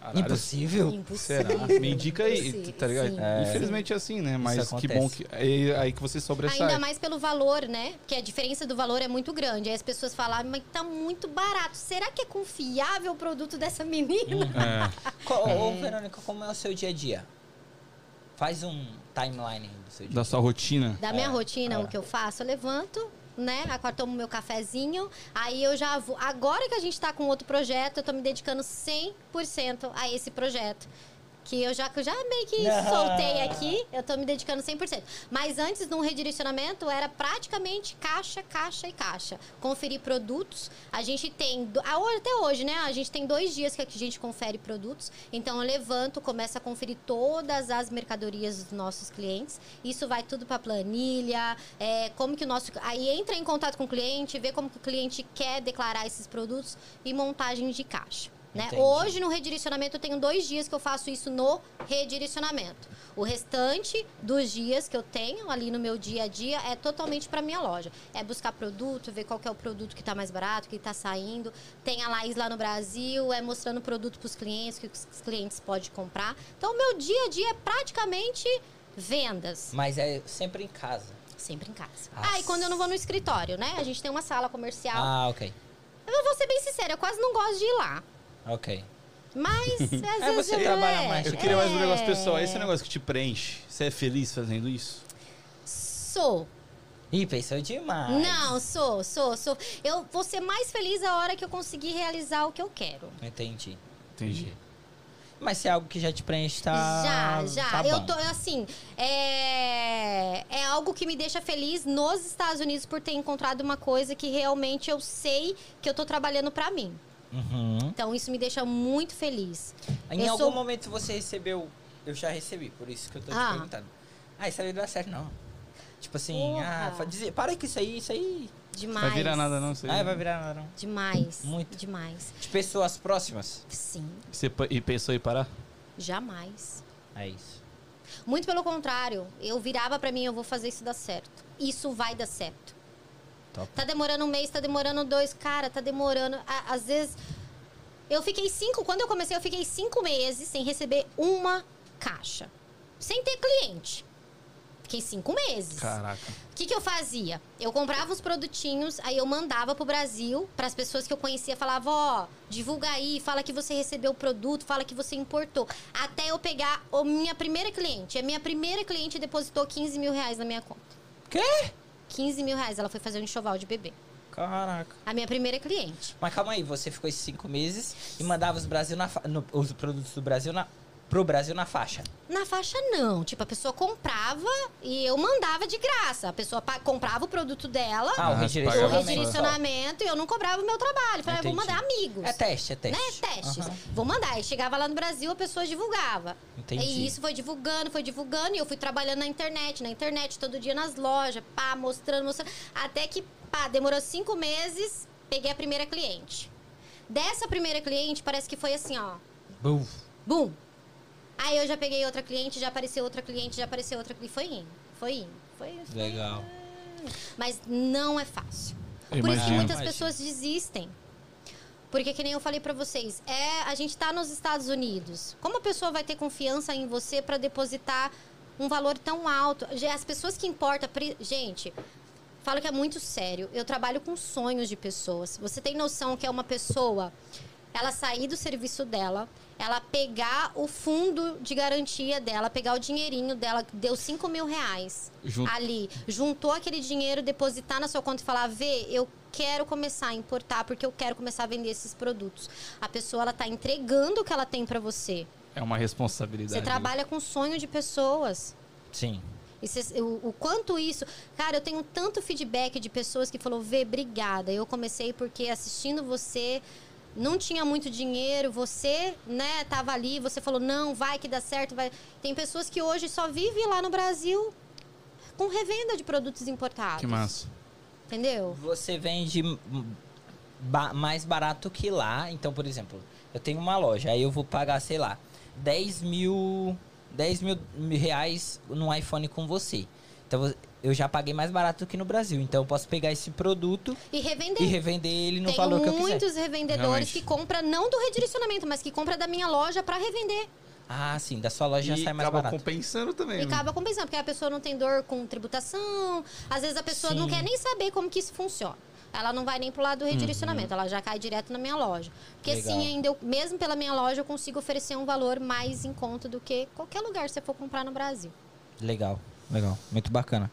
"Caralho, Impossível. Impossível. Será? Me indica aí, Impossível, tá ligado? sim. Infelizmente é assim, né? Mas que acontece. bom que. Aí, aí que você sobressai. Ainda mais pelo valor, né? Porque a diferença do valor é muito grande. Aí as pessoas falam, "Ah, mas tá muito barato. Será que é confiável o produto dessa menina? Hum. É. Co- Ô, Verônica, como é o seu dia a dia? Faz um timeline aí do seu dia. da sua rotina. Da minha rotina, é. o que eu faço, eu levanto, né? Agora tomo meu cafezinho. Aí eu já vou. Agora que a gente tá com outro projeto, eu tô me dedicando 100% a esse projeto. Que eu já, que eu já meio que Ah. soltei aqui, eu tô me dedicando 100%. Mas antes, num redirecionamento, era praticamente caixa, caixa e caixa. Conferir produtos. A gente tem, do- a ho- até hoje, né? A gente tem dois dias que a gente confere produtos. Então, eu levanto, começo a conferir todas as mercadorias dos nossos clientes. Isso vai tudo pra planilha, é, como que o nosso... Aí entra em contato com o cliente, vê como que o cliente quer declarar esses produtos e montagem de caixa. Né? Entendi. Hoje, Hoje no redirecionamento eu tenho dois dias que eu faço isso no redirecionamento. O restante dos dias que eu tenho ali no meu dia a dia é totalmente para minha loja. É buscar produto, ver qual que é o produto que tá mais barato, que tá saindo. Tem a Laís lá no Brasil, é mostrando produto para os clientes, que os clientes podem comprar. Então o meu dia a dia é praticamente um. vendas, Mas é sempre em casa. sempre em casa. Nossa. Ah, e quando eu não vou no escritório, né? A gente tem uma sala comercial. Ah, ok. Eu vou ser bem sincera, eu quase não gosto de ir lá. Ok. *laughs* Mas às É, vezes você eu- trabalha mais. Eu queria mais um negócio É. pessoal. Esse é um negócio que te preenche. Você é feliz fazendo isso? Sou. Ih, pensou demais. Não, sou, sou, sou. Eu vou ser mais feliz a hora que eu conseguir realizar o que eu quero. Entendi. Entendi. Mas se é algo que já te preenche, Ah, tá. já, já. tá eu bom. tô, assim, é... é algo que me deixa feliz nos Estados Unidos por ter encontrado uma coisa que realmente eu sei que eu tô trabalhando pra mim. Uhum. Então, isso me deixa muito feliz. Em Eu algum sou- momento você recebeu. Eu já recebi, por isso que eu tô te Ah. perguntando. Ah, isso aí não dá certo, não. Tipo assim, Porra. ah, fa- dizer, para que isso aí, isso aí. Demais. Vai virar nada não, você. Ah, vai virar nada, não. Demais. Muito. Demais. De pessoas próximas. Sim, Você pa- e pensou em parar? jamais. É isso. Muito pelo contrário, eu virava pra mim, eu vou fazer isso dar certo. Isso vai dar certo. Top. Tá demorando um mês, tá demorando dois, cara, tá demorando. A- Às vezes. Eu fiquei cinco, quando eu comecei, eu fiquei cinco meses sem receber uma caixa. Sem ter cliente. Fiquei cinco meses. Caraca. O que, que eu fazia? Eu comprava os produtinhos, aí eu mandava pro Brasil, pras pessoas que eu conhecia, falava, ó, divulga aí, fala que você recebeu o produto, fala que você importou. Até eu pegar a minha primeira cliente. A minha primeira cliente depositou 15 mil reais na minha conta. Quê? 15 mil reais, ela foi fazer um enxoval de bebê. Caraca. A minha primeira cliente. Mas calma aí, você ficou esses cinco meses e mandava os, Brasil na fa- no- os produtos do Brasil na, pro Brasil na faixa. Na faixa, não. Tipo, a pessoa comprava e eu mandava de graça. A pessoa pa- comprava o produto dela, Ah, o Ah, você o pagava redirecionamento. redirecionamento, e eu não cobrava o meu trabalho. Falei, ah, vou Entendi. mandar amigos. É teste, é né? teste. Testes. Aham. Vou mandar. Aí chegava lá no Brasil, a pessoa divulgava. Entendi. E É isso foi divulgando, foi divulgando. E eu fui trabalhando na internet, na internet, todo dia nas lojas, pá, mostrando, mostrando. Até que, pá, demorou cinco meses, peguei a primeira cliente. Dessa primeira cliente, parece que foi assim, ó. Buf. Bum! Aí eu já peguei outra cliente, já apareceu outra cliente, já apareceu outra cliente. Foi indo, foi indo, foi indo. foi Legal. indo. Mas não é fácil. Eu Por isso que imagino. muitas Imagino. pessoas desistem. Porque, que nem eu falei pra vocês, é a gente tá nos Estados Unidos. Como a pessoa vai ter confiança em você pra depositar um valor tão alto? Já As pessoas que importam... pri- Gente, falo que é muito sério. Eu trabalho com sonhos de pessoas. Você tem noção que é uma pessoa ela sair do serviço dela, ela pegar o fundo de garantia dela, pegar o dinheirinho dela, que deu 5 mil reais Jun- ali, juntou aquele dinheiro, depositar na sua conta e falar, vê, eu quero começar a importar porque eu quero começar a vender esses produtos. A pessoa, ela tá entregando o que ela tem para você. É uma responsabilidade. Você trabalha com sonho de pessoas. Sim. E cês- o, o quanto isso. Cara, eu tenho tanto feedback de pessoas que falou, Vê, obrigada. Eu comecei porque assistindo você. Não tinha muito dinheiro, você, né, tava ali, você falou, não, vai que dá certo, vai. Tem pessoas que hoje só vivem lá no Brasil com revenda de produtos importados. Que massa. Entendeu? Você vende hum, ba- mais barato que lá. Então, por exemplo, eu tenho uma loja, aí eu vou pagar, sei lá, 10 mil, 10 mil reais no iPhone com você. Então, vo- eu já paguei mais barato do que no Brasil. Então, eu posso pegar esse produto E revender. e revender ele no Tem valor que eu quiser. muitos revendedores Realmente. que compra não do redirecionamento, mas que compra da minha loja para revender. Ah, sim, da sua loja já e sai mais acaba barato. compensando também. E né? acaba compensando, porque a pessoa não tem dor com tributação, às vezes a pessoa não Sim. Uhum. quer nem saber como que isso funciona. Ela não vai nem pro lado do redirecionamento, ela já cai direto na minha loja. Porque Legal. assim, ainda eu- mesmo pela minha loja, eu consigo oferecer um valor mais em conta do que qualquer lugar que você for comprar no Brasil. Legal. Legal, muito bacana.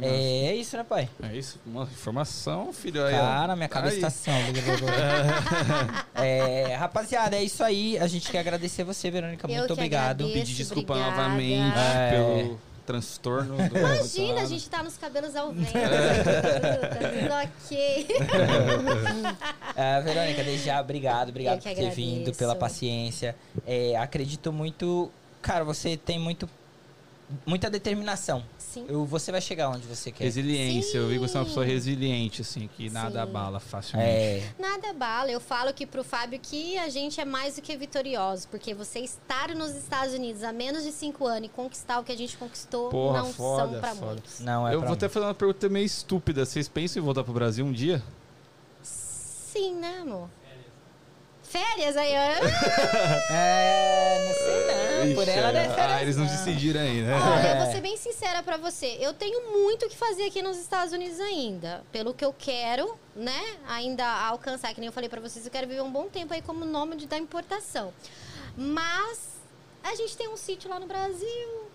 É, é isso, né, pai? É isso? Uma informação, filho. Aí, ó. Cara, minha cabeça Aí. tá *laughs* assim, ó. É, rapaziada, é isso aí. A gente quer agradecer você, Verônica. Eu Muito que obrigado. agradeço. Pedir desculpa Obrigada. novamente É. pelo transtorno. do Imagina, a ar-condicionado. gente tá nos cabelos ao vento. *laughs* tá tudo ok. Ah, Verônica, desde já, obrigado, obrigado Eu por que ter vindo, pela agradeço. paciência. É, acredito muito. Cara, você tem muito. Muita determinação. Sim. Eu- Você vai chegar onde você quer. Resiliência. Eu vi que você é uma pessoa Sim. resiliente, assim, que nada Sim. abala facilmente. É, Nada bala. Eu falo que pro Fábio que a gente é mais do que vitorioso, porque você estar nos Estados Unidos há menos de cinco anos e conquistar o que a gente conquistou Porra, não foda, são pra foda. muitos. não é Eu pra vou mim. até fazer uma pergunta meio estúpida. Vocês pensam em voltar pro Brasil um dia? Sim, né, amor? Férias aí, ó. É, não sei não. Por Ixi, ela não é ah, férias, eles não, não. decidiram aí, né? Olha, eu É. vou ser bem sincera pra você. Eu tenho muito o que fazer aqui nos Estados Unidos ainda. Pelo que eu quero, né? Ainda alcançar, que nem eu falei pra vocês, eu quero viver um bom tempo aí como nômade da importação. Mas a gente tem um sítio lá no Brasil.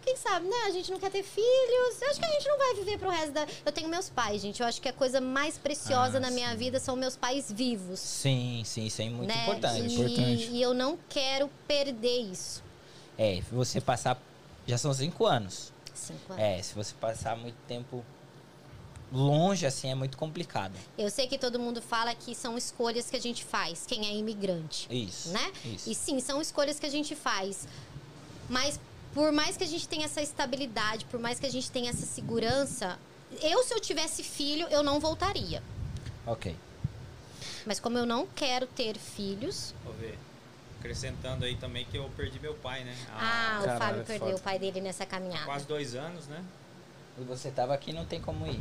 Quem sabe, né? A gente não quer ter filhos. Eu acho que a gente não vai viver pro resto da. Eu tenho meus pais, gente. Eu acho que a coisa mais preciosa Ah, na sim. minha vida são meus pais vivos. Sim, sim, isso é muito né? importante. E, e eu não quero perder isso. É, você passar. Já são cinco anos. Cinco anos. É, se você passar muito tempo longe, assim, é muito complicado. Eu sei que todo mundo fala que são escolhas que a gente faz, quem é imigrante, Isso. né? Isso. E sim, são escolhas que a gente faz. Mas por mais que a gente tenha essa estabilidade, por mais que a gente tenha essa segurança, eu se eu tivesse filho, eu não voltaria. Ok. Mas como eu não quero ter filhos, Vou ver. Acrescentando aí também que eu perdi meu pai, né? ah, Há o Fábio é perdeu o pai dele nessa caminhada. quase dois anos, né? E você tava aqui, não tem como ir.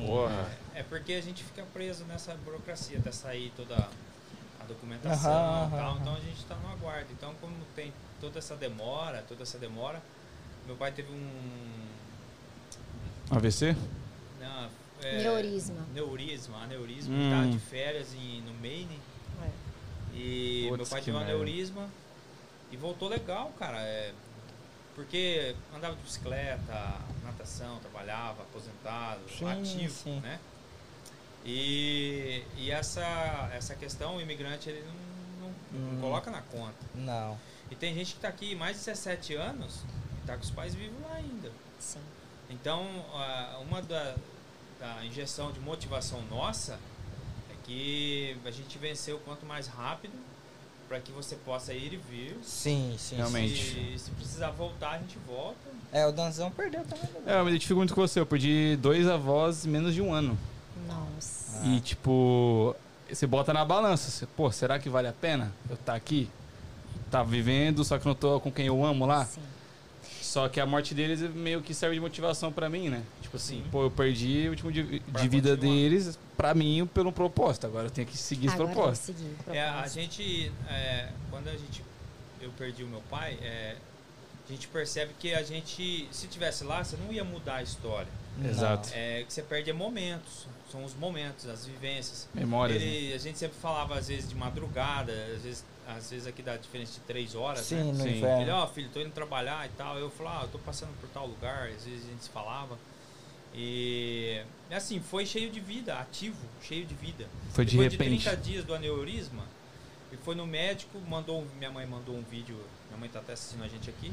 Não. Porra. É porque a gente fica preso nessa burocracia até sair toda a documentação Aham, e tal. aham, Então a gente está no aguardo. Então, como tem toda essa demora, toda essa demora, meu pai teve um. AVC? Não, é, Neurisma. Neurisma, aneurisma. Hum. Ele tava de férias em, no Maine. E Putz, meu pai que teve um merda. aneurisma e voltou legal, cara. é, porque andava de bicicleta, natação, trabalhava, aposentado, Sim, ativo, sim. né? E, e essa, essa questão, o imigrante, ele não, não- não Hum. coloca na conta. Não. E tem gente que tá aqui mais de 17 anos e tá com os pais vivos lá ainda. Sim. Então, a- uma da, da injeção de motivação nossa é que a gente venceu quanto mais rápido para que você possa ir e vir. Sim, sim. Realmente. Se, se precisar voltar, a gente volta. sim. É, o Danzão perdeu também. né? É, eu me identifico muito com você. Eu perdi dois avós em menos de um ano. Nossa. E, tipo, você bota na balança. Você, Pô, será que vale a pena eu estar aqui? Tá vivendo, só que não tô com quem eu amo Ah, lá. Sim. Só que a morte deles meio que serve de motivação pra mim, né? Tipo assim, pô, eu perdi o último de, Pra de vida continuar. deles pra mim pelo propósito. Agora eu tenho que seguir esse um Agora eu vou propósito. seguir o É, a propósito. gente, é, quando a gente, eu perdi o meu pai, é, a gente percebe que a gente, se tivesse lá, você não ia mudar a história. Não. Exato. É, que você perde é momentos, são os momentos, as vivências. Memórias. né? Ele- A gente sempre falava, às vezes, de madrugada, às vezes, às vezes aqui dá diferença de três horas, né? Sim, no Sim. Ele, inverno. ó, filho, tô indo trabalhar e tal. Eu falava, ah, eu tô passando por tal lugar. Às vezes a gente se falava. E, assim, foi cheio de vida, ativo, cheio de vida. Foi de Depois repente. de 30 dias do aneurisma, ele foi no médico, mandou, um- minha mãe mandou um vídeo, minha mãe tá até assistindo a gente aqui.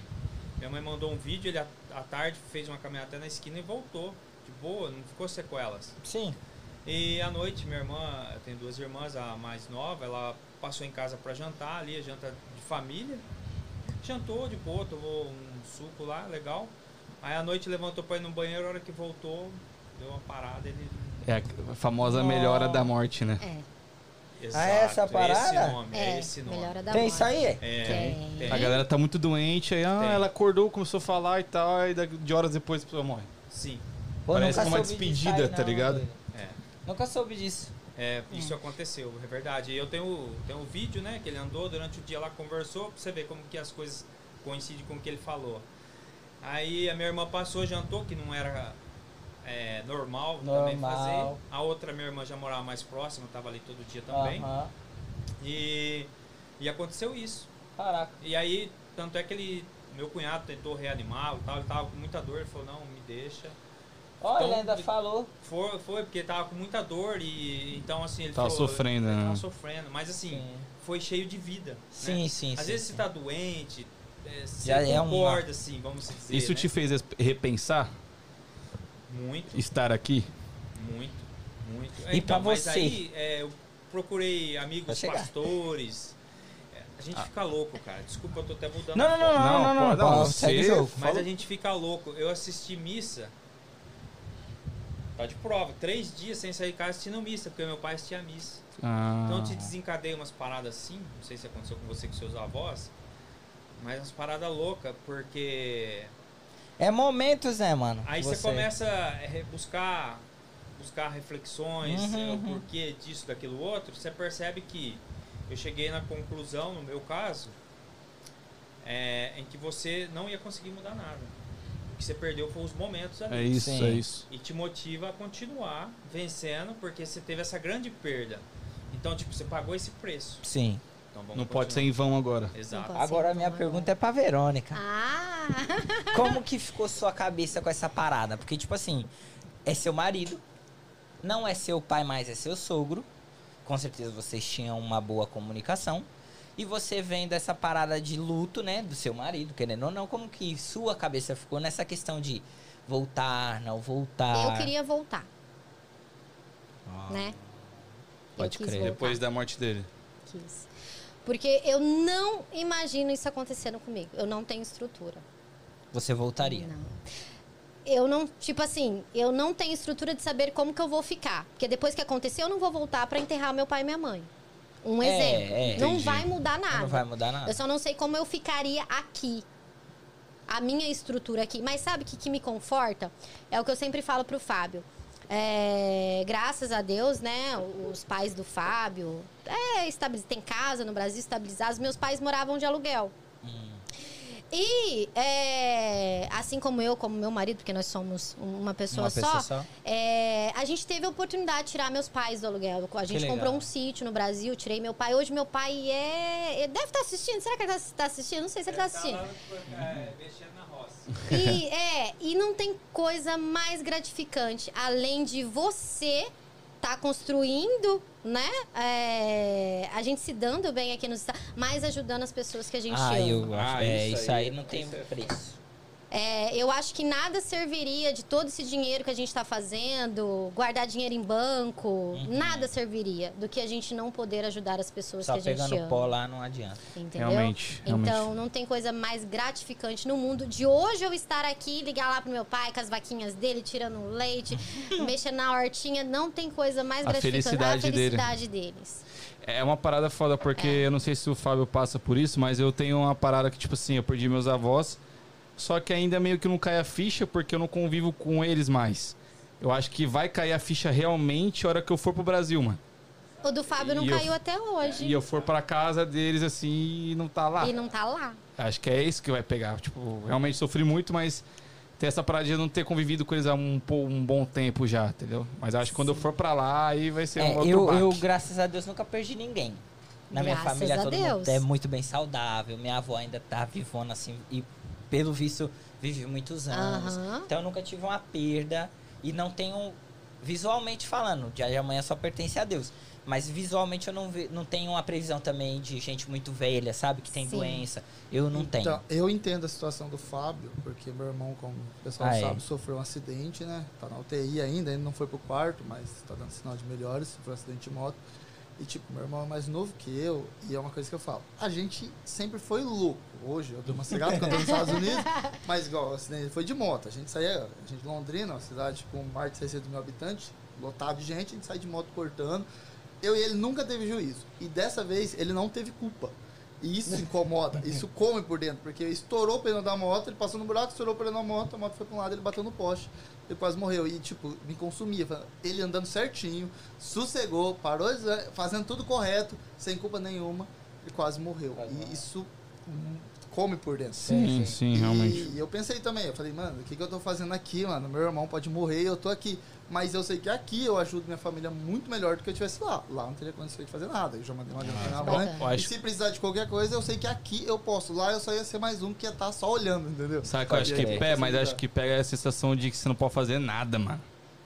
Minha mãe mandou um vídeo, ele à à tarde fez uma caminhada até na esquina e voltou. De boa, não ficou sequelas. Sim. E à noite, minha irmã, eu tenho duas irmãs, a mais nova, ela passou em casa para jantar ali, a janta de família. Jantou de boa, tomou um suco lá, legal. Aí à noite levantou para ir no banheiro, a hora que voltou, deu uma parada, ele. Ah, É a famosa melhora da morte, né? É, Exato, essa parada? Esse é, nome, é esse nome. melhora da Tem morte. isso aí? É, Tem. tem. A galera tá muito doente, aí ah, Tem. ela acordou, começou a falar e tal, aí da- de horas depois a pessoa morre. Sim. Pô, Parece nunca uma soube disso despedida, aí, tá não, ligado? doido. É. Nunca soube disso. É, isso aconteceu, é verdade. E Eu tenho, tenho um vídeo, né, que ele andou durante o dia lá, conversou, pra você ver como que as coisas coincidem com o que ele falou. Aí a minha irmã passou, jantou, que não era é, normal, também Normal. fazer. A outra minha irmã já morava mais próxima, tava ali todo dia também. Aham. E, e aconteceu isso. Caraca. E aí, tanto é que ele meu cunhado tentou reanimá-lo e tal, ele tava com muita dor, ele falou, não, me deixa. Ó, ele Então, ainda de- falou. Foi, foi, porque tava com muita dor e então assim ele Tava falou, sofrendo, ele né? Tava sofrendo, mas assim, Sim. foi cheio de vida. né? Sim, sim, Às sim, vezes sim. você tá doente, é, você Já é uma- concorda, assim, vamos dizer. Isso né? te fez repensar Muito, estar aqui? muito, muito. Então, E pra mas você? aí é, eu procurei amigos Vai chegar. Ah. pastores. É, A gente fica louco, cara. Desculpa, eu tô até mudando. Não, a não, foto. não, não, não, não, não, pode- Paulo, segue o você jogo. Mas a gente fica louco. Eu assisti missa. Tá de prova. Três dias sem sair de casa assistindo missa, porque meu pai assistia missa. Ah, Então eu te desencadeia umas paradas assim, não sei se aconteceu com você com seus avós, mas umas paradas loucas, porque É momentos, né, mano? aí você, começa a re- buscar, buscar reflexões, Uhum, é, o uhum. porquê disso, daquilo outro, você percebe que eu cheguei na conclusão, no meu caso, é, em que você não ia conseguir mudar nada. O que você perdeu foi os momentos ali. é isso, Sim. é isso. E te motiva a continuar vencendo, porque você teve essa grande perda. Então, tipo, você pagou esse preço. Sim. Então, vamos Não pode ser continuar. em vão agora. Exato. Não pode. Agora a minha tomar. pergunta é pra Verônica. Ah! Como que ficou sua cabeça com essa parada? Porque, tipo assim, é seu marido, não é seu pai, mas é seu sogro. Com certeza vocês tinham uma boa comunicação. E você vem dessa parada de luto, né? Do seu marido, querendo ou não, como que sua cabeça ficou nessa questão de voltar, não voltar? Eu queria voltar, né? Ah. Pode eu quis crer. voltar. Depois da morte dele. quis. Porque eu não imagino isso acontecendo comigo. Eu não tenho estrutura. Você voltaria. Não. Eu não, tipo assim, eu não tenho estrutura de saber como que eu vou ficar. Porque depois que acontecer, eu não vou voltar pra enterrar meu pai e minha mãe. Um É, exemplo. é. não Entendi. vai mudar Então nada. Não vai mudar nada. Eu só não sei como eu ficaria aqui. A minha estrutura aqui. Mas sabe o que, que me conforta? É o que eu sempre falo pro Fábio. É, graças a Deus, né? Os pais do Fábio é, estabiliz... tem casa no Brasil estabilizados. Meus pais moravam de aluguel. Hum. E é, assim como eu, como meu marido, porque nós somos um, uma pessoa, Uma pessoa só, só. é, a gente teve a oportunidade de tirar meus pais do aluguel. A gente legal. comprou um sítio no Brasil, tirei meu pai. Hoje meu pai é. ele Deve estar assistindo. Será que ele está assistindo? Não sei se ele tá está tá assistindo. é, mexendo na roça. E, *laughs* é, e não tem coisa mais gratificante além de você tá construindo, né? É, a gente se dando bem aqui nos Estados mas ajudando as pessoas que a gente Ah, ama. eu acho. Ah, é, isso isso aí, aí- não tem preço. É, eu acho que nada serviria de todo esse dinheiro que a gente está fazendo, guardar dinheiro em banco, Uhum. nada serviria do que a gente não poder ajudar as pessoas Só que a gente pegando ama. pó lá não adianta. Entendeu? Realmente, realmente. Então, não tem coisa mais gratificante no mundo de hoje eu estar aqui, ligar lá pro meu pai com as vaquinhas dele, tirando um *laughs* leite, mexendo na hortinha. Não tem coisa mais A gratificante. felicidade a dele. felicidade deles. É uma parada foda, porque É. eu não sei se o Fábio passa por isso, mas eu tenho uma parada que, tipo assim, eu perdi meus avós, só que ainda meio que não cai a ficha, porque eu não convivo com eles mais. Eu acho que vai cair a ficha realmente a hora que eu for pro Brasil, mano. O do Fábio não E eu- caiu até hoje. E eu for pra casa deles, assim, e não tá lá. E não tá lá. Acho que é isso que vai pegar. Tipo, realmente sofri muito, mas ter essa parada de não ter convivido com eles há um, po- um bom tempo já, entendeu? Mas acho que quando eu for pra lá, aí vai ser um É, outro eu, baque. eu, graças a Deus, nunca perdi ninguém. Na minha Graças família, a todo Deus. mundo é muito bem saudável. Minha avó ainda tá vivona, assim, e pelo visto, vive muitos anos. Aham. Então, eu nunca tive uma perda. E não tenho, visualmente falando, dia de amanhã só pertence a Deus. Mas visualmente eu não, vi- não tenho uma previsão também de gente muito velha, sabe? Que tem Sim. doença. Eu não tenho. Então, eu entendo a situação do Fábio, porque meu irmão, como o pessoal Ah, é. sabe, sofreu um acidente, né? Tá na UTI ainda, ainda não foi pro quarto, mas tá dando sinal de melhores, sofreu um acidente de moto. E tipo, meu irmão é mais novo que eu, e é uma coisa que eu falo. A gente sempre foi louco. Hoje eu dou uma cegada porque eu tô nos *laughs* Estados Unidos, mas igual, o acidente foi de moto. A gente saía, a gente Londrina, uma cidade com mais de 600 mil habitantes, lotado de gente, a gente sai de moto cortando. Eu e ele nunca teve juízo. E dessa vez ele não teve culpa. E isso incomoda, isso come por dentro, porque estourou o pneu da moto, ele passou no buraco, estourou o pneu da moto, a moto foi pra um lado, ele bateu no poste, ele quase morreu. E, tipo, me consumia. Ele andando certinho, sossegou, parou, fazendo tudo correto, sem culpa nenhuma, ele quase morreu. E isso hum, come por dentro. Sim, sim, realmente. E eu pensei também, eu falei, mano, o que, que eu tô fazendo aqui, mano? Meu irmão pode morrer, eu tô aqui. Mas eu sei que aqui eu ajudo minha família muito melhor do que eu tivesse lá. Lá eu não teria condições de fazer nada. Eu já mandei uma grana Ah, na bom. mãe. Eu E acho, se precisar de qualquer coisa, eu sei que aqui eu posso. Lá eu só ia ser mais um que ia estar só olhando, entendeu? sabe que eu acho que Sabia pega, mas ia acho que pega a sensação de que você não pode fazer nada, mano.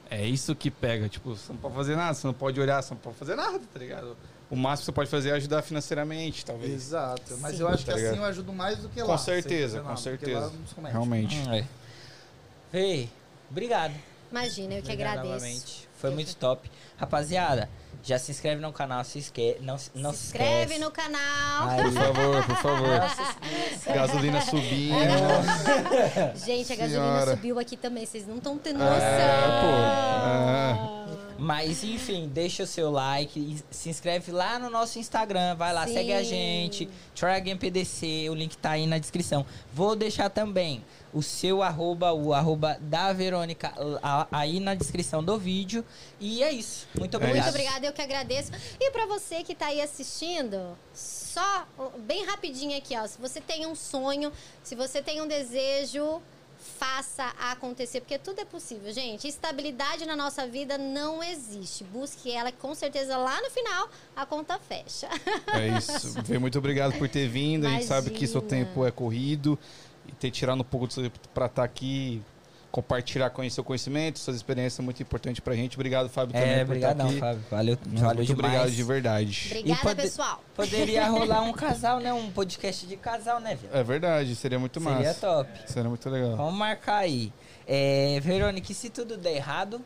É isso que pega, tipo, você não pode fazer nada, você não pode olhar, você não pode fazer nada, tá ligado? O máximo que você pode fazer é ajudar financeiramente, talvez. Exato. Mas Sim. eu acho que Tá ligado? assim eu ajudo mais do que lá. Com sem certeza, fazer com nada, porque certeza. lá não se comete. Realmente. Hum, é. Vê, obrigado. Imagina, eu que Obrigado agradeço. novamente. Foi muito top. Rapaziada, já se inscreve no canal, se esque... não, se- não se inscreve esquece. no canal. Aí, Por favor, por favor. Gasolina subindo. É, Gente, Senhora. a gasolina subiu aqui também, vocês não estão tendo noção. É, pô. Mas enfim, deixa o seu like, e se inscreve lá no nosso Instagram, vai lá, Sim. segue a gente, Tragam PDC, o link tá aí na descrição. Vou deixar também o seu arroba, o arroba da Verônica a- aí na descrição do vídeo. E é isso. Muito obrigado. Muito obrigada, eu que agradeço. E pra você que tá aí assistindo, só uh, bem rapidinho aqui, ó. Se você tem um sonho, se você tem um desejo, faça acontecer, porque tudo é possível, gente. Estabilidade na nossa vida não existe. Busque ela, que com certeza lá no final a conta fecha. É isso. Vê, muito obrigado por ter vindo. A gente sabe que seu Imagina. tempo é corrido e ter tirado um pouco do seu tempo pra estar aqui, compartilhar com seu conhecimento, suas experiências é muito importante pra gente. Obrigado, Fábio, também É, por estar obrigado, aqui. Fábio. Valeu, Muito valeu demais. obrigado de verdade. Obrigada, pode- pessoal. Poderia rolar um casal, né? Um podcast de casal, né, Vila? É verdade, seria muito Seria massa. top. Seria muito legal. Vamos marcar aí. É, Verônica, e se tudo der errado,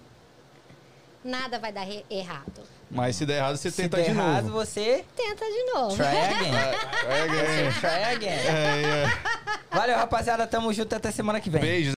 Nada vai dar re- errado. Mas se der errado, você se tenta der de errado, novo. você Tenta de novo. try again. *laughs* É, é, Try again. é, é. Valeu, rapaziada. Tamo junto até semana que vem. Beijos.